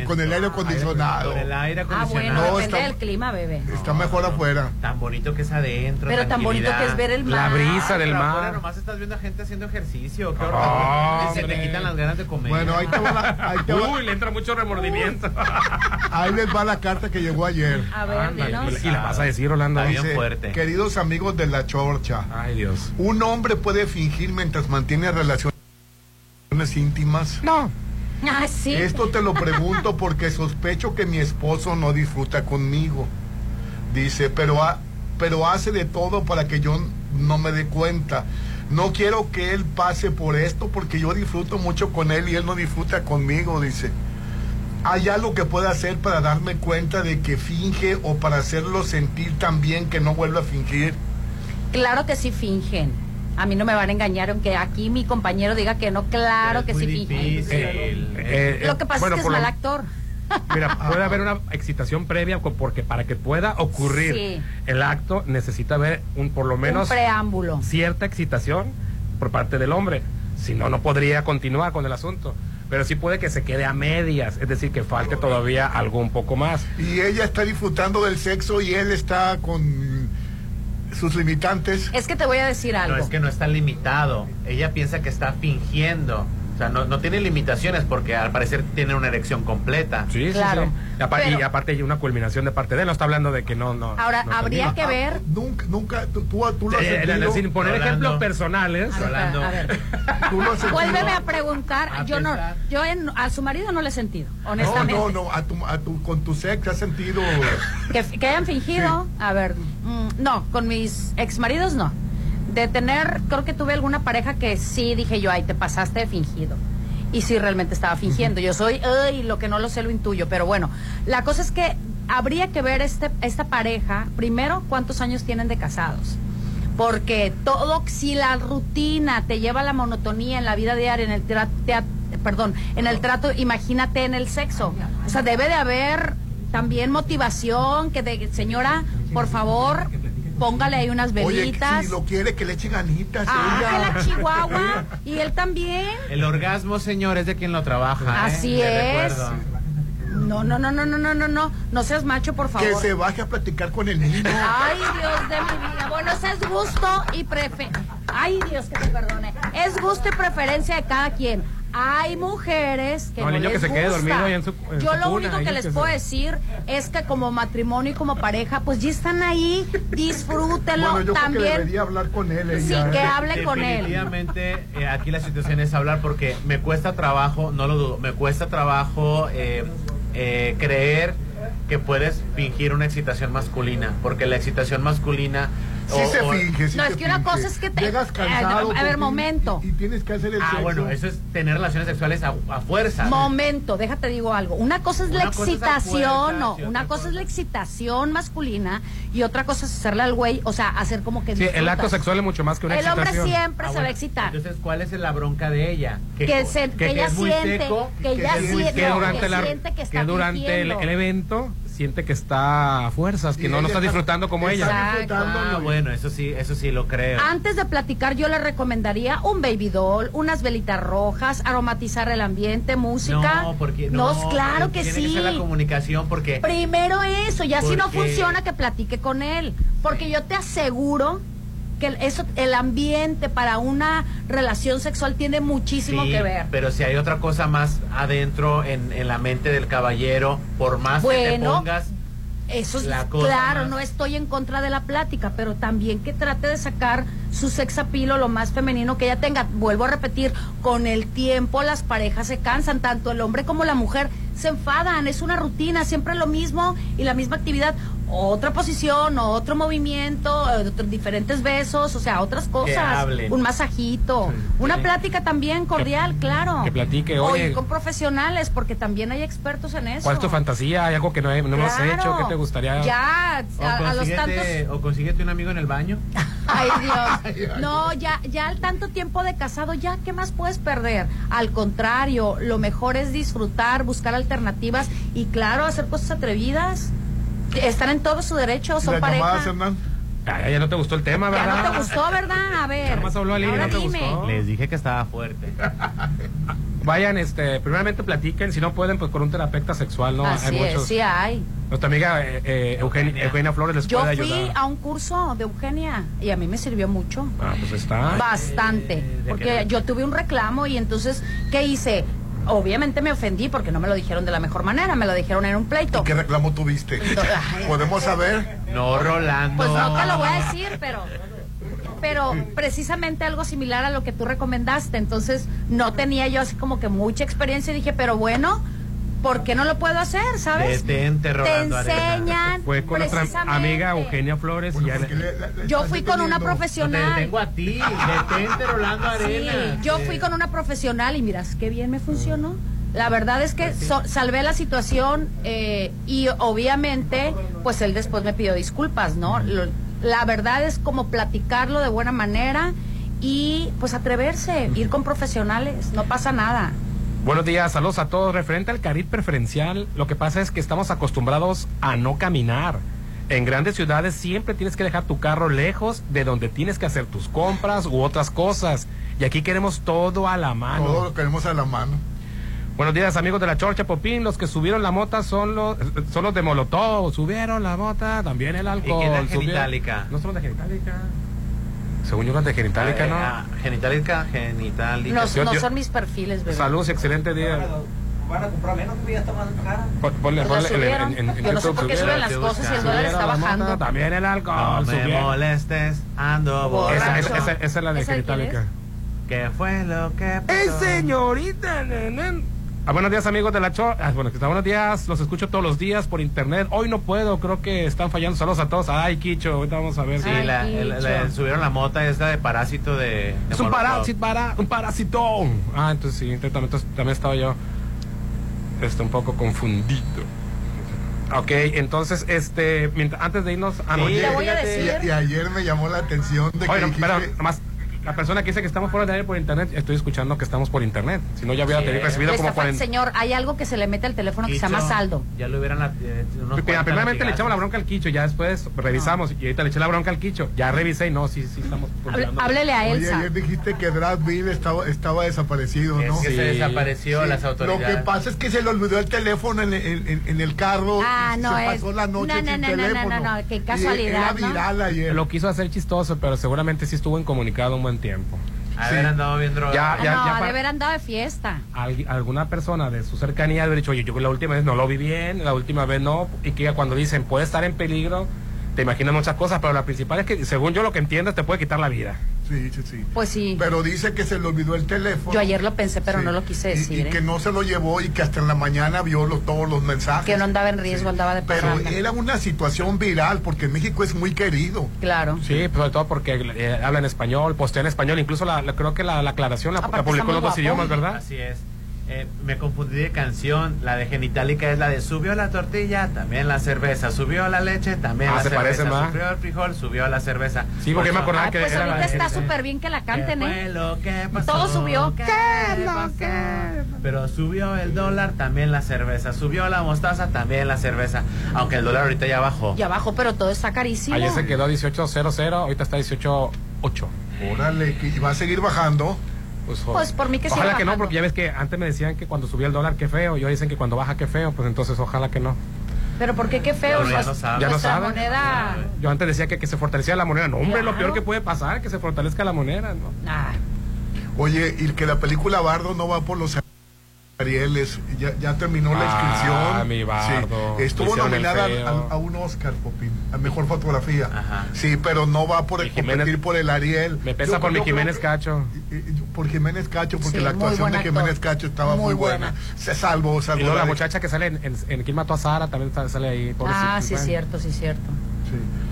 [SPEAKER 7] estacionamiento.
[SPEAKER 5] con el aire acondicionado.
[SPEAKER 7] Con el aire
[SPEAKER 8] Ah, bueno,
[SPEAKER 5] No,
[SPEAKER 8] depende
[SPEAKER 5] está-
[SPEAKER 8] del clima, bebé.
[SPEAKER 5] Está mejor afuera.
[SPEAKER 7] Tan bonito que es adentro.
[SPEAKER 8] Pero tan bonito
[SPEAKER 7] tranquilidad.
[SPEAKER 8] que es ver el mar. La brisa del
[SPEAKER 7] Pero
[SPEAKER 5] mar.
[SPEAKER 6] Ah.
[SPEAKER 7] afuera nomás estás viendo a gente haciendo ejercicio. Qué horror.
[SPEAKER 5] Ah,
[SPEAKER 7] Y se te
[SPEAKER 5] hombre.
[SPEAKER 7] quitan las ganas de comer.
[SPEAKER 5] Bueno, ahí te va la- ahí te va-
[SPEAKER 6] Uy, le entra mucho remordimiento.
[SPEAKER 5] Ahí les va la carta que llegó ayer.
[SPEAKER 8] A ver, dinos.
[SPEAKER 6] ¿Y la vas a decir, Rolando?
[SPEAKER 5] Dice,
[SPEAKER 6] Dice,
[SPEAKER 5] Queridos amigos de la chorcha.
[SPEAKER 6] Ay, Dios.
[SPEAKER 5] ¿Un hombre puede fingir mientras mantiene relaciones íntimas?
[SPEAKER 6] No.
[SPEAKER 8] Ah, sí.
[SPEAKER 5] Esto te lo pregunto porque sospecho que mi esposo no disfruta conmigo. Dice, pero, ha- pero hace de todo para que yo no me dé cuenta. No quiero que él pase por esto porque yo disfruto mucho con él y él no disfruta conmigo, dice. ¿Hay algo que pueda hacer para darme cuenta de que finge o para hacerlo sentir tan bien que no vuelva a fingir?
[SPEAKER 8] Claro que sí fingen. A mí no me van a engañar, aunque aquí mi compañero diga que no, claro que sí fingen.
[SPEAKER 6] Eh, eh,
[SPEAKER 8] Lo que pasa
[SPEAKER 6] bueno,
[SPEAKER 8] es que es
[SPEAKER 6] por lo-
[SPEAKER 8] mal actor.
[SPEAKER 6] <laughs> Mira, puede haber una excitación previa co- porque para que pueda ocurrir
[SPEAKER 8] Sí.
[SPEAKER 6] el acto necesita haber un por lo menos
[SPEAKER 8] Un preámbulo.
[SPEAKER 6] cierta excitación por parte del hombre. Si no, no podría continuar con el asunto. Pero sí puede que se quede a medias, es decir, que falte todavía algo un poco más.
[SPEAKER 5] Y ella está disfrutando del sexo y él está con sus limitantes.
[SPEAKER 8] Es que te voy a decir algo.
[SPEAKER 7] No, es que no está limitado. Ella piensa que está fingiendo. O sea, no, no tiene limitaciones porque al parecer tiene una erección completa.
[SPEAKER 6] Sí, sí,
[SPEAKER 8] Claro,
[SPEAKER 6] sí. Y apa- Y
[SPEAKER 8] pero-
[SPEAKER 6] aparte hay una culminación de parte de él, no está hablando de que no, no.
[SPEAKER 8] Ahora,
[SPEAKER 6] no está
[SPEAKER 8] habría
[SPEAKER 6] bien.
[SPEAKER 8] que ver.
[SPEAKER 5] Nunca, nunca, tú, tú, tú lo has
[SPEAKER 6] Eh, eh,
[SPEAKER 5] sentido.
[SPEAKER 6] sin poner ejemplos personales.
[SPEAKER 8] A ver,
[SPEAKER 5] Tú lo has sentido.
[SPEAKER 8] vuélveme a preguntar. yo no, yo en- a su marido no le he sentido,
[SPEAKER 5] No,
[SPEAKER 8] honestamente.
[SPEAKER 5] no, no, a tu, a tu, con tu sex has sentido.
[SPEAKER 8] Que, que hayan fingido, a ver, mm, no, con mis exmaridos no. De tener, creo que tuve alguna pareja que sí dije yo, ay, te pasaste de fingido. Y sí, realmente estaba fingiendo. Yo soy, ay, lo que no lo sé lo intuyo. Pero bueno, la cosa es que habría que ver este, esta pareja, primero, cuántos años tienen de casados. Porque todo, si la rutina te lleva a la monotonía en la vida diaria, en el tra- tea- perdón, en el trato, imagínate en el sexo. O sea, debe de haber también motivación, que de, señora, por favor, póngale ahí unas
[SPEAKER 5] Oye,
[SPEAKER 8] velitas.
[SPEAKER 5] si lo quiere, que le eche ganitas.
[SPEAKER 8] Ah,
[SPEAKER 5] ella.
[SPEAKER 8] que la Chihuahua y él también.
[SPEAKER 7] El orgasmo, señor, es de quien lo trabaja. ¿eh?
[SPEAKER 8] Así
[SPEAKER 7] Le
[SPEAKER 8] es.
[SPEAKER 7] recuerdo.
[SPEAKER 8] No, no, no, no, no, no, no, no. No seas macho, por favor.
[SPEAKER 5] Que se baje a platicar con el niño.
[SPEAKER 8] Ay, Dios de mi vida. Bueno, ese es gusto y prefe... Ay, Dios que te perdone. Es gusto y preferencia de cada quien. Hay mujeres que
[SPEAKER 6] No,
[SPEAKER 8] no,
[SPEAKER 6] el niño que
[SPEAKER 8] les
[SPEAKER 6] se quede
[SPEAKER 8] gusta.
[SPEAKER 6] dormido ahí en su- en
[SPEAKER 8] Yo
[SPEAKER 6] su
[SPEAKER 8] lo
[SPEAKER 6] cuna,
[SPEAKER 8] único
[SPEAKER 6] ahí
[SPEAKER 8] que
[SPEAKER 6] que
[SPEAKER 8] les
[SPEAKER 6] se-
[SPEAKER 8] puedo decir es que como matrimonio y como pareja, pues ya están ahí, disfrútenlo
[SPEAKER 5] Bueno, yo creo que
[SPEAKER 8] también.
[SPEAKER 5] debería hablar con él.
[SPEAKER 8] Sí,
[SPEAKER 5] ella,
[SPEAKER 8] que
[SPEAKER 5] ¿eh?
[SPEAKER 8] hable con él.
[SPEAKER 7] Definitivamente, eh, aquí la situación es hablar porque me cuesta trabajo, no lo dudo, me cuesta trabajo eh, eh, creer que puedes fingir una excitación masculina, porque la excitación masculina...
[SPEAKER 5] Sí se finge, sí
[SPEAKER 8] Oh, No,
[SPEAKER 5] se
[SPEAKER 8] es que una
[SPEAKER 5] finge.
[SPEAKER 8] cosa es que te... Eh,
[SPEAKER 5] Llegas cansado,
[SPEAKER 8] a ver,
[SPEAKER 5] con-
[SPEAKER 8] momento.
[SPEAKER 5] Y tienes que hacer el
[SPEAKER 7] Ah,
[SPEAKER 5] sexo.
[SPEAKER 7] bueno, eso es tener relaciones sexuales a, a fuerza.
[SPEAKER 8] Momento, déjate digo algo. Una cosa es la
[SPEAKER 7] Una cosa es la
[SPEAKER 8] excitación,
[SPEAKER 7] fuerza,
[SPEAKER 8] no.
[SPEAKER 7] sí, otra
[SPEAKER 8] Una cosa es la excitación masculina y otra cosa es hacerle al güey, o sea, hacer como que
[SPEAKER 6] Sí, el acto
[SPEAKER 8] disfrutas.
[SPEAKER 6] sexual es mucho más que una
[SPEAKER 8] El hombre
[SPEAKER 6] excitación.
[SPEAKER 8] siempre
[SPEAKER 7] Ah,
[SPEAKER 8] se va a
[SPEAKER 7] bueno.
[SPEAKER 8] excitar.
[SPEAKER 7] Entonces, ¿cuál es la bronca de ella?
[SPEAKER 8] Que se- que ella
[SPEAKER 7] es muy
[SPEAKER 8] siente,
[SPEAKER 7] seco,
[SPEAKER 8] que ella
[SPEAKER 7] es muy
[SPEAKER 6] Sí,
[SPEAKER 8] siente,
[SPEAKER 6] que
[SPEAKER 8] no,
[SPEAKER 6] durante,
[SPEAKER 8] que
[SPEAKER 6] la-
[SPEAKER 8] siente que está
[SPEAKER 6] que durante el,
[SPEAKER 8] fingiendo.
[SPEAKER 6] el evento siente que está a fuerzas, que no lo está disfrutando como ella.
[SPEAKER 7] Ah, bueno, eso sí, eso sí lo creo.
[SPEAKER 8] Antes de platicar, yo le recomendaría un baby doll, unas velitas rojas, aromatizar el ambiente, música.
[SPEAKER 7] No, porque
[SPEAKER 8] No,
[SPEAKER 7] no. eh,
[SPEAKER 8] claro que
[SPEAKER 7] tiene
[SPEAKER 8] sí.
[SPEAKER 7] Tiene que ser la comunicación porque
[SPEAKER 8] Primero eso, ya si no
[SPEAKER 7] Porque-
[SPEAKER 8] funciona que platique con él, porque yo te aseguro que el- eso el ambiente para una relación sexual tiene muchísimo
[SPEAKER 7] sí,
[SPEAKER 8] que ver.
[SPEAKER 7] pero si hay otra cosa más adentro en, en la mente del caballero, por más que te
[SPEAKER 8] Bueno,
[SPEAKER 7] pongas,
[SPEAKER 8] Eso es
[SPEAKER 7] la cosa
[SPEAKER 8] claro,
[SPEAKER 7] más.
[SPEAKER 8] no estoy en contra de la plática, pero también que trate de sacar su sexapilo lo más femenino que ella tenga. Vuelvo a repetir, con el tiempo las parejas se cansan, tanto el hombre como la mujer se enfadan, es una rutina, siempre lo mismo y la misma actividad, otra posición, otro movimiento, eh, otro- diferentes besos, o sea, otras cosas,
[SPEAKER 6] hablen.
[SPEAKER 8] un masajito, una plática también cordial, claro.
[SPEAKER 6] que platique,
[SPEAKER 8] O
[SPEAKER 6] oye.
[SPEAKER 8] ir con profesionales, porque también hay expertos en eso.
[SPEAKER 6] ¿Cuál es tu fantasía? ¿Hay algo que no, he- no hemos
[SPEAKER 8] Claro.
[SPEAKER 6] hecho? ¿Qué te gustaría?
[SPEAKER 8] Ya,
[SPEAKER 7] o
[SPEAKER 8] a, a los tantos.
[SPEAKER 6] <laughs>
[SPEAKER 7] consíguete, o consíguete un amigo en el baño.
[SPEAKER 8] Ay, Dios. No, ya, ya al tanto tiempo de casado, ya, ¿qué más puedes perder? Al contrario, lo mejor es disfrutar, buscar alternativas y, claro, hacer cosas atrevidas. Están en todo su derecho, son pareja.
[SPEAKER 6] Ah, ya no te gustó el tema,
[SPEAKER 8] Ya
[SPEAKER 6] ¿verdad?
[SPEAKER 8] no te gustó, ¿verdad? A ver.
[SPEAKER 6] Nomás habló Ali,
[SPEAKER 8] ahora
[SPEAKER 6] no te
[SPEAKER 8] dime.
[SPEAKER 6] gustó.
[SPEAKER 7] Les dije que estaba fuerte.
[SPEAKER 6] <laughs> Vayan, este, primeramente platiquen, si no pueden, pues con un terapeuta sexual, ¿no?
[SPEAKER 8] Así
[SPEAKER 6] hay
[SPEAKER 8] es,
[SPEAKER 6] muchos.
[SPEAKER 8] sí hay.
[SPEAKER 6] Nuestra amiga eh, eh, Eugenia, Eugenia Flores les
[SPEAKER 8] Yo
[SPEAKER 6] puede
[SPEAKER 8] fui
[SPEAKER 6] ayudar.
[SPEAKER 8] a un curso de Eugenia y a mí me sirvió mucho.
[SPEAKER 6] Ah, pues está.
[SPEAKER 8] Bastante. Porque yo tuve un reclamo y entonces, ¿qué hice? Obviamente me ofendí porque no me lo dijeron de la mejor manera, me lo dijeron en un pleito.
[SPEAKER 5] ¿Qué reclamo tuviste? ¿Podemos saber?
[SPEAKER 7] No, Rolando.
[SPEAKER 8] Pues no te lo voy a decir, pero pero precisamente algo similar a lo que tú recomendaste, entonces no tenía yo así como que mucha experiencia y dije, pero bueno, ¿por qué no lo puedo hacer, sabes?
[SPEAKER 7] Detente, Rolando
[SPEAKER 8] te
[SPEAKER 7] Arena.
[SPEAKER 8] enseñan
[SPEAKER 6] Fue con nuestra
[SPEAKER 8] precisamente.
[SPEAKER 6] amiga Eugenia Flores. y ya pues, le-
[SPEAKER 8] Yo fui con una
[SPEAKER 7] Te
[SPEAKER 8] profesional.
[SPEAKER 7] detengo a
[SPEAKER 8] <laughs>
[SPEAKER 7] ti. Detente, Rolando
[SPEAKER 8] Sí,
[SPEAKER 7] Arena.
[SPEAKER 8] yo fui con una profesional y miras qué bien me funcionó. La verdad es que so- salvé la situación eh, y obviamente, pues él después me pidió disculpas, ¿no? Lo- la verdad es como platicarlo de buena manera y pues atreverse, ir con profesionales, no pasa nada.
[SPEAKER 6] Buenos días, saludos a todos. Referente al carril preferencial, lo que pasa es que estamos acostumbrados a no caminar. En grandes ciudades siempre tienes que dejar tu carro lejos de donde tienes que hacer tus compras u otras cosas. Y aquí queremos todo a la mano.
[SPEAKER 5] Todo lo queremos a la mano.
[SPEAKER 6] Buenos días, amigos de la Chorcha Popín. Los que subieron la mota son los, son los de Molotov. Subieron la mota, también el alcohol.
[SPEAKER 7] ¿Y qué es la
[SPEAKER 6] subieron-
[SPEAKER 7] genitálica?
[SPEAKER 6] No son de genitálica. Según yo, las de genitálica, ¿no?
[SPEAKER 7] Ah, Genitalica, genitalica.
[SPEAKER 8] No, no son mis perfiles, bebé.
[SPEAKER 6] Saludos, excelente día.
[SPEAKER 26] Van a comprar menos que ya está más cara.
[SPEAKER 6] Pon- Ponle,
[SPEAKER 8] Pues la
[SPEAKER 6] ponle en- en- en-
[SPEAKER 8] subieron.
[SPEAKER 6] en
[SPEAKER 8] Yo no sé
[SPEAKER 6] YouTube,
[SPEAKER 8] por qué suben
[SPEAKER 6] subieron.
[SPEAKER 8] las cosas y el
[SPEAKER 6] Subieron
[SPEAKER 8] dólar está
[SPEAKER 6] la mota,
[SPEAKER 8] bajando.
[SPEAKER 6] También el
[SPEAKER 7] No
[SPEAKER 6] alcohol.
[SPEAKER 7] me
[SPEAKER 6] subieron.
[SPEAKER 7] molestes, ando borracho.
[SPEAKER 6] Esa, esa- esa- esa es la de
[SPEAKER 7] ¿Esa de quién
[SPEAKER 6] genitálica.
[SPEAKER 7] ¿Qué fue lo que
[SPEAKER 6] ¡Ey,
[SPEAKER 7] pasó?
[SPEAKER 6] señorita! nenén! Ah, buenos días amigos de la Chor. ah, bueno, que está, buenos días. Los escucho todos los días por internet. Hoy no puedo, creo que están fallando. Saludos a todos. Ay, Kicho, ahorita vamos a ver.
[SPEAKER 7] Sí, la, la- la- subieron la mota, es la de parásito de. de
[SPEAKER 6] Es un
[SPEAKER 7] Molotov.
[SPEAKER 6] parásito, para, un parásito. Ah, entonces sí, entonces también, entonces también estaba yo este, un poco confundido. Ok, entonces, este,
[SPEAKER 5] Ah,
[SPEAKER 6] mientras- antes de irnos ah, a
[SPEAKER 5] Oye, y, y ayer me llamó la atención de que
[SPEAKER 6] Oye, no,
[SPEAKER 5] dijiste-
[SPEAKER 6] perdón, nomás, La persona que dice que estamos fuera de aire por internet, estoy escuchando que estamos por internet. Si no, ya hubiera
[SPEAKER 7] Sí. pues,
[SPEAKER 6] tenido- recibido
[SPEAKER 8] Les
[SPEAKER 6] como
[SPEAKER 8] tapa el
[SPEAKER 6] 40.
[SPEAKER 8] Señor, hay algo que se le mete al teléfono que se llama
[SPEAKER 6] Hizo-
[SPEAKER 8] saldo.
[SPEAKER 7] Ya lo hubieran. la- eh, unos
[SPEAKER 6] Mira,
[SPEAKER 7] 40
[SPEAKER 6] primeramente le
[SPEAKER 7] latigazos.
[SPEAKER 6] echamos la bronca al Quicho, ya después revisamos y ahorita le eché la bronca al Quicho. Ya revisé y no, sí, sí, estamos.
[SPEAKER 7] Pues,
[SPEAKER 8] Hable- háblele a
[SPEAKER 5] Oye,
[SPEAKER 8] Elsa.
[SPEAKER 5] ayer dijiste que Brad Bill estaba, estaba desaparecido, ¿no?
[SPEAKER 7] que se desapareció las
[SPEAKER 5] Lo
[SPEAKER 7] autoridades.
[SPEAKER 5] que pasa es que se le olvidó el teléfono en, en- en- en el carro.
[SPEAKER 8] Ah,
[SPEAKER 5] y
[SPEAKER 8] no,
[SPEAKER 5] se
[SPEAKER 8] es-
[SPEAKER 5] pasó la noche
[SPEAKER 8] no, no,
[SPEAKER 5] sin
[SPEAKER 8] no, no, no,
[SPEAKER 5] teléfono.
[SPEAKER 8] no, no, qué
[SPEAKER 5] Y
[SPEAKER 8] casualidad,
[SPEAKER 5] era
[SPEAKER 8] ¿no?
[SPEAKER 5] viral ayer.
[SPEAKER 6] Lo quiso hacer chistoso, pero seguramente sí estuvo incomunicado un buen tiempo.
[SPEAKER 7] A ver, andaba bien drogado.
[SPEAKER 6] Ya, ya,
[SPEAKER 8] no,
[SPEAKER 6] ya
[SPEAKER 8] ha
[SPEAKER 6] pa-
[SPEAKER 8] de haber andado de fiesta.
[SPEAKER 6] al- alguna persona de su cercanía haber dicho, oye, yo la última vez no lo vi bien, la última vez no, y que ya cuando dicen puede estar en peligro, te imaginas muchas cosas, pero la principal es que, según yo lo que entiendes, te puede quitar la vida.
[SPEAKER 5] Sí, sí, sí.
[SPEAKER 8] Pues sí.
[SPEAKER 5] Pero dice que se le olvidó el teléfono.
[SPEAKER 8] Yo ayer lo pensé, pero no lo quise
[SPEAKER 5] y,
[SPEAKER 8] decir.
[SPEAKER 5] y
[SPEAKER 8] ¿eh?
[SPEAKER 5] que no se lo llevó y que hasta en la mañana vio los- todos los mensajes.
[SPEAKER 8] Que no andaba en riesgo, andaba de
[SPEAKER 5] Pero
[SPEAKER 8] parranda.
[SPEAKER 5] era una situación viral porque en México es muy querido.
[SPEAKER 8] Claro.
[SPEAKER 6] Sí, pues, sobre todo porque eh, habla en español, postea en español, incluso la, la- creo que la, la aclaración la, la publicó en los dos idiomas, ¿verdad?
[SPEAKER 7] Así es. Eh, me confundí de canción. La de Genitalica es la de subió la tortilla, también la cerveza. Subió la leche, también
[SPEAKER 6] Ah,
[SPEAKER 7] la
[SPEAKER 6] se
[SPEAKER 7] cerveza.
[SPEAKER 6] parece más.
[SPEAKER 7] Subió el frijol, subió la cerveza.
[SPEAKER 6] Sí, porque me acordaba
[SPEAKER 8] Ay,
[SPEAKER 6] que
[SPEAKER 8] pues
[SPEAKER 6] era
[SPEAKER 8] ahorita
[SPEAKER 6] la-
[SPEAKER 8] está
[SPEAKER 6] ese-
[SPEAKER 8] súper bien que la canten,
[SPEAKER 7] ¿Qué
[SPEAKER 8] ¿eh?
[SPEAKER 7] fue lo que pasó?
[SPEAKER 8] Todo subió.
[SPEAKER 7] ¿Qué pasó? Pero subió el dólar, también la cerveza. Subió la mostaza, también la cerveza. Aunque el dólar ahorita ya bajó.
[SPEAKER 8] Y abajo, pero todo está carísimo.
[SPEAKER 6] Ayer se quedó 18.00, ahorita está 18.8.
[SPEAKER 5] Órale, que y va a seguir bajando.
[SPEAKER 6] Pues,
[SPEAKER 8] Pues, por mí que siga
[SPEAKER 6] Ojalá que no,
[SPEAKER 8] bajando.
[SPEAKER 6] porque ya ves que antes me decían que cuando subía el dólar qué feo, y ahora dicen que cuando baja qué feo, pues entonces ojalá que no.
[SPEAKER 8] Pero porque qué feo.
[SPEAKER 6] Pero ya
[SPEAKER 8] nuestra-
[SPEAKER 6] no sabe. Ya no
[SPEAKER 8] nuestra
[SPEAKER 6] sabe.
[SPEAKER 8] moneda.
[SPEAKER 6] Yo antes decía que, que se fortalecía la moneda. No, hombre,
[SPEAKER 8] Claro.
[SPEAKER 6] lo peor que puede pasar, que se fortalezca la moneda, ¿no?
[SPEAKER 8] Ah,
[SPEAKER 5] Oye, y que la película Bardo no va por los Arieles. Ya, ya terminó la inscripción.
[SPEAKER 6] Ah, mi Bardo.
[SPEAKER 5] Sí. Estuvo
[SPEAKER 6] Hicieron el
[SPEAKER 5] nominada
[SPEAKER 6] feo.
[SPEAKER 5] a, a- a un Oscar, Popín, a mejor fotografía. Sí, pero no va por el competir por el Ariel.
[SPEAKER 6] Me pesa por mi Jiménez Cacho.
[SPEAKER 5] Por Jiménez Cacho, porque
[SPEAKER 6] Sí,
[SPEAKER 5] la
[SPEAKER 6] muy
[SPEAKER 5] actuación
[SPEAKER 6] buen
[SPEAKER 5] de
[SPEAKER 6] actor.
[SPEAKER 5] Jiménez Cacho estaba muy,
[SPEAKER 6] Muy
[SPEAKER 5] buena.
[SPEAKER 6] buena.
[SPEAKER 5] Se salvó,
[SPEAKER 6] Y
[SPEAKER 5] salvó.
[SPEAKER 6] luego la
[SPEAKER 5] de-
[SPEAKER 6] muchacha que sale en, en, en ¿Quién mató a Sara? También está- sale ahí. pobrecita.
[SPEAKER 8] ah, sí, es
[SPEAKER 6] Bueno.
[SPEAKER 8] cierto, sí, es cierto.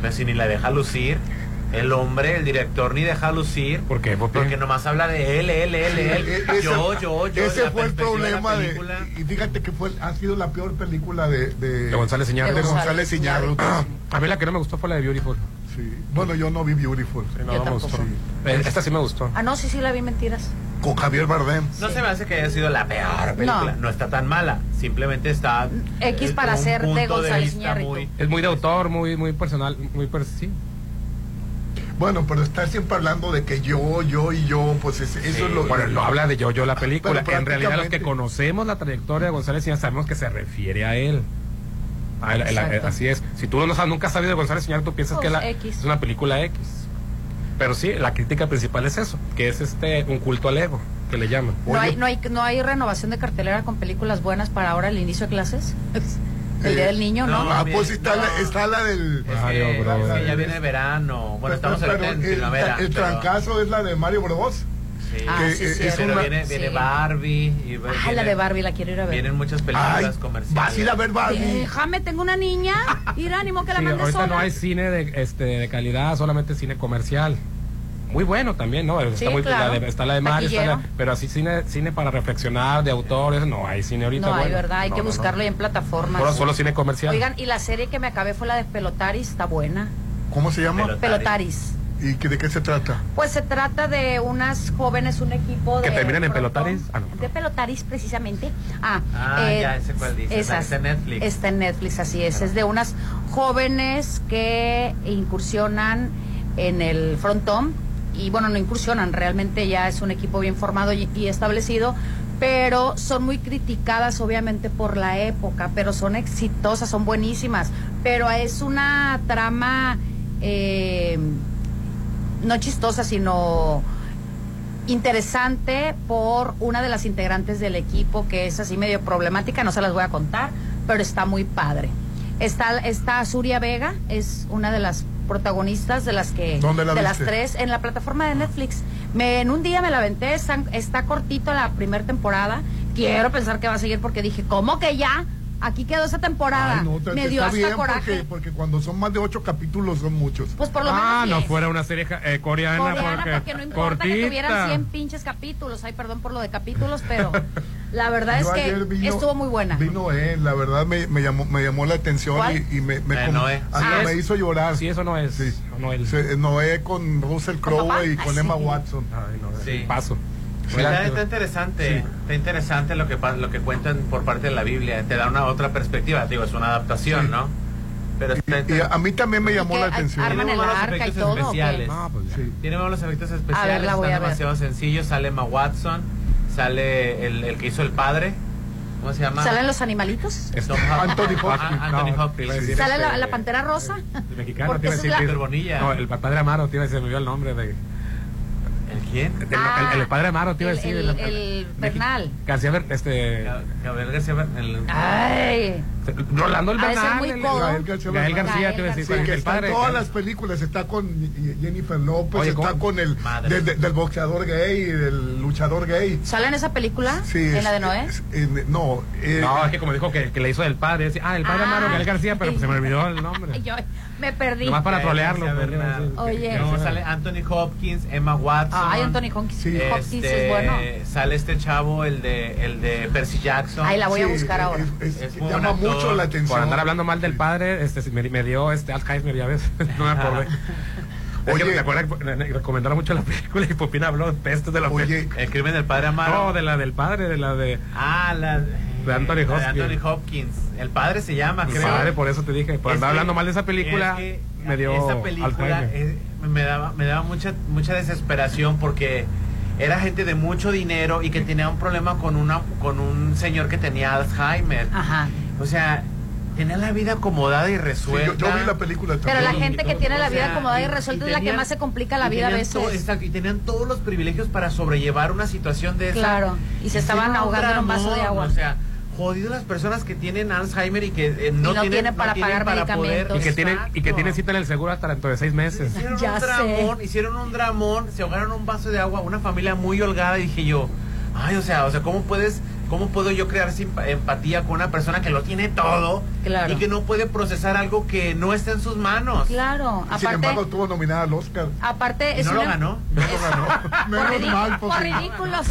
[SPEAKER 7] Pero si ni la deja lucir. El hombre, el director, ni deja lucir. ¿Por
[SPEAKER 6] qué?
[SPEAKER 7] Porque nomás habla de él, él, él, él.
[SPEAKER 5] E- ese-
[SPEAKER 7] yo, yo, yo.
[SPEAKER 5] Ese
[SPEAKER 7] la
[SPEAKER 5] fue el
[SPEAKER 7] perspectiva de la
[SPEAKER 5] problema de.
[SPEAKER 7] película.
[SPEAKER 5] Y fíjate que fue, ha sido la peor película de. De,
[SPEAKER 6] De González Iñárritu. Ah,
[SPEAKER 5] De González Iñárritu.
[SPEAKER 6] A mí la que no me gustó fue la de Beautiful.
[SPEAKER 5] Sí. Bueno, yo no vi Beautiful.
[SPEAKER 6] no, no me gustó.
[SPEAKER 5] Sí.
[SPEAKER 6] Eh, Esta sí me gustó.
[SPEAKER 8] Ah, no, sí, sí, la vi mentiras.
[SPEAKER 5] Con Javier Bardem.
[SPEAKER 7] No se me hace que haya sido la peor película. No,
[SPEAKER 8] No.
[SPEAKER 7] está tan mala. Simplemente está.
[SPEAKER 8] X
[SPEAKER 7] eh,
[SPEAKER 8] para
[SPEAKER 7] un
[SPEAKER 8] ser
[SPEAKER 7] punto
[SPEAKER 8] de González
[SPEAKER 7] vista
[SPEAKER 8] Iñárritu.
[SPEAKER 7] muy-
[SPEAKER 6] Es muy de autor, muy, muy personal, muy per- sí.
[SPEAKER 5] Bueno, pero estar siempre hablando de que yo, yo y yo, pues es- eso es lo. Ah,
[SPEAKER 6] Bueno, no habla de yo, yo la película.
[SPEAKER 5] Pero
[SPEAKER 6] en realidad, los
[SPEAKER 5] prácticamente-
[SPEAKER 6] que conocemos la trayectoria de González ya sabemos que se refiere a él. A él- a él- a-
[SPEAKER 8] Exacto.
[SPEAKER 6] así es. Si tú no sabes, nunca has sabido de González Iñárritu, tú piensas
[SPEAKER 8] Pues,
[SPEAKER 6] que la-
[SPEAKER 8] X.
[SPEAKER 6] es una película X. Pero sí, la crítica principal es eso, que es este un culto al ego, que le llaman.
[SPEAKER 8] ¿No hay, no, hay, ¿No hay renovación de cartelera con películas buenas para ahora el inicio de clases? El Día del Niño, ¿no?
[SPEAKER 5] Ah, pues está, la, está la del.
[SPEAKER 6] oh,
[SPEAKER 7] Mario Eh, Bros. es que ya viene verano. Bueno, estamos
[SPEAKER 5] Pero
[SPEAKER 7] ahorita en
[SPEAKER 5] el-
[SPEAKER 7] primavera,
[SPEAKER 5] El,
[SPEAKER 7] pero-
[SPEAKER 5] trancazo es la de Mario Bros.
[SPEAKER 7] Sí.
[SPEAKER 8] Ah, sí,
[SPEAKER 5] eh,
[SPEAKER 8] cierto.
[SPEAKER 7] Pero
[SPEAKER 5] una-
[SPEAKER 7] viene, viene
[SPEAKER 8] sí.
[SPEAKER 7] Barbie. Y
[SPEAKER 8] Ah, la de Barbie la quiero ir a ver.
[SPEAKER 7] Vienen muchas películas
[SPEAKER 5] Ay,
[SPEAKER 7] comerciales.
[SPEAKER 5] vas a ir a ver Barbie.
[SPEAKER 8] Déjame, tengo una niña. Y ánimo que la
[SPEAKER 6] Sí,
[SPEAKER 8] mande
[SPEAKER 6] ahorita
[SPEAKER 8] sola.
[SPEAKER 6] no hay cine de, este, de calidad, solamente cine comercial. Muy bueno también, ¿no? Está,
[SPEAKER 8] Sí,
[SPEAKER 6] muy-
[SPEAKER 8] claro.
[SPEAKER 6] la de, está la de Mario, está la-
[SPEAKER 8] Taquillero.
[SPEAKER 6] pero así cine, cine para reflexionar, de autores, no hay cine ahorita.
[SPEAKER 8] No hay,
[SPEAKER 6] bueno.
[SPEAKER 8] ¿verdad? Hay
[SPEAKER 6] No,
[SPEAKER 8] que
[SPEAKER 6] no, no.
[SPEAKER 8] buscarlo ahí en plataformas.
[SPEAKER 6] Solo, solo cine comercial.
[SPEAKER 8] Oigan, y la serie que me acabé fue la de Pelotaris, está buena.
[SPEAKER 5] ¿Cómo se llama?
[SPEAKER 8] Pelotaris.
[SPEAKER 5] ¿Y que, de qué se trata?
[SPEAKER 8] Pues se trata de unas jóvenes, un equipo de...
[SPEAKER 5] ¿Que terminan en
[SPEAKER 8] Pelotaris?
[SPEAKER 5] Ah,
[SPEAKER 8] De Pelotaris, precisamente. Ah,
[SPEAKER 7] Ah,
[SPEAKER 8] eh,
[SPEAKER 7] ya, ese cuál dice.
[SPEAKER 8] esas.
[SPEAKER 7] Está en Netflix.
[SPEAKER 8] Está en Netflix, así es. Es de unas jóvenes que incursionan en el frontón. Y bueno, no incursionan, realmente ya es un equipo bien formado y, y establecido. Pero son muy criticadas, obviamente, por la época. Pero son exitosas, son buenísimas. Pero es una trama. eh, no chistosa, sino interesante por una de las integrantes del equipo que es así medio problemática, no se las voy a contar, pero está muy padre. Está, está Zuria Vega, es una de las protagonistas de las que
[SPEAKER 5] ¿Dónde la
[SPEAKER 8] de las
[SPEAKER 5] viste? Ah.
[SPEAKER 8] tres en la plataforma de Netflix. Me, en un día me la aventé, está, está cortito la primera temporada. Quiero pensar que va a seguir porque dije, ¿cómo que ya? Aquí quedó esa temporada.
[SPEAKER 5] Ay, no, te-
[SPEAKER 8] Ah, me
[SPEAKER 5] te
[SPEAKER 8] dio
[SPEAKER 5] está
[SPEAKER 8] hasta
[SPEAKER 5] bien
[SPEAKER 8] coraje.
[SPEAKER 5] Porque, porque cuando son más de ocho capítulos son muchos.
[SPEAKER 8] Pues por lo
[SPEAKER 6] Ah,
[SPEAKER 8] menos
[SPEAKER 6] no
[SPEAKER 8] diez.
[SPEAKER 6] fuera una serie ja- eh, coreana,
[SPEAKER 8] coreana, porque no importa que tuvieran
[SPEAKER 6] cortita.
[SPEAKER 8] 100 pinches capítulos. Ay, perdón por lo de capítulos, pero La verdad
[SPEAKER 5] Yo
[SPEAKER 8] es que
[SPEAKER 5] ayer vino-
[SPEAKER 8] estuvo muy buena.
[SPEAKER 5] Vino él, eh, la verdad me, me llamó, me llamó la atención
[SPEAKER 8] ¿Cuál? Ah,
[SPEAKER 5] y, y me, me,
[SPEAKER 6] Eh,
[SPEAKER 5] com-
[SPEAKER 6] Noé.
[SPEAKER 5] hasta
[SPEAKER 6] Sí,
[SPEAKER 5] me
[SPEAKER 6] es-
[SPEAKER 5] hizo llorar.
[SPEAKER 6] Sí, eso no es. Noel.
[SPEAKER 5] Se- eh, Noé con Russell
[SPEAKER 7] papá?
[SPEAKER 5] Crowe y
[SPEAKER 7] Ah,
[SPEAKER 5] con Emma
[SPEAKER 7] sí.
[SPEAKER 5] Watson.
[SPEAKER 7] Sí.
[SPEAKER 6] Paso.
[SPEAKER 7] Pues
[SPEAKER 6] Claro.
[SPEAKER 7] está, está interesante,
[SPEAKER 6] Sí.
[SPEAKER 7] está interesante lo que pa- lo que cuentan por parte de la Biblia, te da una otra perspectiva, digo, es una adaptación, ¿no? Pero está,
[SPEAKER 5] Y a mí también me llamó la atención.
[SPEAKER 7] Tiene muy buenos efectos especiales.
[SPEAKER 6] pues
[SPEAKER 5] Sí.
[SPEAKER 7] Tiene muy buenos efectos especiales,
[SPEAKER 5] A ver, la voy
[SPEAKER 7] están
[SPEAKER 5] a ver.
[SPEAKER 7] demasiado sencillos, sale Emma Watson, sale el, el que hizo el padre, ¿cómo se llama?
[SPEAKER 8] ¿Salen los animalitos?
[SPEAKER 7] Tom Hanks.
[SPEAKER 6] Este, Anthony
[SPEAKER 7] Ah,
[SPEAKER 6] Hopkins.
[SPEAKER 7] Anthony
[SPEAKER 6] No,
[SPEAKER 7] Hopkins.
[SPEAKER 6] iba a decir
[SPEAKER 8] ¿Sale
[SPEAKER 6] este,
[SPEAKER 8] la, la pantera rosa?
[SPEAKER 6] El mexicano,
[SPEAKER 8] Porque
[SPEAKER 6] te iba a
[SPEAKER 8] esa
[SPEAKER 6] decir.
[SPEAKER 8] es
[SPEAKER 6] que-
[SPEAKER 8] la-
[SPEAKER 6] No, el padre Amaro, te iba a decir, me olvidó el nombre de. ¿El
[SPEAKER 7] quién?
[SPEAKER 6] El, el- el padre Amaro, te iba a decir.
[SPEAKER 8] Ah, El, el Bernal.
[SPEAKER 6] García Ber- este.
[SPEAKER 7] Gabriel García Bernal.
[SPEAKER 8] Ah. Ay.
[SPEAKER 6] Rolando el
[SPEAKER 8] Ha de ser
[SPEAKER 6] Bernal.
[SPEAKER 8] muy
[SPEAKER 6] el-
[SPEAKER 8] codo.
[SPEAKER 6] Gael García,
[SPEAKER 5] Gael
[SPEAKER 6] te iba a decir.
[SPEAKER 5] Sí,
[SPEAKER 6] el
[SPEAKER 5] que está
[SPEAKER 6] padre.
[SPEAKER 5] en todas las películas, está con Jennifer López,
[SPEAKER 6] Oye,
[SPEAKER 5] está
[SPEAKER 6] ¿cómo?
[SPEAKER 5] con el
[SPEAKER 6] Madre.
[SPEAKER 5] de- de- del boxeador gay y del luchador gay.
[SPEAKER 8] ¿Sale en esa película?
[SPEAKER 5] Sí,
[SPEAKER 8] ¿En
[SPEAKER 5] es-
[SPEAKER 8] la de Noé?
[SPEAKER 5] es- en- no, eh,
[SPEAKER 6] No, es que como dijo que, que le hizo del padre. decía, ah, el padre
[SPEAKER 8] Ah.
[SPEAKER 6] Amaro, Gael García, pero pues se me olvidó el nombre.
[SPEAKER 8] Yo me perdí.
[SPEAKER 6] Nomás para trolearlo.
[SPEAKER 7] García
[SPEAKER 6] pues,
[SPEAKER 7] Bernal.
[SPEAKER 6] sí.
[SPEAKER 8] Oye.
[SPEAKER 7] No, sale Anthony Hopkins, Emma Watson.
[SPEAKER 8] Ay, Anthony Hopkins, Hopkins
[SPEAKER 7] este,
[SPEAKER 8] es bueno.
[SPEAKER 7] Sale este chavo, el de, el de Percy Jackson.
[SPEAKER 8] Ay, la voy a buscar ahora.
[SPEAKER 7] Es muy buen actor.
[SPEAKER 6] Por andar hablando mal del padre, este, me, me dio este Alzheimer, ya ves. <laughs> No me
[SPEAKER 8] <laughs>
[SPEAKER 6] acordé. Oye, ¿te acuerdas? que me Recomendaron mucho la película y Popina habló de pestes de la Oye,
[SPEAKER 7] el crimen del padre Amaro.
[SPEAKER 6] No, de la del padre, de la de,
[SPEAKER 7] Ah, la
[SPEAKER 6] de Anthony
[SPEAKER 7] la
[SPEAKER 6] Hopkins.
[SPEAKER 7] de Anthony Hopkins. El padre se llama,
[SPEAKER 6] Mi
[SPEAKER 7] creo.
[SPEAKER 6] padre, por eso te dije, por
[SPEAKER 7] Es
[SPEAKER 6] andar
[SPEAKER 7] que-
[SPEAKER 6] hablando mal de esa película,
[SPEAKER 7] es que
[SPEAKER 6] me dio
[SPEAKER 7] esa película
[SPEAKER 6] Alzheimer.
[SPEAKER 7] es- me daba me daba mucha mucha desesperación porque era gente de mucho dinero y que tenía un problema con una con un señor que tenía Alzheimer. O sea, tenía la vida acomodada y resuelta.
[SPEAKER 5] yo vi la película
[SPEAKER 8] Pero la gente que tiene la vida acomodada y resuelta
[SPEAKER 7] resuelta
[SPEAKER 8] es la que más se complica la vida a veces.
[SPEAKER 7] y tenían todos los privilegios para sobrellevar una situación de esa.
[SPEAKER 8] Claro, y se
[SPEAKER 7] era
[SPEAKER 8] estaban
[SPEAKER 7] un
[SPEAKER 8] ahogando en un vaso de
[SPEAKER 7] dramón,
[SPEAKER 8] agua.
[SPEAKER 7] O sea, jodido las personas que tienen Alzheimer y que eh, no,
[SPEAKER 8] Y no
[SPEAKER 7] tienen,
[SPEAKER 8] tienen para
[SPEAKER 7] tienen
[SPEAKER 8] pagar
[SPEAKER 7] poder-
[SPEAKER 6] y que tienen y que tienen cita en el seguro hasta dentro de seis meses.
[SPEAKER 7] Hicieron un dramón, hicieron un dramón, se ahogaron en un vaso de agua, una familia muy holgada y dije yo, ay, o sea, o sea, ¿cómo puedes cómo puedo yo crear simpa- empatía con una persona que lo tiene todo
[SPEAKER 8] Claro.
[SPEAKER 7] y que no puede procesar algo que no está en sus manos?
[SPEAKER 8] Claro,
[SPEAKER 5] Sin embargo,
[SPEAKER 8] aparte,
[SPEAKER 5] estuvo nominada al Oscar.
[SPEAKER 8] aparte
[SPEAKER 7] Y
[SPEAKER 8] es
[SPEAKER 7] no lo
[SPEAKER 8] una- <laughs>
[SPEAKER 7] ganó.
[SPEAKER 8] por,
[SPEAKER 5] Menos
[SPEAKER 8] ridículo-
[SPEAKER 5] mal,
[SPEAKER 8] por
[SPEAKER 5] porque
[SPEAKER 8] ridículos.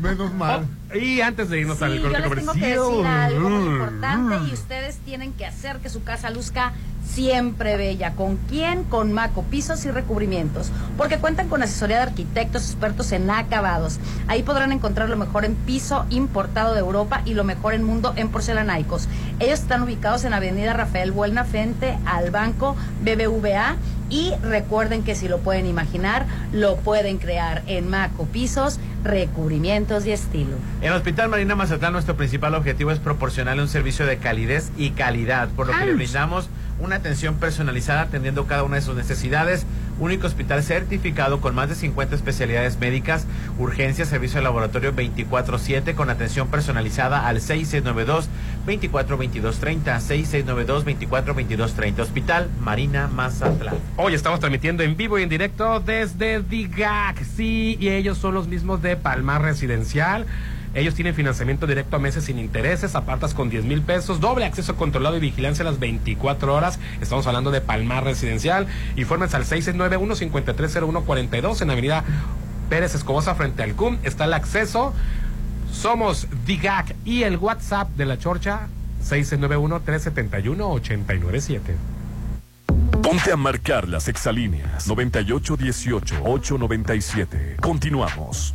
[SPEAKER 5] menos mal.
[SPEAKER 6] Oh, Y antes de irnos
[SPEAKER 8] Sí,
[SPEAKER 6] al
[SPEAKER 8] yo
[SPEAKER 6] corte
[SPEAKER 8] les tengo que
[SPEAKER 6] comercial.
[SPEAKER 8] decir algo muy
[SPEAKER 6] Mm,
[SPEAKER 8] importante
[SPEAKER 6] mm.
[SPEAKER 8] y ustedes tienen que hacer que su casa luzca siempre bella. ¿Con quién? Con Maco Pisos y Recubrimientos. Porque cuentan con asesoría de arquitectos expertos en acabados. Ahí podrán encontrar lo mejor en piso importado de Europa y lo mejor en mundo en porcelanaicos. Ellos están ubicados en Avenida Rafael Buelna frente al Banco BBVA. Y recuerden que si lo pueden imaginar, lo pueden crear en Maco Pisos, Recubrimientos y Estilo.
[SPEAKER 7] En Hospital Marina Mazatlán nuestro principal objetivo es proporcionarle un servicio de calidez y calidad, por lo que le
[SPEAKER 8] Ouch.
[SPEAKER 7] brindamos una atención personalizada atendiendo cada una de sus necesidades. Único hospital certificado con más de 50 especialidades médicas, urgencias, servicio de laboratorio 24/7 con atención personalizada al 6692 242230 6692 242230 Hospital Marina Mazatlán.
[SPEAKER 6] Hoy estamos transmitiendo en vivo y en directo desde DIGAC. Sí, y ellos son los mismos de Palmar Residencial. Ellos tienen financiamiento directo a meses sin intereses, apartas con 10 mil pesos, doble acceso controlado y vigilancia las 24 horas. Estamos hablando de Palmar Residencial. Informes al 669-1530142 en Avenida Pérez Escobosa frente al CUM. Está el acceso. Somos DIGAC y el WhatsApp de la Chorcha 691-371-897.
[SPEAKER 2] Ponte a marcar las exalíneas 9818-897. Continuamos.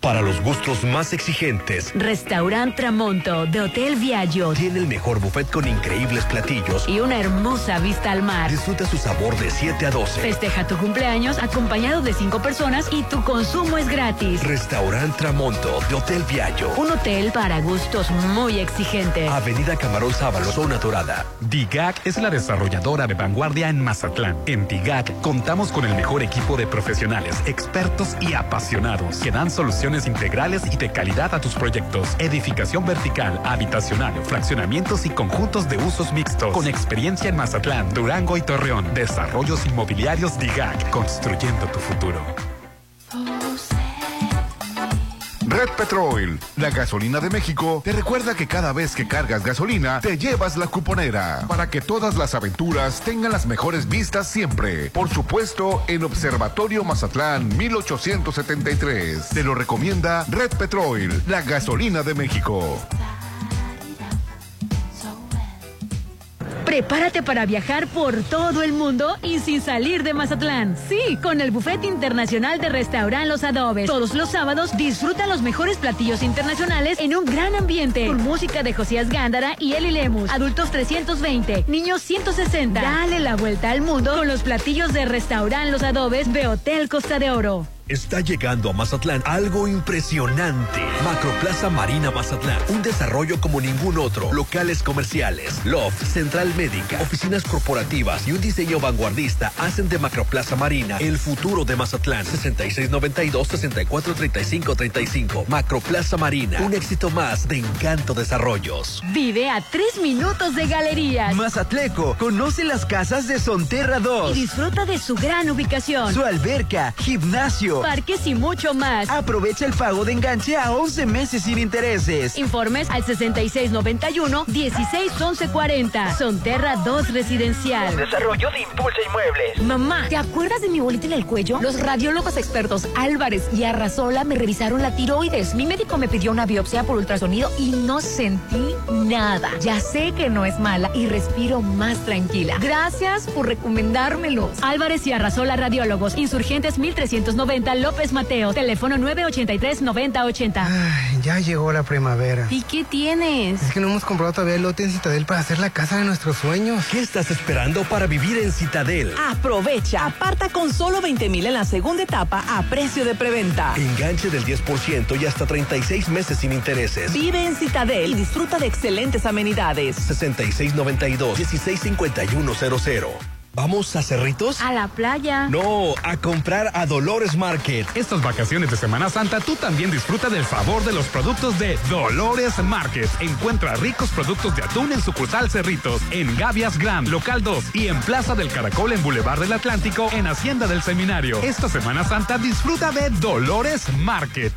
[SPEAKER 11] Para los gustos más exigentes,
[SPEAKER 27] Restaurant Tramonto de Hotel Viaggio
[SPEAKER 11] tiene el mejor buffet con increíbles platillos.
[SPEAKER 27] y una hermosa vista al mar.
[SPEAKER 11] Disfruta su sabor de 7 a 12.
[SPEAKER 27] Festeja tu cumpleaños acompañado de cinco personas y tu consumo es gratis.
[SPEAKER 11] Restaurant Tramonto de Hotel Viallo.
[SPEAKER 27] Un hotel para gustos muy exigentes.
[SPEAKER 11] Avenida Camarón Sábalo, zona dorada.
[SPEAKER 14] DIGAC es la desarrolladora de vanguardia en Mazatlán. En DIGAC contamos con el mejor equipo de profesionales, expertos y apasionados que dan soluciones soluciones integrales y de calidad a tus proyectos. Edificación vertical, habitacional, fraccionamientos y conjuntos de usos mixtos. Con experiencia en Mazatlán, Durango y Torreón. Desarrollos inmobiliarios DIGAC. Construyendo tu futuro.
[SPEAKER 28] Red Petrol, la gasolina de México, te recuerda que cada vez que cargas gasolina, te llevas la cuponera para que todas las aventuras tengan las mejores vistas siempre. Por supuesto, en Observatorio Mazatlán 1873. Te lo recomienda Red Petrol, la gasolina de México.
[SPEAKER 3] Prepárate para viajar por todo el mundo y sin salir de Mazatlán. Sí, con el Buffet Internacional de Restaurant Los Adobes. Todos los sábados disfruta los mejores platillos internacionales en un gran ambiente. Con música de Josías Gándara y Eli Lemus. Adultos 320, niños 160. Dale la vuelta al mundo con los platillos de Restaurant Los Adobes de Hotel Costa de Oro.
[SPEAKER 11] Está llegando a Mazatlán algo impresionante. Macroplaza Marina Mazatlán, un desarrollo como ningún otro. Locales comerciales, loft, central médica, oficinas corporativas y un diseño vanguardista hacen de Macroplaza Marina el futuro de Mazatlán. 6692-643535. Macroplaza Marina, un éxito más de Encanto Desarrollos.
[SPEAKER 3] Vive a tres minutos de galerías.
[SPEAKER 15] Mazatleco, conoce las casas de Sonterra 2.
[SPEAKER 3] Y disfruta de su gran ubicación.
[SPEAKER 15] Su alberca, gimnasio,
[SPEAKER 3] parques y mucho más.
[SPEAKER 15] Aprovecha el pago de enganche a 11 meses sin intereses.
[SPEAKER 3] Informes al 6691-161140. Sonterra 2 Residencial.
[SPEAKER 15] Desarrollo de Impulsa Inmuebles.
[SPEAKER 16] Mamá, ¿te acuerdas de mi bolita en el cuello?
[SPEAKER 29] Los radiólogos expertos Álvarez y Arrazola me revisaron la tiroides. Mi médico me pidió una biopsia por ultrasonido y no sentí nada. Ya sé que no es mala y respiro más tranquila. Gracias por recomendármelos.
[SPEAKER 3] Álvarez y Arrazola Radiólogos, Insurgentes 1390 López Mateo, teléfono 983-9080.
[SPEAKER 12] Ay, ya llegó la primavera.
[SPEAKER 30] ¿Y qué tienes?
[SPEAKER 12] Es que no hemos comprado todavía el lote en Citadel para hacer la casa de nuestros sueños.
[SPEAKER 11] ¿Qué estás esperando para vivir en Citadel?
[SPEAKER 19] Aprovecha, aparta con solo 20 mil en la segunda etapa a precio de preventa.
[SPEAKER 11] Enganche del 10% y hasta 36 meses sin intereses.
[SPEAKER 19] Vive en Citadel y disfruta de excelentes amenidades.
[SPEAKER 11] 6692-165100. ¿Vamos a Cerritos?
[SPEAKER 30] A la playa.
[SPEAKER 11] No, a comprar a Dolores Market.
[SPEAKER 14] Estas vacaciones de Semana Santa tú también disfruta del favor de los productos de Dolores Market. Encuentra ricos productos de atún en sucursal Cerritos, en Gavias Gran, local 2 y en Plaza del Caracol en Boulevard del Atlántico, en Hacienda del Seminario. Esta Semana Santa disfruta de Dolores Market.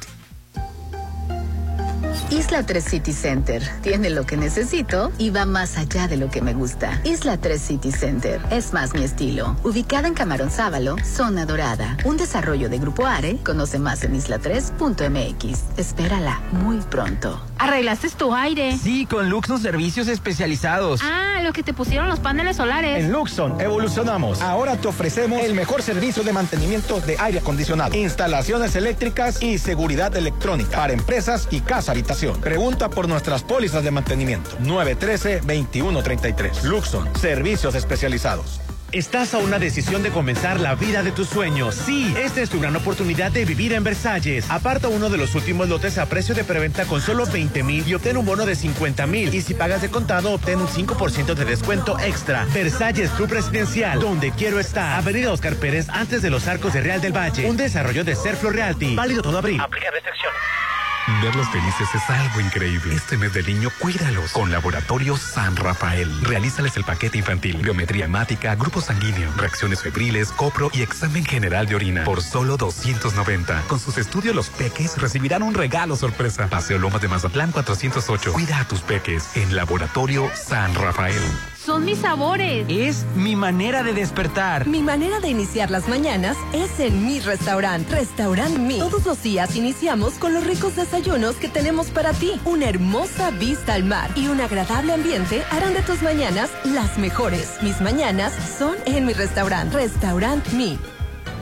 [SPEAKER 4] Isla 3 City Center tiene lo que necesito y va más allá de lo que me gusta. Isla 3 City Center es más mi estilo. Ubicada en Camarón Sábalo, zona dorada. Un desarrollo de Grupo Are. Conoce más en isla3.mx. Espérala muy pronto.
[SPEAKER 30] ¿Arreglaste tu aire?
[SPEAKER 15] Sí, con Luxon Servicios Especializados.
[SPEAKER 30] Ah, los que te pusieron los paneles solares.
[SPEAKER 10] En Luxon evolucionamos. Ahora te ofrecemos el mejor servicio de mantenimiento de aire acondicionado, instalaciones eléctricas y seguridad electrónica para empresas y casa habitación. Pregunta por nuestras pólizas de mantenimiento. 913-2133. Luxon, servicios especializados.
[SPEAKER 11] Estás a una decisión de comenzar la vida de tus sueños.
[SPEAKER 24] Sí, esta es tu gran oportunidad de vivir en Versalles. Aparta uno de los últimos lotes a precio de preventa con solo 20 mil y obtén un bono de 50 mil. Y si pagas de contado, obtén un 5% de descuento extra. Versalles Club Residencial, donde quiero estar. Avenida Oscar Pérez, antes de los arcos de Real del Valle. Un desarrollo de Serflo Realty. Válido todo abril. Aplica restricciones.
[SPEAKER 14] Verlos felices es algo increíble. Este mes del niño, cuídalos con Laboratorio San Rafael. Realízales el paquete infantil, biometría hemática, grupo sanguíneo, reacciones febriles, copro y examen general de orina por solo 290. Con sus estudios, los peques recibirán un regalo sorpresa. Paseo Lomas de Mazatlán 408. Cuida a tus peques en Laboratorio San Rafael.
[SPEAKER 30] Son mis sabores.
[SPEAKER 15] Es mi manera de despertar.
[SPEAKER 19] Mi manera de iniciar las mañanas es en mi restaurante. Restaurant Mi. Todos los días iniciamos con los ricos desayunos que tenemos para ti. Una hermosa vista al mar y un agradable ambiente harán de tus mañanas las mejores. Mis mañanas son en mi restaurante. Restaurant Mi.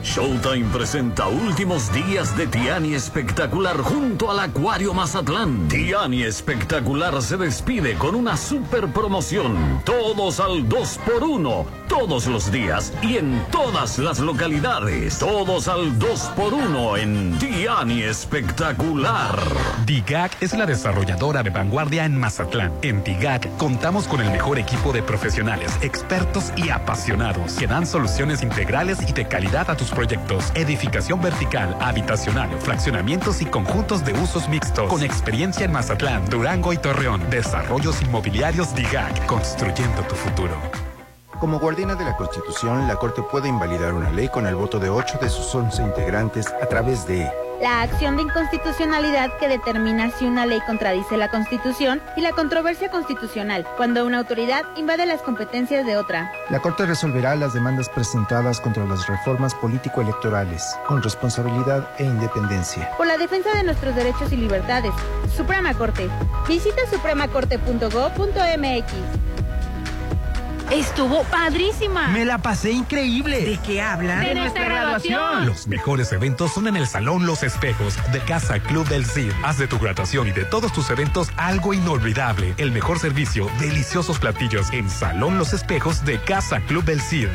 [SPEAKER 31] Showtime presenta últimos días de Tiani Espectacular junto al Acuario Mazatlán. Tiani Espectacular se despide con una super promoción. Todos al 2x1, todos los días y en todas las localidades. Todos al 2x1 en Tiani Espectacular.
[SPEAKER 14] DIGAC es la desarrolladora de vanguardia en Mazatlán. En DIGAC contamos con el mejor equipo de profesionales, expertos y apasionados que dan soluciones integrales y de calidad a tus sus proyectos. Edificación vertical, habitacional, fraccionamientos y conjuntos de usos mixtos. Con experiencia en Mazatlán, Durango y Torreón. Desarrollos inmobiliarios DIGAC. Construyendo tu futuro.
[SPEAKER 1] Como guardiana de la Constitución, la Corte puede invalidar una ley con el voto de 8 de sus 11 integrantes a través de
[SPEAKER 7] La acción de inconstitucionalidad que determina si una ley contradice la Constitución y la controversia constitucional cuando una autoridad invade las competencias de otra.
[SPEAKER 1] La Corte resolverá las demandas presentadas contra las reformas político-electorales con responsabilidad e independencia.
[SPEAKER 7] Por la defensa de nuestros derechos y libertades. Suprema Corte. Visita supremacorte.gov.mx.
[SPEAKER 30] Estuvo
[SPEAKER 8] Ah.
[SPEAKER 30] padrísima.
[SPEAKER 15] Me la pasé increíble. ¿De qué hablan?
[SPEAKER 30] De nuestra graduación.
[SPEAKER 14] Los mejores eventos son en el Salón Los Espejos de Casa Club del CID. Haz de tu graduación y de todos tus eventos algo inolvidable. El mejor servicio, deliciosos platillos en Salón Los Espejos de Casa Club del CID.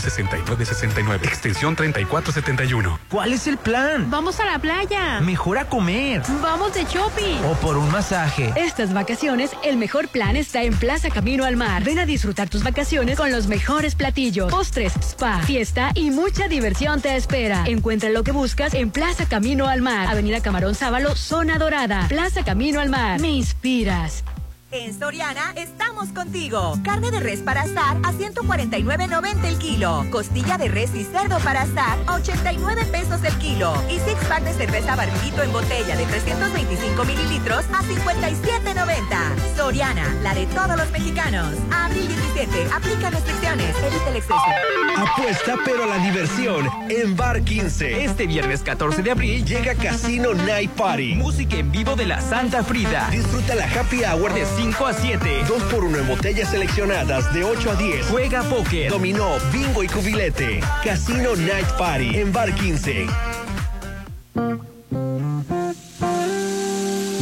[SPEAKER 14] 6699-896969. Extensión 3471.
[SPEAKER 15] ¿Cuál es el plan?
[SPEAKER 30] Vamos a la playa.
[SPEAKER 15] Mejor a comer.
[SPEAKER 30] Vamos de shopping.
[SPEAKER 15] O por un masaje.
[SPEAKER 3] Estas vacaciones, el mejor plan está en Plaza Camino al Mar. Ven a disfrutar tus vacaciones con los mejores platillos, postres, spa, fiesta y mucha diversión te espera. Encuentra lo que buscas en Plaza Camino al Mar, Avenida Camarón Sábalo, Zona Dorada. Plaza Camino al Mar. Me inspiras.
[SPEAKER 9] En Soriana estamos contigo. Carne de res para asar a 149.90 el kilo. Costilla de res y cerdo para asar a 89 pesos el kilo. Y six pack de cerveza barrilito en botella de 325 mililitros a 57.90. Soriana, la de todos los mexicanos. A abril 17. Aplica restricciones. Evita el exceso.
[SPEAKER 11] Apuesta pero la diversión en Bar 15.
[SPEAKER 15] Este viernes 14 de abril llega Casino Night Party. Música en vivo de la Santa Frida.
[SPEAKER 11] Disfruta la happy hour de 5 a 7. 2 por 1 en botellas seleccionadas de 8 a 10.
[SPEAKER 15] Juega póker,
[SPEAKER 11] dominó, bingo y cubilete. Casino Night Party en Bar 15.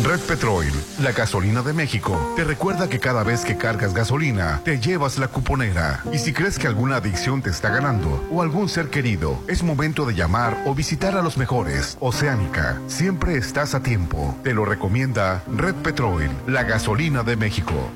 [SPEAKER 28] Red Petrol, la gasolina de México, te recuerda que cada vez que cargas gasolina, te llevas la cuponera. Y si crees que alguna adicción te está ganando o algún ser querido, es momento de llamar o visitar a los mejores. Oceánica, siempre estás a tiempo. Te lo recomienda Red Petrol, la gasolina de México.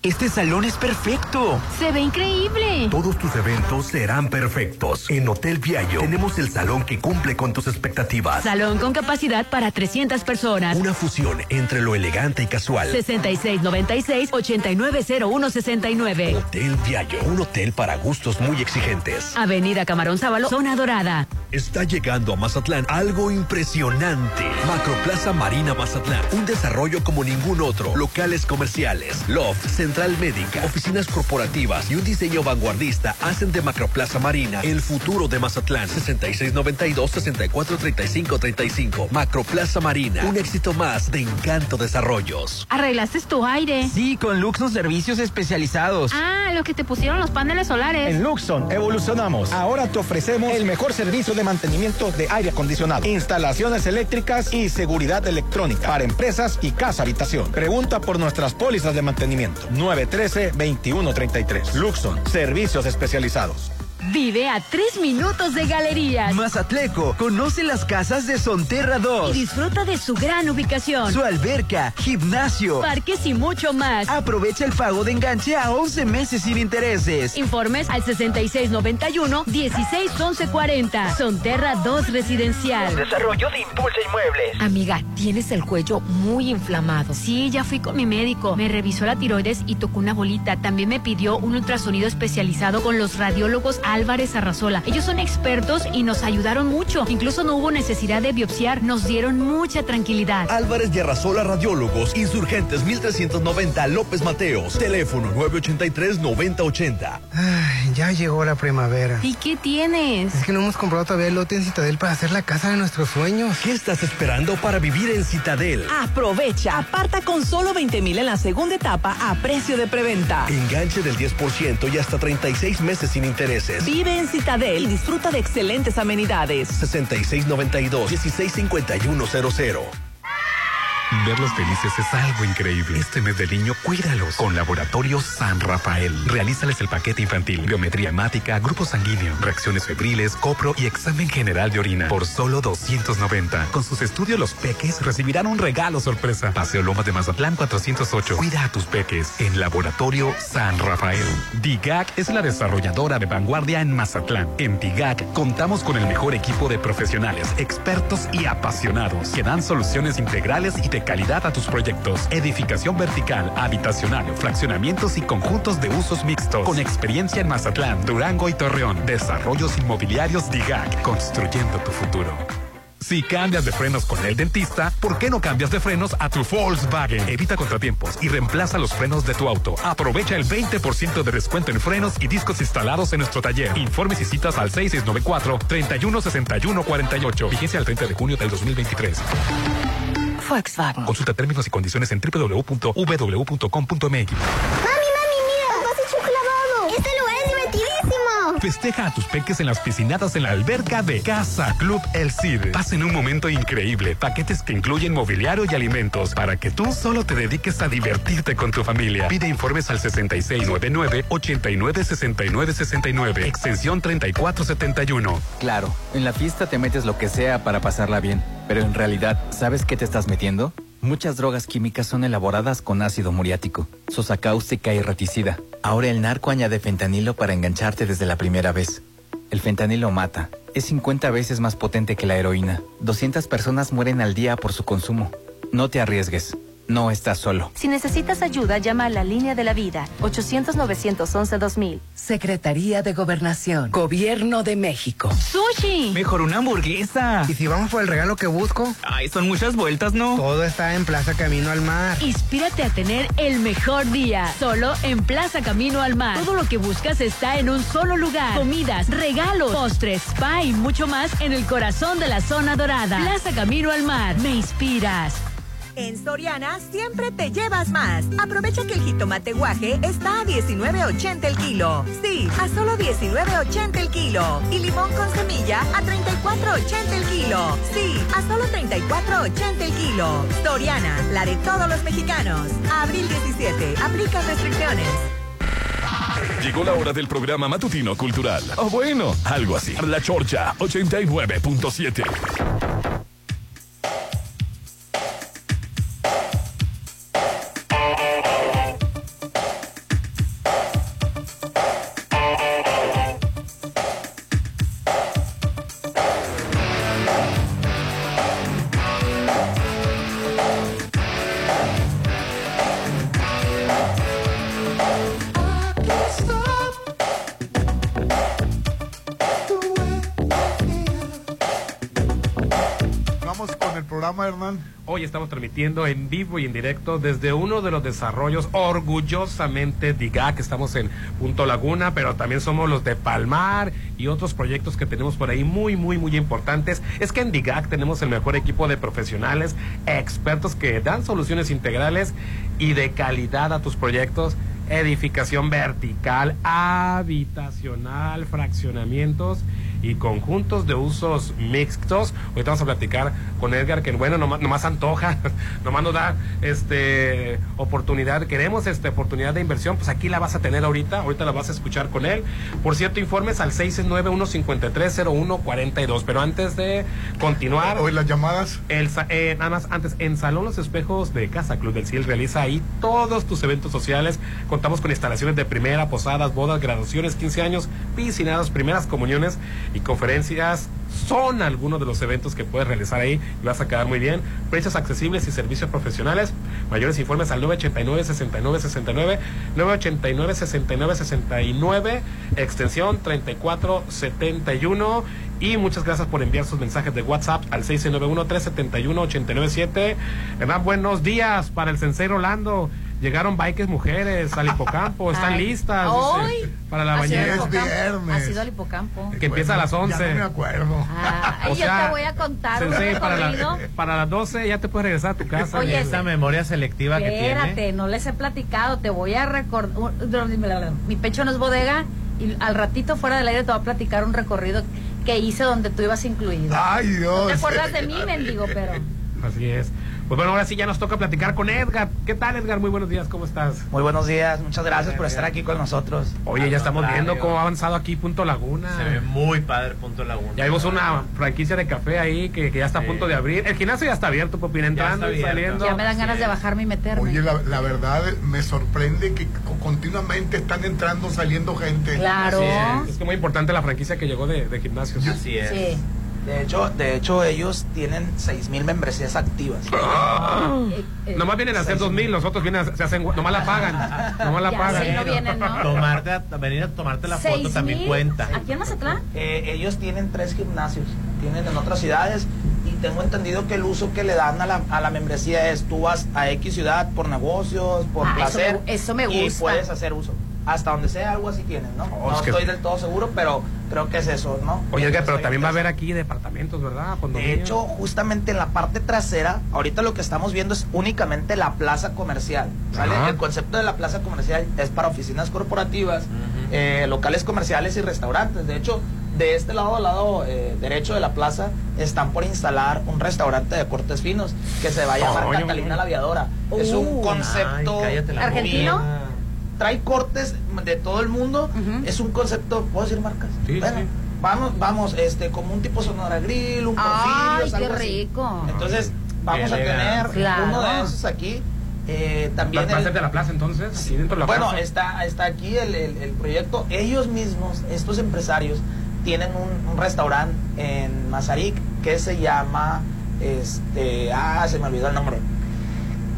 [SPEAKER 15] Este salón es perfecto.
[SPEAKER 30] Se ve increíble.
[SPEAKER 11] Todos tus eventos serán perfectos. En Hotel Viallo tenemos el salón que cumple con tus expectativas.
[SPEAKER 3] Salón con capacidad para 300 personas.
[SPEAKER 11] Una fusión entre lo elegante y casual.
[SPEAKER 3] 6696-890169.
[SPEAKER 11] Hotel Viallo, un hotel para gustos muy exigentes.
[SPEAKER 3] Avenida Camarón Sábalo, Zona Dorada.
[SPEAKER 11] Está llegando a Mazatlán algo impresionante. Macroplaza Marina Mazatlán, un desarrollo como ningún otro. Locales comerciales, loft, central médica, oficinas corporativas y un diseño vanguardista hacen de Macroplaza Marina el futuro de Mazatlán. 6692-643535. Macroplaza Marina, un éxito más de Encanto Desarrollos.
[SPEAKER 30] Arreglaste tu aire.
[SPEAKER 15] Sí, con Luxon Servicios Especializados.
[SPEAKER 30] Ah, lo que te pusieron los paneles solares.
[SPEAKER 10] En Luxon evolucionamos. Ahora te ofrecemos el mejor servicio de mantenimiento de aire acondicionado, instalaciones eléctricas y seguridad electrónica para empresas y casa habitación. Pregunta por nuestras pólizas de mantenimiento. 913-2133. Luxon, servicios especializados.
[SPEAKER 3] Vive a tres minutos de galerías.
[SPEAKER 15] Mazatleco, conoce las casas de Sonterra 2.
[SPEAKER 3] Y disfruta de su gran ubicación.
[SPEAKER 15] Su alberca, gimnasio,
[SPEAKER 3] parques y mucho más.
[SPEAKER 15] Aprovecha el pago de enganche a 11 meses sin intereses.
[SPEAKER 3] Informes al 6691-161140. Sonterra 2 Residencial.
[SPEAKER 15] Desarrollo de Impulsa Inmuebles.
[SPEAKER 29] Amiga, tienes el cuello muy inflamado.
[SPEAKER 30] Sí, ya fui con mi médico. Me revisó la tiroides y tocó una bolita. También me pidió un ultrasonido especializado con los radiólogos Álvarez Arrazola. Ellos son expertos y nos ayudaron mucho. Incluso no hubo necesidad de biopsiar, nos dieron mucha tranquilidad.
[SPEAKER 11] Álvarez de Arrasola Radiólogos, Insurgentes 1390 López Mateos, teléfono 983-9080.
[SPEAKER 12] Ay, ya llegó la primavera.
[SPEAKER 30] ¿Y qué tienes?
[SPEAKER 12] Es que no hemos comprado todavía el lote en Citadel para hacer la casa de nuestros sueños.
[SPEAKER 11] ¿Qué estás esperando para vivir en Citadel?
[SPEAKER 20] Aprovecha, aparta con solo 20 mil en la segunda etapa a precio de preventa.
[SPEAKER 11] Enganche del 10% y hasta 36 meses sin intereses.
[SPEAKER 20] Vive en Citadel y disfruta de excelentes amenidades.
[SPEAKER 11] 6692-165100.
[SPEAKER 14] Verlos felices es algo increíble. Este mes del niño, cuídalos con Laboratorio San Rafael. Realízales el paquete infantil, biometría hemática, grupo sanguíneo, reacciones febriles, copro y examen general de orina. Por solo 290. Con sus estudios, los peques recibirán un regalo sorpresa. Paseo Lomas de Mazatlán 408. Cuida a tus peques en Laboratorio San Rafael. DIGAC es la desarrolladora de vanguardia en Mazatlán. En DIGAC contamos con el mejor equipo de profesionales, expertos y apasionados que dan soluciones integrales y de calidad a tus proyectos. Edificación vertical, habitacional, fraccionamientos y conjuntos de usos mixtos. Con experiencia en Mazatlán, Durango y Torreón. Desarrollos inmobiliarios DIGAC. Construyendo tu futuro. Si cambias de frenos con el dentista, ¿por qué no cambias de frenos a tu Volkswagen? Evita contratiempos y reemplaza los frenos de tu auto. Aprovecha el 20% de descuento en frenos y discos instalados en nuestro taller. Informes y citas al 6694-316148. Vigencia al 30 de junio del 2023.
[SPEAKER 32] Volkswagen.
[SPEAKER 14] Consulta términos y condiciones en www.ww.com.mx.
[SPEAKER 16] Mami, mami, mira, papá se echó un clavado. Este lugar es divertidísimo.
[SPEAKER 14] Festeja a tus peques en las piscinadas en la alberca de Casa Club El Cid. Pasen un momento increíble. Paquetes que incluyen mobiliario y alimentos para que tú solo te dediques a divertirte con tu familia. Pide informes al 6699-896969, extensión 3471.
[SPEAKER 17] Claro, en la fiesta te metes lo que sea para pasarla bien. Pero en realidad, ¿sabes qué te estás metiendo? Muchas drogas químicas son elaboradas con ácido muriático, sosa cáustica y reticida. Ahora el narco añade fentanilo para engancharte desde la primera vez. El fentanilo mata. Es 50 veces más potente que la heroína. 200 personas mueren al día por su consumo. No te arriesgues. No estás solo.
[SPEAKER 33] Si necesitas ayuda, llama a la línea de la vida, 800-911-2000.
[SPEAKER 20] Secretaría de Gobernación, Gobierno de México.
[SPEAKER 22] ¡Sushi! Mejor una hamburguesa.
[SPEAKER 34] ¿Y si vamos por el regalo que busco?
[SPEAKER 22] Ay, son muchas vueltas, ¿no?
[SPEAKER 34] Todo está en Plaza Camino al Mar.
[SPEAKER 3] Inspírate a tener el mejor día, solo en Plaza Camino al Mar. Todo lo que buscas está en un solo lugar. Comidas, regalos, postres, spa y mucho más en el corazón de la zona dorada. Plaza Camino al Mar. Me inspiras.
[SPEAKER 9] En Soriana siempre te llevas más. Aprovecha que el jitomate guaje está a 19.80 el kilo. Sí, a solo 19.80 el kilo. Y limón con semilla a 34.80 el kilo. Sí, a solo 34.80 el kilo. Soriana, la de todos los mexicanos. A abril 17. Aplica restricciones.
[SPEAKER 2] Llegó la hora del programa matutino cultural. O oh, bueno, algo así. La Chorcha 89.7.
[SPEAKER 6] Hoy estamos transmitiendo en vivo y en directo desde uno de los desarrollos orgullosamente diga que estamos en Punto Laguna, pero también somos los de Palmar y otros proyectos que tenemos por ahí muy, muy, muy importantes. Es que en DIGAC tenemos el mejor equipo de profesionales, expertos que dan soluciones integrales y de calidad a tus proyectos. Edificación vertical, habitacional, fraccionamientos y conjuntos de usos mixtos. Ahorita vamos a platicar con Edgar, que bueno, nomás, nomás antoja, <laughs> nomás nos da este oportunidad, queremos esta oportunidad de inversión, pues aquí la vas a tener ahorita, ahorita la vas a escuchar con él. Por cierto, informes al 691-5301-42. Pero antes de continuar.
[SPEAKER 5] Hoy las llamadas.
[SPEAKER 6] El, eh, nada más, antes, en Salón Los Espejos de Casa Club del Ciel realiza ahí todos tus eventos sociales. Contamos con instalaciones de primera, posadas, bodas, graduaciones, 15 años, piscinadas, primeras comuniones y conferencias son algunos de los eventos que puedes realizar ahí y vas a quedar muy bien. Precios accesibles y servicios profesionales. Mayores informes al 989-6969, 989-6969, extensión 3471. Y muchas gracias por enviar sus mensajes de WhatsApp al 691-371-897. Hernán, buenos días para el Sensei Rolando llegaron bikes mujeres al hipocampo, están Ay, listas
[SPEAKER 8] hoy
[SPEAKER 6] dice, para la
[SPEAKER 8] mañana. Es viernes. Ha sido al hipocampo.
[SPEAKER 6] Que empieza a las 11.
[SPEAKER 5] Ya no me acuerdo.
[SPEAKER 6] <laughs>
[SPEAKER 8] Ah, o sea, yo te voy a contar.
[SPEAKER 6] Sensei, para, la, para, las 12 ya te puedes regresar a tu casa.
[SPEAKER 8] Oye,
[SPEAKER 7] esa memoria selectiva
[SPEAKER 8] espérate,
[SPEAKER 7] que tiene.
[SPEAKER 8] Espérate, no les he platicado, te voy a recordar. Mi pecho no es bodega y al ratito fuera del aire te voy a platicar un recorrido que hice donde tú ibas incluido.
[SPEAKER 5] Ay, Dios.
[SPEAKER 8] No te acuerdas de mí, mendigo, pero.
[SPEAKER 6] Así es. Pues bueno, ahora sí ya nos toca platicar con Edgar. ¿Qué tal, Edgar? Muy buenos días, ¿cómo estás?
[SPEAKER 1] Muy buenos días, muchas gracias por estar aquí con nosotros.
[SPEAKER 6] Oye, ya estamos viendo cómo ha avanzado aquí Punto Laguna.
[SPEAKER 7] Se ve muy padre Punto Laguna.
[SPEAKER 6] Ya vimos una franquicia de café ahí que, que ya está a punto de abrir. El gimnasio ya está abierto, Popín, entrando y
[SPEAKER 7] abierto.
[SPEAKER 6] saliendo.
[SPEAKER 8] Ya me dan ganas de bajarme y meterme.
[SPEAKER 5] Oye, la, la verdad me sorprende que co- continuamente están entrando, saliendo gente.
[SPEAKER 8] Claro.
[SPEAKER 6] Es que muy importante la franquicia que llegó de, de gimnasios.
[SPEAKER 7] Así es.
[SPEAKER 8] Sí.
[SPEAKER 1] De hecho, de hecho ellos tienen 6.000 membresías activas.
[SPEAKER 6] Ah.
[SPEAKER 8] Eh, eh,
[SPEAKER 6] <gasps> Nomás vienen a hacer dos mil, los otros vienen a, se hacen, nomás la pagan. Nomás la
[SPEAKER 8] Ya
[SPEAKER 6] pagan.
[SPEAKER 8] sé, no vienen, ¿no?
[SPEAKER 6] <laughs>
[SPEAKER 7] Tomarte a- venir a tomarte la foto
[SPEAKER 8] ¿Seis
[SPEAKER 7] también
[SPEAKER 8] mil?
[SPEAKER 7] cuenta.
[SPEAKER 8] ¿Aquí en Mazatlán?
[SPEAKER 1] Eh, ellos tienen tres gimnasios, tienen en otras ciudades y tengo entendido que el uso que le dan a la, a la membresía es tú vas a X ciudad por negocios, por
[SPEAKER 8] Ah, eso
[SPEAKER 1] placer.
[SPEAKER 8] me- eso me gusta.
[SPEAKER 1] Y puedes hacer uso. Hasta donde sea, algo así tienen, ¿no?
[SPEAKER 6] Oh,
[SPEAKER 1] no
[SPEAKER 6] es que-
[SPEAKER 1] estoy del todo seguro, pero creo que es eso, ¿no?
[SPEAKER 6] Oye, Edgar, pero
[SPEAKER 1] Estoy
[SPEAKER 6] también va a haber
[SPEAKER 1] interesado.
[SPEAKER 6] aquí departamentos, ¿verdad?
[SPEAKER 1] De
[SPEAKER 6] Condominios.
[SPEAKER 1] hecho, justamente en la parte trasera, ahorita lo que estamos viendo es únicamente la plaza comercial. ¿sale?
[SPEAKER 6] Ajá.
[SPEAKER 1] El concepto de la plaza comercial es para oficinas corporativas, eh, locales comerciales y restaurantes. De hecho, de este lado al lado eh, derecho de la plaza están por instalar un restaurante de cortes finos que se va a llamar
[SPEAKER 6] Oye,
[SPEAKER 1] Catalina
[SPEAKER 6] oye.
[SPEAKER 1] la Aviadora. es un concepto
[SPEAKER 7] Ay, cállate la boca.
[SPEAKER 1] bien-
[SPEAKER 8] ¿Argentino?
[SPEAKER 1] trae cortes de todo el mundo. Es un concepto, ¿puedo decir marcas?
[SPEAKER 6] Sí,
[SPEAKER 1] Bueno,
[SPEAKER 6] sí.
[SPEAKER 1] Vamos, vamos, este, como un tipo Sonora Grill, un
[SPEAKER 8] Ay,
[SPEAKER 1] Porfirios,
[SPEAKER 8] qué
[SPEAKER 1] algo así.
[SPEAKER 8] rico.
[SPEAKER 1] Entonces, vamos
[SPEAKER 7] Qué
[SPEAKER 1] a tener
[SPEAKER 7] elegante.
[SPEAKER 8] Claro.
[SPEAKER 1] uno de esos aquí. Eh,
[SPEAKER 6] Las
[SPEAKER 1] también el-
[SPEAKER 6] plazas de la plaza, entonces. Aquí dentro de la
[SPEAKER 1] bueno,
[SPEAKER 6] plaza.
[SPEAKER 1] está, está aquí el, el- el proyecto. Ellos mismos, estos empresarios, tienen un, un restaurante en Mazarik que se llama, este, ah, se me olvidó el nombre.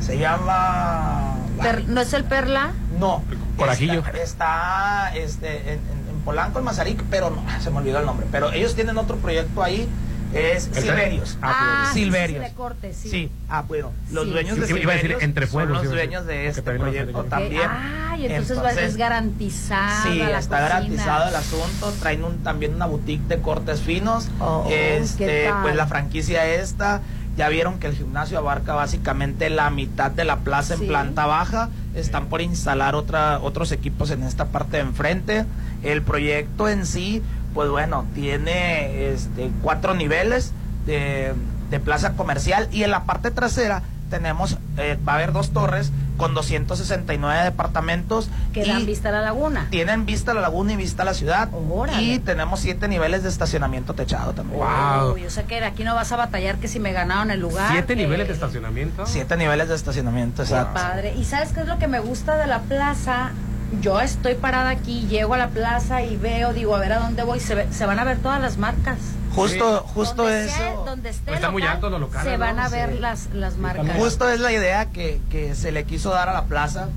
[SPEAKER 1] Se llama...
[SPEAKER 8] Per- ¿No es el Perla?
[SPEAKER 1] No.
[SPEAKER 6] Corajillo.
[SPEAKER 1] Está, está, este, en, en- en Polanco, en Mazarik, pero no, se me olvidó el nombre. Pero ellos tienen otro proyecto ahí, es
[SPEAKER 6] El-
[SPEAKER 1] Silverios.
[SPEAKER 6] Ah,
[SPEAKER 1] Ah,
[SPEAKER 8] sí, sí,
[SPEAKER 1] Silverios.
[SPEAKER 8] sí, de corte, sí.
[SPEAKER 1] Sí, ah, bueno, los
[SPEAKER 8] Sí.
[SPEAKER 1] dueños de
[SPEAKER 6] Iba- iba a decir
[SPEAKER 1] Silverios
[SPEAKER 6] entre pueblos,
[SPEAKER 1] son
[SPEAKER 6] iba
[SPEAKER 1] los
[SPEAKER 6] a decir,
[SPEAKER 1] dueños de
[SPEAKER 6] porque
[SPEAKER 1] este
[SPEAKER 6] también lo están
[SPEAKER 1] proyecto
[SPEAKER 6] Ok.
[SPEAKER 1] también.
[SPEAKER 8] Ay, entonces, va- es garantizado.
[SPEAKER 1] Sí,
[SPEAKER 8] la
[SPEAKER 1] está
[SPEAKER 8] cocina.
[SPEAKER 1] garantizado el asunto. Traen un- también una boutique de cortes finos.
[SPEAKER 8] Oh, ¿qué
[SPEAKER 1] este,
[SPEAKER 8] tal?
[SPEAKER 1] pues la franquicia esta. Ya vieron que el gimnasio abarca básicamente la mitad de la plaza
[SPEAKER 8] Sí.
[SPEAKER 1] en planta baja. Están por instalar otra, otros equipos en esta parte de enfrente. El proyecto en sí, pues bueno, tiene este, cuatro niveles de, de plaza comercial y en la parte trasera tenemos, eh, va a haber dos torres con 269 departamentos
[SPEAKER 8] Que
[SPEAKER 1] y
[SPEAKER 8] dan vista a la laguna.
[SPEAKER 1] tienen vista a la laguna y vista a la ciudad.
[SPEAKER 8] Órale.
[SPEAKER 1] Y tenemos siete niveles de estacionamiento techado también.
[SPEAKER 6] Wow.
[SPEAKER 8] Uy, o sea que de aquí no vas a batallar que si me ganaron el lugar.
[SPEAKER 6] Siete
[SPEAKER 8] que-
[SPEAKER 6] niveles de estacionamiento.
[SPEAKER 1] Siete niveles de estacionamiento, exacto.
[SPEAKER 8] Padre. ¿Y sabes qué es lo que me gusta de la plaza? Yo estoy parada aquí, llego a la plaza y veo, digo, a ver a dónde voy. Se, ve- se van a ver todas las marcas.
[SPEAKER 1] Justo, justo
[SPEAKER 8] Donde
[SPEAKER 1] eso.
[SPEAKER 8] sea- donde esté
[SPEAKER 6] Está muy
[SPEAKER 8] local,
[SPEAKER 6] alto los locales,
[SPEAKER 8] Se van
[SPEAKER 6] ¿no?
[SPEAKER 8] a ver
[SPEAKER 1] Sí.
[SPEAKER 8] las, las marcas.
[SPEAKER 6] también.
[SPEAKER 1] Justo es la idea que, que se le quiso dar a la plaza,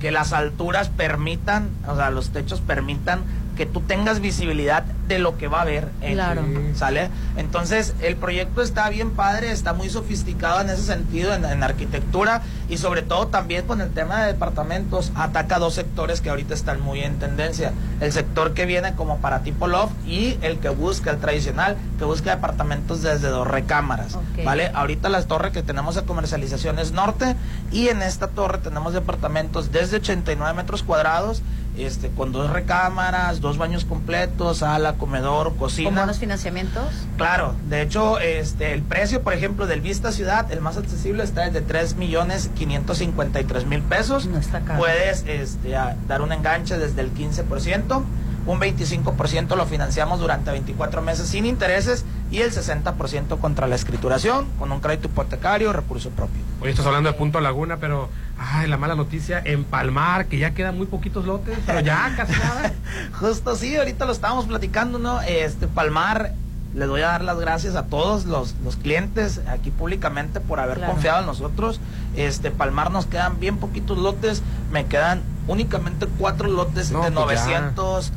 [SPEAKER 1] que las alturas permitan, o sea, los techos permitan que tú tengas visibilidad de lo que va a haber. en-
[SPEAKER 8] Claro.
[SPEAKER 1] ¿Sale? Entonces, el proyecto está bien padre, está muy sofisticado en ese sentido, en, en arquitectura y sobre todo también con el tema de departamentos, ataca dos sectores que ahorita están muy en tendencia. El sector que viene como para tipo loft y el que busca, el tradicional, que busca departamentos desde dos recámaras.
[SPEAKER 8] Ok.
[SPEAKER 1] ¿Vale? Ahorita las torres que tenemos de comercialización es norte y en esta torre tenemos departamentos desde 89 metros cuadrados, este, con dos recámaras, dos baños completos, sala, comedor,
[SPEAKER 8] ¿Con
[SPEAKER 1] cocina.
[SPEAKER 8] buenos financiamientos?
[SPEAKER 1] Claro, de hecho, este, el precio, por ejemplo, del Vista Ciudad, el más accesible está desde 3 millones 553 mil pesos.
[SPEAKER 8] No está caro.
[SPEAKER 1] Puedes este, a- dar un enganche desde el 15%, un 25% lo financiamos durante 24 meses sin intereses y el 60% contra la escrituración, con un crédito hipotecario, recurso propio.
[SPEAKER 6] Oye, estás hablando de Punto Laguna, pero. Ay, la mala noticia. En Palmar, que ya quedan muy poquitos lotes, pero <laughs> ya casi nada.
[SPEAKER 1] Justo sí, ahorita lo estábamos platicando, ¿no? Este, Palmar, les voy a dar las gracias a todos los, los clientes aquí públicamente por haber
[SPEAKER 8] Claro.
[SPEAKER 1] confiado en nosotros. Este, Palmar nos quedan bien poquitos lotes, me quedan únicamente cuatro lotes
[SPEAKER 6] No,
[SPEAKER 1] de
[SPEAKER 6] pues ya.
[SPEAKER 1] 900,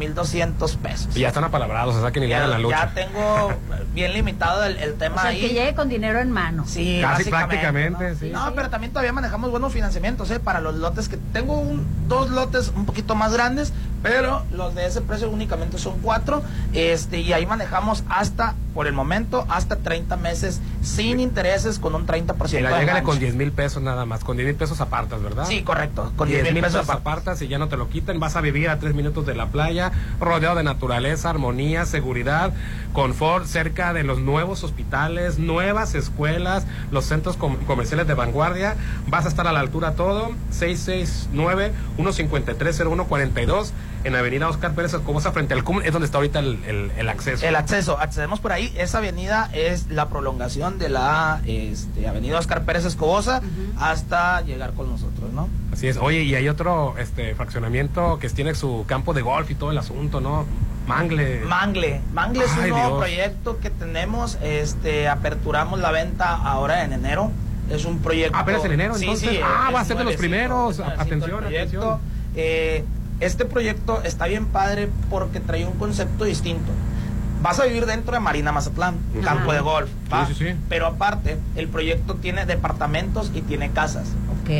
[SPEAKER 1] 11.200 pesos.
[SPEAKER 6] Y ya están apalabrados, o sea que ni le
[SPEAKER 1] Ya-
[SPEAKER 6] dan la lucha.
[SPEAKER 1] ya
[SPEAKER 6] <laughs>
[SPEAKER 1] tengo bien limitado el, el
[SPEAKER 8] O
[SPEAKER 1] tema
[SPEAKER 8] sea,
[SPEAKER 1] ahí.
[SPEAKER 8] que llegue con dinero en mano.
[SPEAKER 1] Sí,
[SPEAKER 6] Casi
[SPEAKER 1] básicamente,
[SPEAKER 6] prácticamente,
[SPEAKER 1] ¿no?
[SPEAKER 6] sí.
[SPEAKER 1] No, pero también todavía manejamos buenos financiamientos, ¿eh? Para los lotes que tengo un, dos lotes un poquito más grandes, pero los de ese precio únicamente son cuatro, este, y ahí manejamos hasta por el momento hasta 30 meses sin intereses con un 30%
[SPEAKER 6] Mira,
[SPEAKER 1] de
[SPEAKER 6] llégale
[SPEAKER 1] enganche.
[SPEAKER 6] con 10 mil pesos nada más. Con 10 mil pesos apartas, ¿verdad?
[SPEAKER 1] Sí, correcto. Con
[SPEAKER 6] 10 mil pesos
[SPEAKER 1] aparte.
[SPEAKER 6] apartas y ya no te lo quitan. Vas a vivir a tres minutos de la playa, rodeado de naturaleza, armonía, seguridad, confort, cerca de los nuevos hospitales, nuevas escuelas, los centros com- comerciales de vanguardia. Vas a estar a la altura todo. 669-153-0142 en Avenida Oscar Pérez Escobosa, frente al CUM, es donde está ahorita el, el- el acceso.
[SPEAKER 1] El acceso, accedemos por ahí. Esa avenida es la prolongación de la este, avenida Oscar Pérez Escobosa hasta llegar con nosotros, ¿no?
[SPEAKER 6] Así es. Oye, y hay otro este fraccionamiento que tiene su campo de golf y todo el asunto, ¿no? Mangle.
[SPEAKER 1] Mangle. Mangle es un
[SPEAKER 6] Ay,
[SPEAKER 1] nuevo
[SPEAKER 6] Dios.
[SPEAKER 1] proyecto que tenemos. Este, aperturamos la venta ahora en enero. Es un proyecto.
[SPEAKER 6] Apenas en enero,
[SPEAKER 1] Sí,
[SPEAKER 6] entonces.
[SPEAKER 1] sí,
[SPEAKER 6] ah,
[SPEAKER 1] es
[SPEAKER 6] va a ser de los
[SPEAKER 1] nuevecito,
[SPEAKER 6] primeros.
[SPEAKER 1] es nuevecito el
[SPEAKER 6] Atención,
[SPEAKER 1] proyecto.
[SPEAKER 6] atención.
[SPEAKER 1] Eh, este proyecto está bien padre porque trae un concepto distinto. Vas a vivir dentro de Marina Mazatlán,
[SPEAKER 6] Ujú.
[SPEAKER 1] campo de golf, ¿va?
[SPEAKER 6] Sí, sí, sí.
[SPEAKER 1] pero aparte el proyecto tiene departamentos y tiene casas.
[SPEAKER 8] Ok.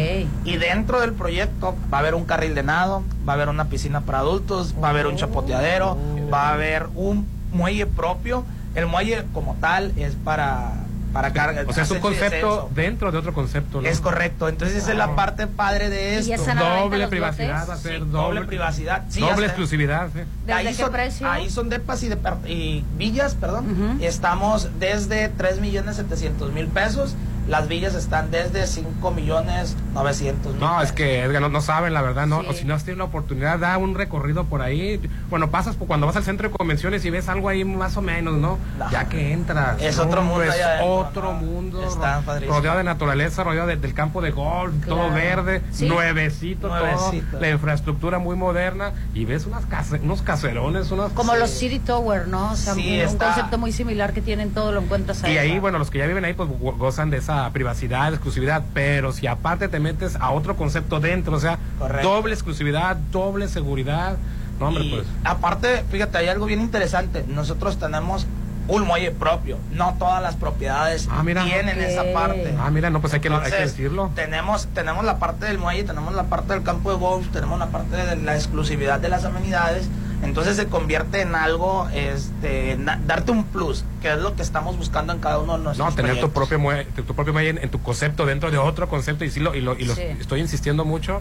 [SPEAKER 1] Y dentro del proyecto va a haber un carril de nado, va a haber una piscina para adultos, va a haber
[SPEAKER 6] Oh.
[SPEAKER 1] un chapoteadero, va a haber un muelle propio. El muelle como tal es para, para carga.
[SPEAKER 6] O sea, es un
[SPEAKER 1] ascenso y
[SPEAKER 6] concepto
[SPEAKER 1] descenso.
[SPEAKER 6] dentro de otro concepto, ¿no? Ah.
[SPEAKER 1] Es correcto. Entonces esa es la parte padre de esto.
[SPEAKER 8] ya están a la venta Doble los privacidad, lotes?
[SPEAKER 6] va a ser
[SPEAKER 1] Sí,
[SPEAKER 6] doble-
[SPEAKER 1] privacidad. Sí,
[SPEAKER 6] Doble
[SPEAKER 1] hasta-
[SPEAKER 6] exclusividad. ¿eh?
[SPEAKER 8] ¿Desde qué
[SPEAKER 1] son,
[SPEAKER 8] precio?
[SPEAKER 1] ahí son depas y, depart- y villas, perdón. Estamos desde 3 millones 700 mil pesos. Las villas están desde 5 millones 900 mil.
[SPEAKER 6] No, es que Edgar, no, no saben, la verdad, no.
[SPEAKER 1] Sí.
[SPEAKER 6] O si no has tenido la oportunidad, da un recorrido por ahí. Bueno, pasas por cuando vas al centro de convenciones y ves algo ahí más o menos, ¿no? Ya que entras.
[SPEAKER 1] Es
[SPEAKER 6] no,
[SPEAKER 1] otro mundo
[SPEAKER 6] Es
[SPEAKER 1] allá adentro,
[SPEAKER 6] Pues otro mundo.
[SPEAKER 1] Está padrísimo.
[SPEAKER 6] Rodeado de naturaleza, rodeado de- del campo de golf,
[SPEAKER 1] Claro.
[SPEAKER 6] todo verde,
[SPEAKER 1] Sí.
[SPEAKER 6] nuevecito, todo,
[SPEAKER 1] Nuevecito.
[SPEAKER 6] la infraestructura muy moderna y ves unas case- unos caserones, unas
[SPEAKER 8] Como los City Tower, ¿no? O sea,
[SPEAKER 6] Sí,
[SPEAKER 8] un, un
[SPEAKER 6] está-
[SPEAKER 8] concepto muy similar que tienen todo lo encuentras ahí.
[SPEAKER 6] Y ahí,
[SPEAKER 8] ¿no?
[SPEAKER 6] bueno, los que ya viven ahí, pues go- gozan de esa privacidad, exclusividad. Pero si aparte te metes a otro concepto dentro, o sea,
[SPEAKER 1] Correcto.
[SPEAKER 6] doble exclusividad, doble seguridad. No, hombre,
[SPEAKER 1] Y
[SPEAKER 6] pues.
[SPEAKER 1] Aparte, fíjate, hay algo bien interesante. Nosotros tenemos un muelle propio. No todas las propiedades tienen esa parte.
[SPEAKER 6] Ah, mira, no, pues hay que, hay que
[SPEAKER 1] Entonces,
[SPEAKER 6] decirlo.
[SPEAKER 1] Tenemos, tenemos la parte del muelle, tenemos la parte del campo de golf, tenemos la parte de la exclusividad de las amenidades. Entonces se convierte en algo, este, na- darte un plus, que es lo que estamos buscando en cada uno de nuestros
[SPEAKER 6] No, tener tu
[SPEAKER 1] proyectos.
[SPEAKER 6] propio, mue- tu, tu propio muelle en, en tu concepto dentro de otro concepto y sí lo, y lo, y lo
[SPEAKER 1] Sí.
[SPEAKER 6] estoy insistiendo mucho.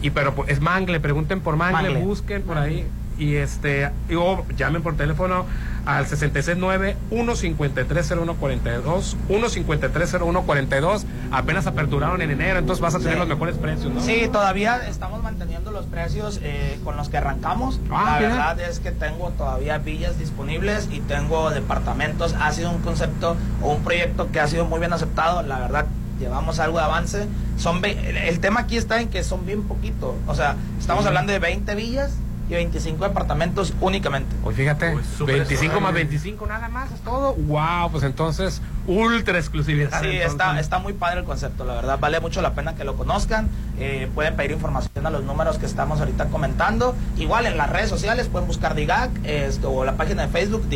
[SPEAKER 6] Y pero pues, es Mangle, pregunten por Mangle,
[SPEAKER 1] Mangle.
[SPEAKER 6] busquen por ahí y este y, o llamen por teléfono al 669 153 0142 153 0142 apenas aperturaron en enero, entonces vas a tener los mejores precios, ¿no?
[SPEAKER 1] Sí, todavía estamos manteniendo los precios eh, con los que arrancamos.
[SPEAKER 6] Ah,
[SPEAKER 1] la
[SPEAKER 6] mira.
[SPEAKER 1] verdad es que tengo todavía villas disponibles y tengo departamentos. Ha sido un concepto o un proyecto que ha sido muy bien aceptado. La verdad, llevamos algo de avance. Son ve- el, el tema aquí está en que son bien poquito. O sea, estamos
[SPEAKER 6] Ujú.
[SPEAKER 1] hablando de 20 villas y 25 departamentos únicamente.
[SPEAKER 6] Hoy Pues fíjate, 25 más
[SPEAKER 1] suave.
[SPEAKER 6] 25 nada más, es todo. Wow, pues entonces ultra exclusividad.
[SPEAKER 1] Sí,
[SPEAKER 6] entonces.
[SPEAKER 1] está, está muy padre el concepto, la verdad. Vale mucho la pena que lo conozcan. Eh, pueden pedir información a los números que estamos ahorita comentando. Igual en las redes sociales pueden buscar DIGAC esto, o la página de Facebook,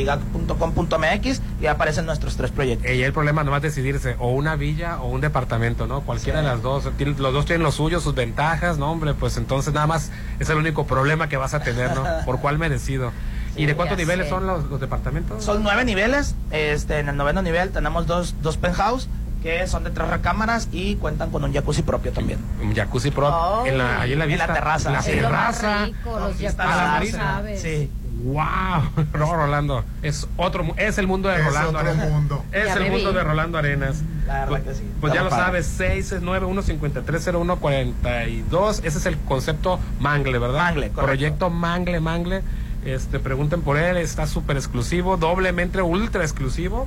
[SPEAKER 1] digac.com.mx, y aparecen nuestros tres proyectos.
[SPEAKER 6] Y el problema nomás decidirse o una villa o un departamento, ¿no? Cualquiera de las dos. Tienen- los dos tienen los suyos, sus ventajas, ¿no? Hombre, pues entonces nada más es el único problema que vas a
[SPEAKER 1] <laughs>
[SPEAKER 6] tener, ¿no? ¿Por cuál me decido? ¿Y de cuántos
[SPEAKER 1] ya
[SPEAKER 6] niveles
[SPEAKER 1] sé.
[SPEAKER 6] son los, los departamentos?
[SPEAKER 1] Son nueve niveles. Este, en el noveno nivel tenemos dos, dos penthouse que son de tres recámaras y cuentan con un jacuzzi propio también.
[SPEAKER 6] Un jacuzzi pro. en la, ahí en la vista.
[SPEAKER 1] terraza.
[SPEAKER 6] La
[SPEAKER 1] Es lo más
[SPEAKER 6] terraza.
[SPEAKER 8] Rico, los
[SPEAKER 1] Conquista
[SPEAKER 8] jacuzzis, ¿sabes?
[SPEAKER 1] la marina. Sí.
[SPEAKER 6] <laughs> ¡Wow! No, Rolando. Es otro, mu- es el mundo de
[SPEAKER 14] Es
[SPEAKER 6] Rolando.
[SPEAKER 14] otro
[SPEAKER 6] Arenas.
[SPEAKER 14] mundo.
[SPEAKER 6] <laughs> Es
[SPEAKER 14] Ya
[SPEAKER 6] el
[SPEAKER 14] me
[SPEAKER 6] mundo
[SPEAKER 14] vi.
[SPEAKER 6] de Rolando Arenas.
[SPEAKER 1] La verdad
[SPEAKER 6] Pues-
[SPEAKER 1] que sí.
[SPEAKER 6] Pues
[SPEAKER 1] Está
[SPEAKER 6] ya
[SPEAKER 1] muy
[SPEAKER 6] lo
[SPEAKER 1] padre.
[SPEAKER 6] sabes, 691-5301-42. Ese es el concepto Mangle, ¿verdad? Mangle, Proyecto Mangle, Mangle. Este, pregunten por él, está súper exclusivo, doblemente ultra exclusivo.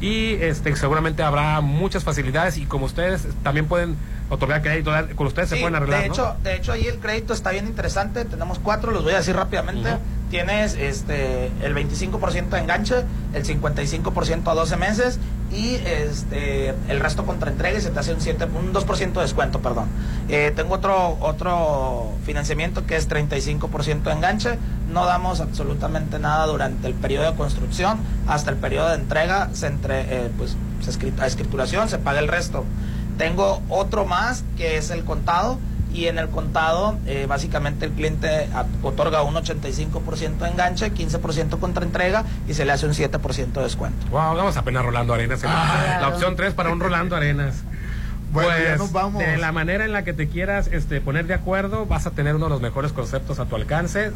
[SPEAKER 6] Y este, seguramente habrá muchas facilidades y como ustedes también pueden otorgar crédito, dar- con ustedes se
[SPEAKER 1] Sí,
[SPEAKER 6] pueden arreglar.
[SPEAKER 1] De
[SPEAKER 6] ¿no?
[SPEAKER 1] hecho, de hecho ahí el crédito está bien interesante. Tenemos cuatro, los voy a decir rápidamente. Tienes este el 25% de enganche, el 55% a 12 meses y este el resto contra entrega y se te hace un 7 un 2% de descuento, perdón. Eh, tengo otro otro financiamiento que es 35% de enganche. No damos absolutamente nada durante el periodo de construcción hasta el periodo de entrega, se entre eh, pues se escrit- a escrituración, se paga el resto. Tengo otro más que es el contado y en el contado eh, básicamente el cliente a- otorga un 85% de enganche, 15% contra entrega y se le hace un 7% de descuento.
[SPEAKER 6] Wow, vamos a pena Rolando Arenas. ¿eh? La opción 3 para un Rolando Arenas.
[SPEAKER 5] Ah, <laughs> Bueno, ya
[SPEAKER 6] Pues,
[SPEAKER 5] nos vamos.
[SPEAKER 6] de la manera en la que te quieras este, poner de acuerdo, vas a tener uno de los mejores conceptos a tu alcance.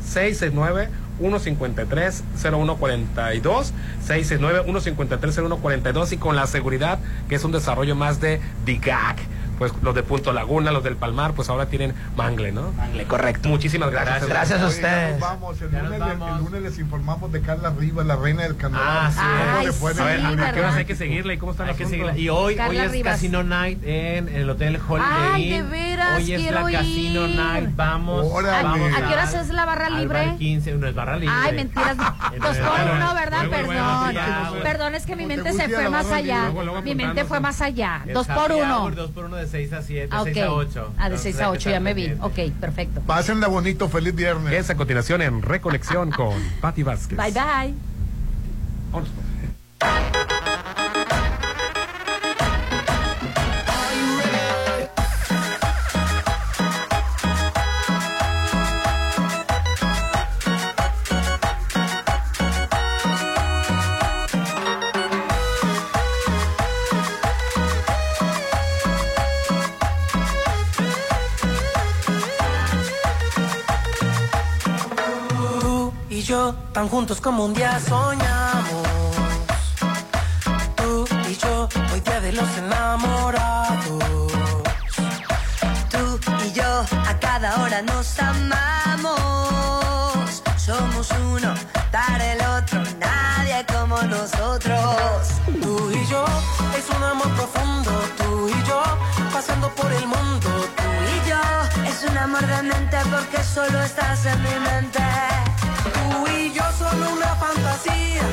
[SPEAKER 6] 669-153-0142. 669-153-0142. Y con la seguridad, que es un desarrollo más de DIGAC. Pues los de Punto Laguna, los del Palmar, pues ahora tienen Mangle, ¿no? Mangle, correcto. Muchísimas gracias.
[SPEAKER 5] Oye, Ya nos vamos. El, lunes, le- el lunes les informamos de Carla Rivas, la reina del canal.
[SPEAKER 6] Ah, sí.
[SPEAKER 5] ¿Cómo le fue en
[SPEAKER 6] a
[SPEAKER 5] el
[SPEAKER 6] ver, ¿a qué
[SPEAKER 5] lunes?
[SPEAKER 6] horas hay que seguirla y cómo está
[SPEAKER 7] Hay
[SPEAKER 6] la
[SPEAKER 7] que seguirla. Y hoy, hoy
[SPEAKER 8] Carla
[SPEAKER 7] es
[SPEAKER 8] Rivas.
[SPEAKER 7] Casino Night en, el Hotel Holiday
[SPEAKER 8] Ay,
[SPEAKER 7] Inn.
[SPEAKER 8] de veras,
[SPEAKER 7] Hoy es
[SPEAKER 8] quiero
[SPEAKER 7] la Casino
[SPEAKER 8] ir.
[SPEAKER 7] Night. Vamos,
[SPEAKER 8] ¿A,
[SPEAKER 7] vamos.
[SPEAKER 8] a qué horas es la barra
[SPEAKER 7] al
[SPEAKER 8] libre?
[SPEAKER 7] bar 15, no es barra libre. <laughs>
[SPEAKER 8] Ay, mentiras. Dos por uno, ¿verdad? Perdón. Perdón, es que mi mente se
[SPEAKER 7] gusta
[SPEAKER 8] fue
[SPEAKER 7] la
[SPEAKER 8] más
[SPEAKER 7] barra libre,
[SPEAKER 8] allá.
[SPEAKER 7] luego, luego
[SPEAKER 8] Mi mente
[SPEAKER 7] apuntando.
[SPEAKER 8] fue más allá.
[SPEAKER 7] El
[SPEAKER 8] Dos por
[SPEAKER 7] happy
[SPEAKER 8] uno.
[SPEAKER 7] hour, Dos por uno de 6 a 7,
[SPEAKER 8] Ah,
[SPEAKER 7] de 6 a
[SPEAKER 8] ok.
[SPEAKER 7] 8.
[SPEAKER 8] Ah, de 6 a 8 ya me vi. Ok, perfecto.
[SPEAKER 6] Pásenla bonito, feliz viernes. Es a continuación en Reconexión con Patti Vázquez.
[SPEAKER 8] Bye bye.
[SPEAKER 16] Tú y yo tan juntos como un día soñamos. Tú y yo, hoy día de los enamorados.
[SPEAKER 4] Tú y yo a cada hora nos amamos. Somos uno, para el otro, nadie como nosotros.
[SPEAKER 16] Tú y yo es un amor profundo. Tú y yo pasando por el mundo. Tú
[SPEAKER 4] Y yo es un amor de mente porque solo estás en mi mente.
[SPEAKER 16] Tú y yo solo una fantasía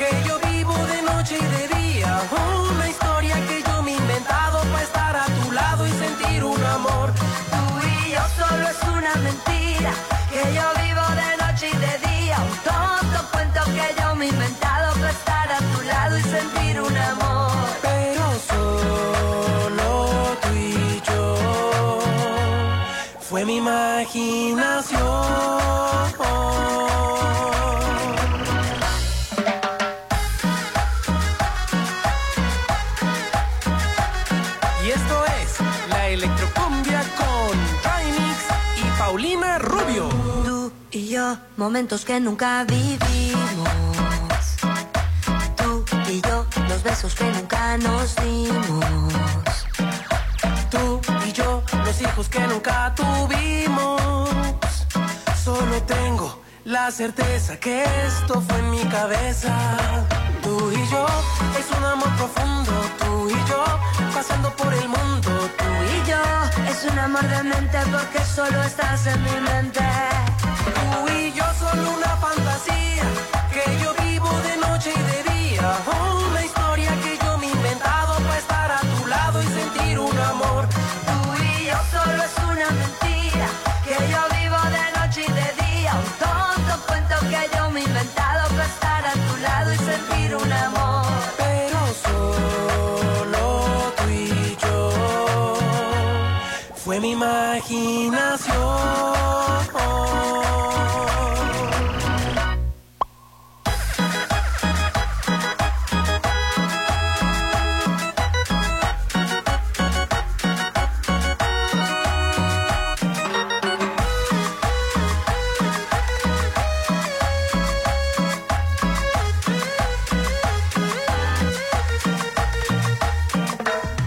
[SPEAKER 16] que yo vivo de noche y de día. Una historia que yo me he inventado para estar a tu lado y sentir un amor. Tú y yo solo es una mentira
[SPEAKER 4] Que yo vivo de noche y de día. Un tonto cuento que yo me he inventado para estar a tu lado y sentir un amor.
[SPEAKER 16] Pero solo tú y yo fue mi imaginación. Y esto es la electrocumbia con Remix y Paulina Rubio.
[SPEAKER 4] Tú y yo, momentos que nunca vivimos. Tú y yo, los besos que nunca nos dimos.
[SPEAKER 16] Tú y yo, los hijos que nunca tuvimos. Solo tengo la certeza que esto fue en mi cabeza. Tú y yo es un amor profundo. Tú y yo pasando por el mundo. Tú
[SPEAKER 4] Y yo, es un amor de mente porque solo estás en mi mente.
[SPEAKER 16] Tú y yo solo una fantasía que yo vivo de noche y de día. Una historia que yo me he inventado para estar a tu lado y sentir un amor.
[SPEAKER 4] Tú y yo solo es una mentira que yo vivo de noche y de día. Un tonto cuento que yo me he inventado para estar a tu lado y sentir un amor.
[SPEAKER 16] Pero solo tú y yo fue mi imaginación.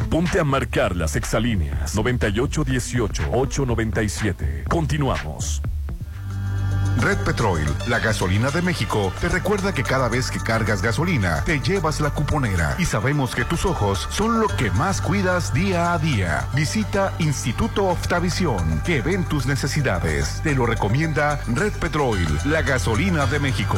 [SPEAKER 2] Ponte a marcar las exalíneas 9818-897. Continuamos.
[SPEAKER 28] Red Petrol, la gasolina de México, te recuerda que cada vez que cargas gasolina, te llevas la cuponera. Y sabemos que tus ojos son lo que más cuidas día a día. Visita Instituto Oftavisión, que ven tus necesidades. Te lo recomienda Red Petrol, la gasolina de México.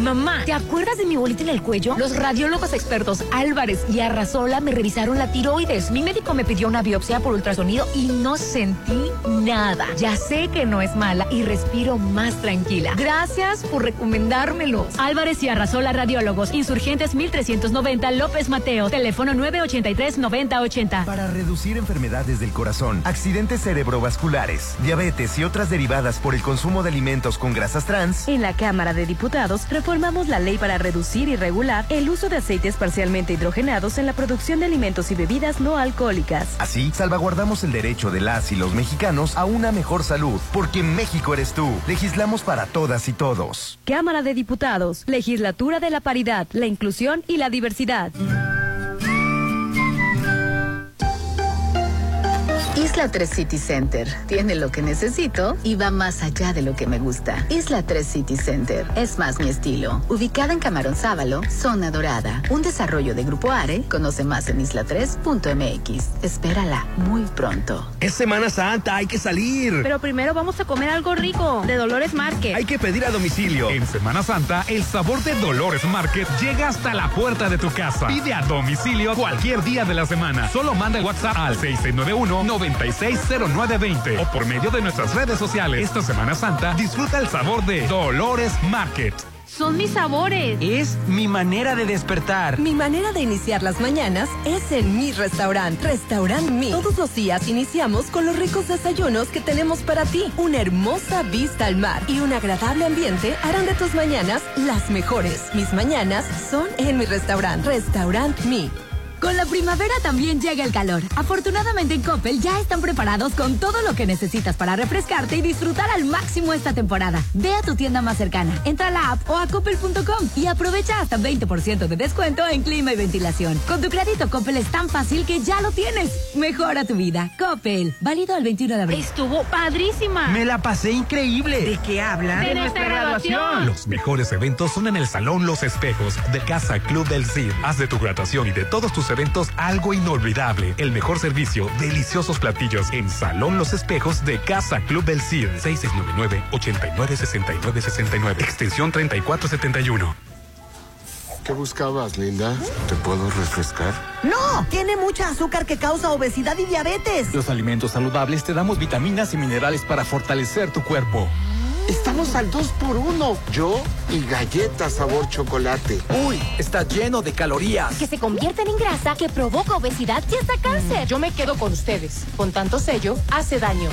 [SPEAKER 35] Mamá, ¿te acuerdas de mi bolita en el cuello? Los radiólogos expertos Álvarez y Arrasola me revisaron la tiroides. Mi médico me pidió una biopsia por ultrasonido y no sentí nada. Ya sé que no es mala y respiro más tranquila. Gracias por recomendármelo.
[SPEAKER 3] Álvarez y Arrasola Radiólogos, Insurgentes 1390 López Mateo, teléfono 983-9080.
[SPEAKER 29] Para reducir enfermedades del corazón, accidentes cerebrovasculares, diabetes y otras derivadas por el consumo de alimentos con grasas trans,
[SPEAKER 36] En la Cámara de Diputados reformamos la ley para reducir y regular el uso de aceites parcialmente hidrogenados en la producción de alimentos y bebidas no alcohólicas.
[SPEAKER 29] Así, salvaguardamos el derecho de las y los mexicanos a una mejor salud, porque en México eres tú. Legislamos para todas y todos.
[SPEAKER 36] Cámara de Diputados, Legislatura de la Paridad, la Inclusión y la Diversidad.
[SPEAKER 37] Isla 3 City Center tiene lo que necesito y va más allá de lo que me gusta. Isla 3 City Center es más mi estilo. Ubicada en Camarón Sábalo, Zona Dorada, un desarrollo de Grupo Are, conoce más en isla3.mx. Espérala muy pronto.
[SPEAKER 38] Es Semana Santa, hay que salir.
[SPEAKER 39] Pero primero vamos a comer algo rico de Dolores Market.
[SPEAKER 38] Hay que pedir a domicilio.
[SPEAKER 14] En Semana Santa, el sabor de Dolores Market llega hasta la puerta de tu casa. Pide a domicilio cualquier día de la semana. Solo manda el WhatsApp al 6691-960920 o por medio de nuestras redes sociales. Esta Semana Santa, disfruta el sabor de Dolores Market.
[SPEAKER 39] Son mis sabores.
[SPEAKER 11] Es mi manera de despertar.
[SPEAKER 20] Mi manera de iniciar las mañanas es en mi restaurante, Restaurant Mi. Todos los días iniciamos con los ricos desayunos que tenemos para ti. Una hermosa vista al mar y un agradable ambiente harán de tus mañanas las mejores. Mis mañanas son en mi restaurante, Restaurant Mi.
[SPEAKER 19] Con la primavera también llega el calor. Afortunadamente en Coppel ya están preparados con todo lo que necesitas para refrescarte y disfrutar al máximo esta temporada. Ve a tu tienda más cercana, entra a la app o a coppel.com y aprovecha hasta 20% de descuento en clima y ventilación. Con tu crédito Coppel es tan fácil que ya lo tienes. Mejora tu vida. Coppel, válido el 21 de abril.
[SPEAKER 3] Estuvo
[SPEAKER 30] Ah.
[SPEAKER 3] padrísima.
[SPEAKER 11] Me la pasé increíble.
[SPEAKER 38] ¿De qué hablan?
[SPEAKER 3] De nuestra graduación.
[SPEAKER 14] Los mejores eventos son en el Salón Los Espejos de Casa Club del CID. Haz de tu graduación y de todos tus eventos algo inolvidable. El mejor servicio, deliciosos platillos en Salón Los Espejos de Casa Club del CID. 6699-896969. Extensión 3471.
[SPEAKER 5] ¿Qué buscabas, linda? ¿Te puedo refrescar?
[SPEAKER 40] ¡No! Tiene mucha azúcar que causa obesidad y diabetes.
[SPEAKER 10] Los alimentos saludables te Este damos vitaminas y minerales para fortalecer tu cuerpo.
[SPEAKER 5] Estamos al 2 por 1 Yo y galletas sabor chocolate.
[SPEAKER 10] Uy, está lleno de calorías.
[SPEAKER 19] Que se convierten en grasa, que provoca obesidad y hasta cáncer.
[SPEAKER 41] Yo me quedo con ustedes. Con tanto sello, hace daño.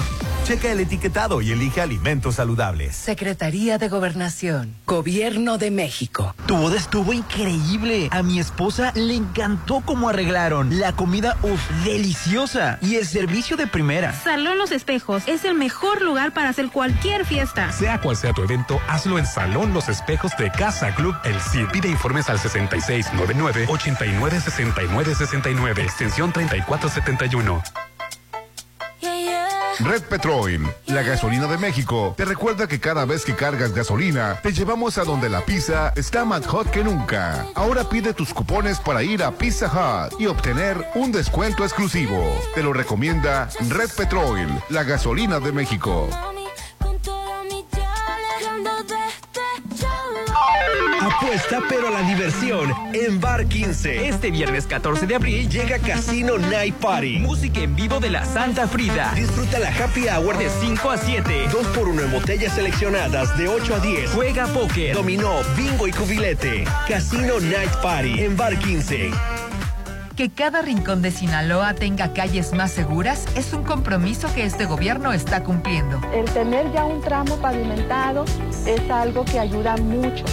[SPEAKER 29] Checa el etiquetado y elige alimentos saludables.
[SPEAKER 42] Secretaría de Gobernación, Gobierno de México.
[SPEAKER 15] Tu boda estuvo increíble. A mi esposa le encantó cómo arreglaron. La comida, uff, deliciosa. Y el servicio de primera.
[SPEAKER 3] Salón Los Espejos es el mejor lugar para hacer cualquier fiesta.
[SPEAKER 14] Sea cual sea tu evento, hazlo en Salón Los Espejos de Casa Club El Cid. Pide informes al 6699-896969, extensión 3471.
[SPEAKER 28] Red Petrol, la gasolina de México, te recuerda que cada vez que cargas gasolina, te llevamos a donde la pizza está más hot que nunca. Ahora pide tus cupones para ir a Pizza Hut y obtener un descuento exclusivo. Te lo recomienda Red Petrol, la gasolina de México.
[SPEAKER 11] Apuesta pero a la diversión en Bar 15.
[SPEAKER 15] Este viernes 14 de abril llega Casino Night Party. Música en vivo de la Santa Frida.
[SPEAKER 11] Disfruta la happy hour de 5 a 7. 2 por 1 en botellas seleccionadas de 8 a 10.
[SPEAKER 15] Juega póker,
[SPEAKER 11] dominó, bingo y cubilete. Casino Night Party en Bar 15.
[SPEAKER 9] Que cada rincón de Sinaloa tenga calles más seguras es un compromiso que este gobierno está cumpliendo.
[SPEAKER 43] El tener ya un tramo pavimentado es algo que ayuda mucho.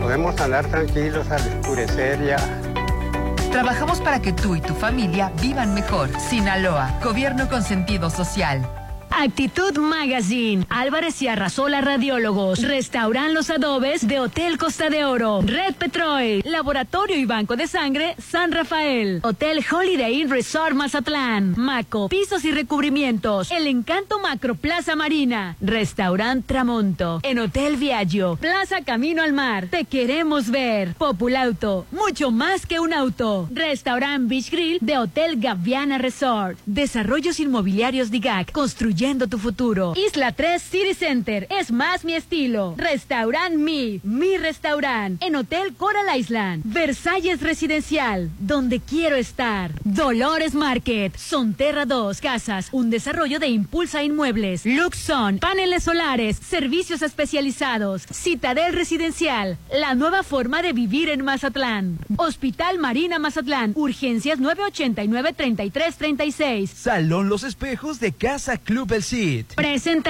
[SPEAKER 21] Podemos andar tranquilos al oscurecer ya.
[SPEAKER 9] Trabajamos para que tú y tu familia vivan mejor. Sinaloa, gobierno con sentido social.
[SPEAKER 3] Actitud Magazine. Álvarez y Arrasola Radiólogos. Restauran los adobes de Hotel Costa de Oro. Red Petroil. Laboratorio y Banco de Sangre San Rafael. Hotel Holiday Inn Resort Mazatlán. Maco. Pisos y recubrimientos. El Encanto Macro Plaza Marina. Restaurant Tramonto. En Hotel Viaggio. Plaza Camino al Mar. Te queremos ver. Populauto. Mucho más que un auto. Restaurant Beach Grill de Hotel Gaviana Resort. Desarrollos inmobiliarios DIGAC. Construyendo tu futuro. Isla 3 City Center. Es más mi estilo. Restaurant Mi. Mi restaurant. En Hotel Coral Island. Versalles Residencial. Donde quiero estar. Dolores Market. Sonterra 2. Casas. Un desarrollo de Impulsa Inmuebles. Luxon. Paneles solares. Servicios especializados. Citadel Residencial. La nueva forma de vivir en Mazatlán. Hospital Marina Mazatlán. Urgencias 989-3336.
[SPEAKER 21] Salón Los Espejos de Casa Club El Cid.
[SPEAKER 3] Presenta.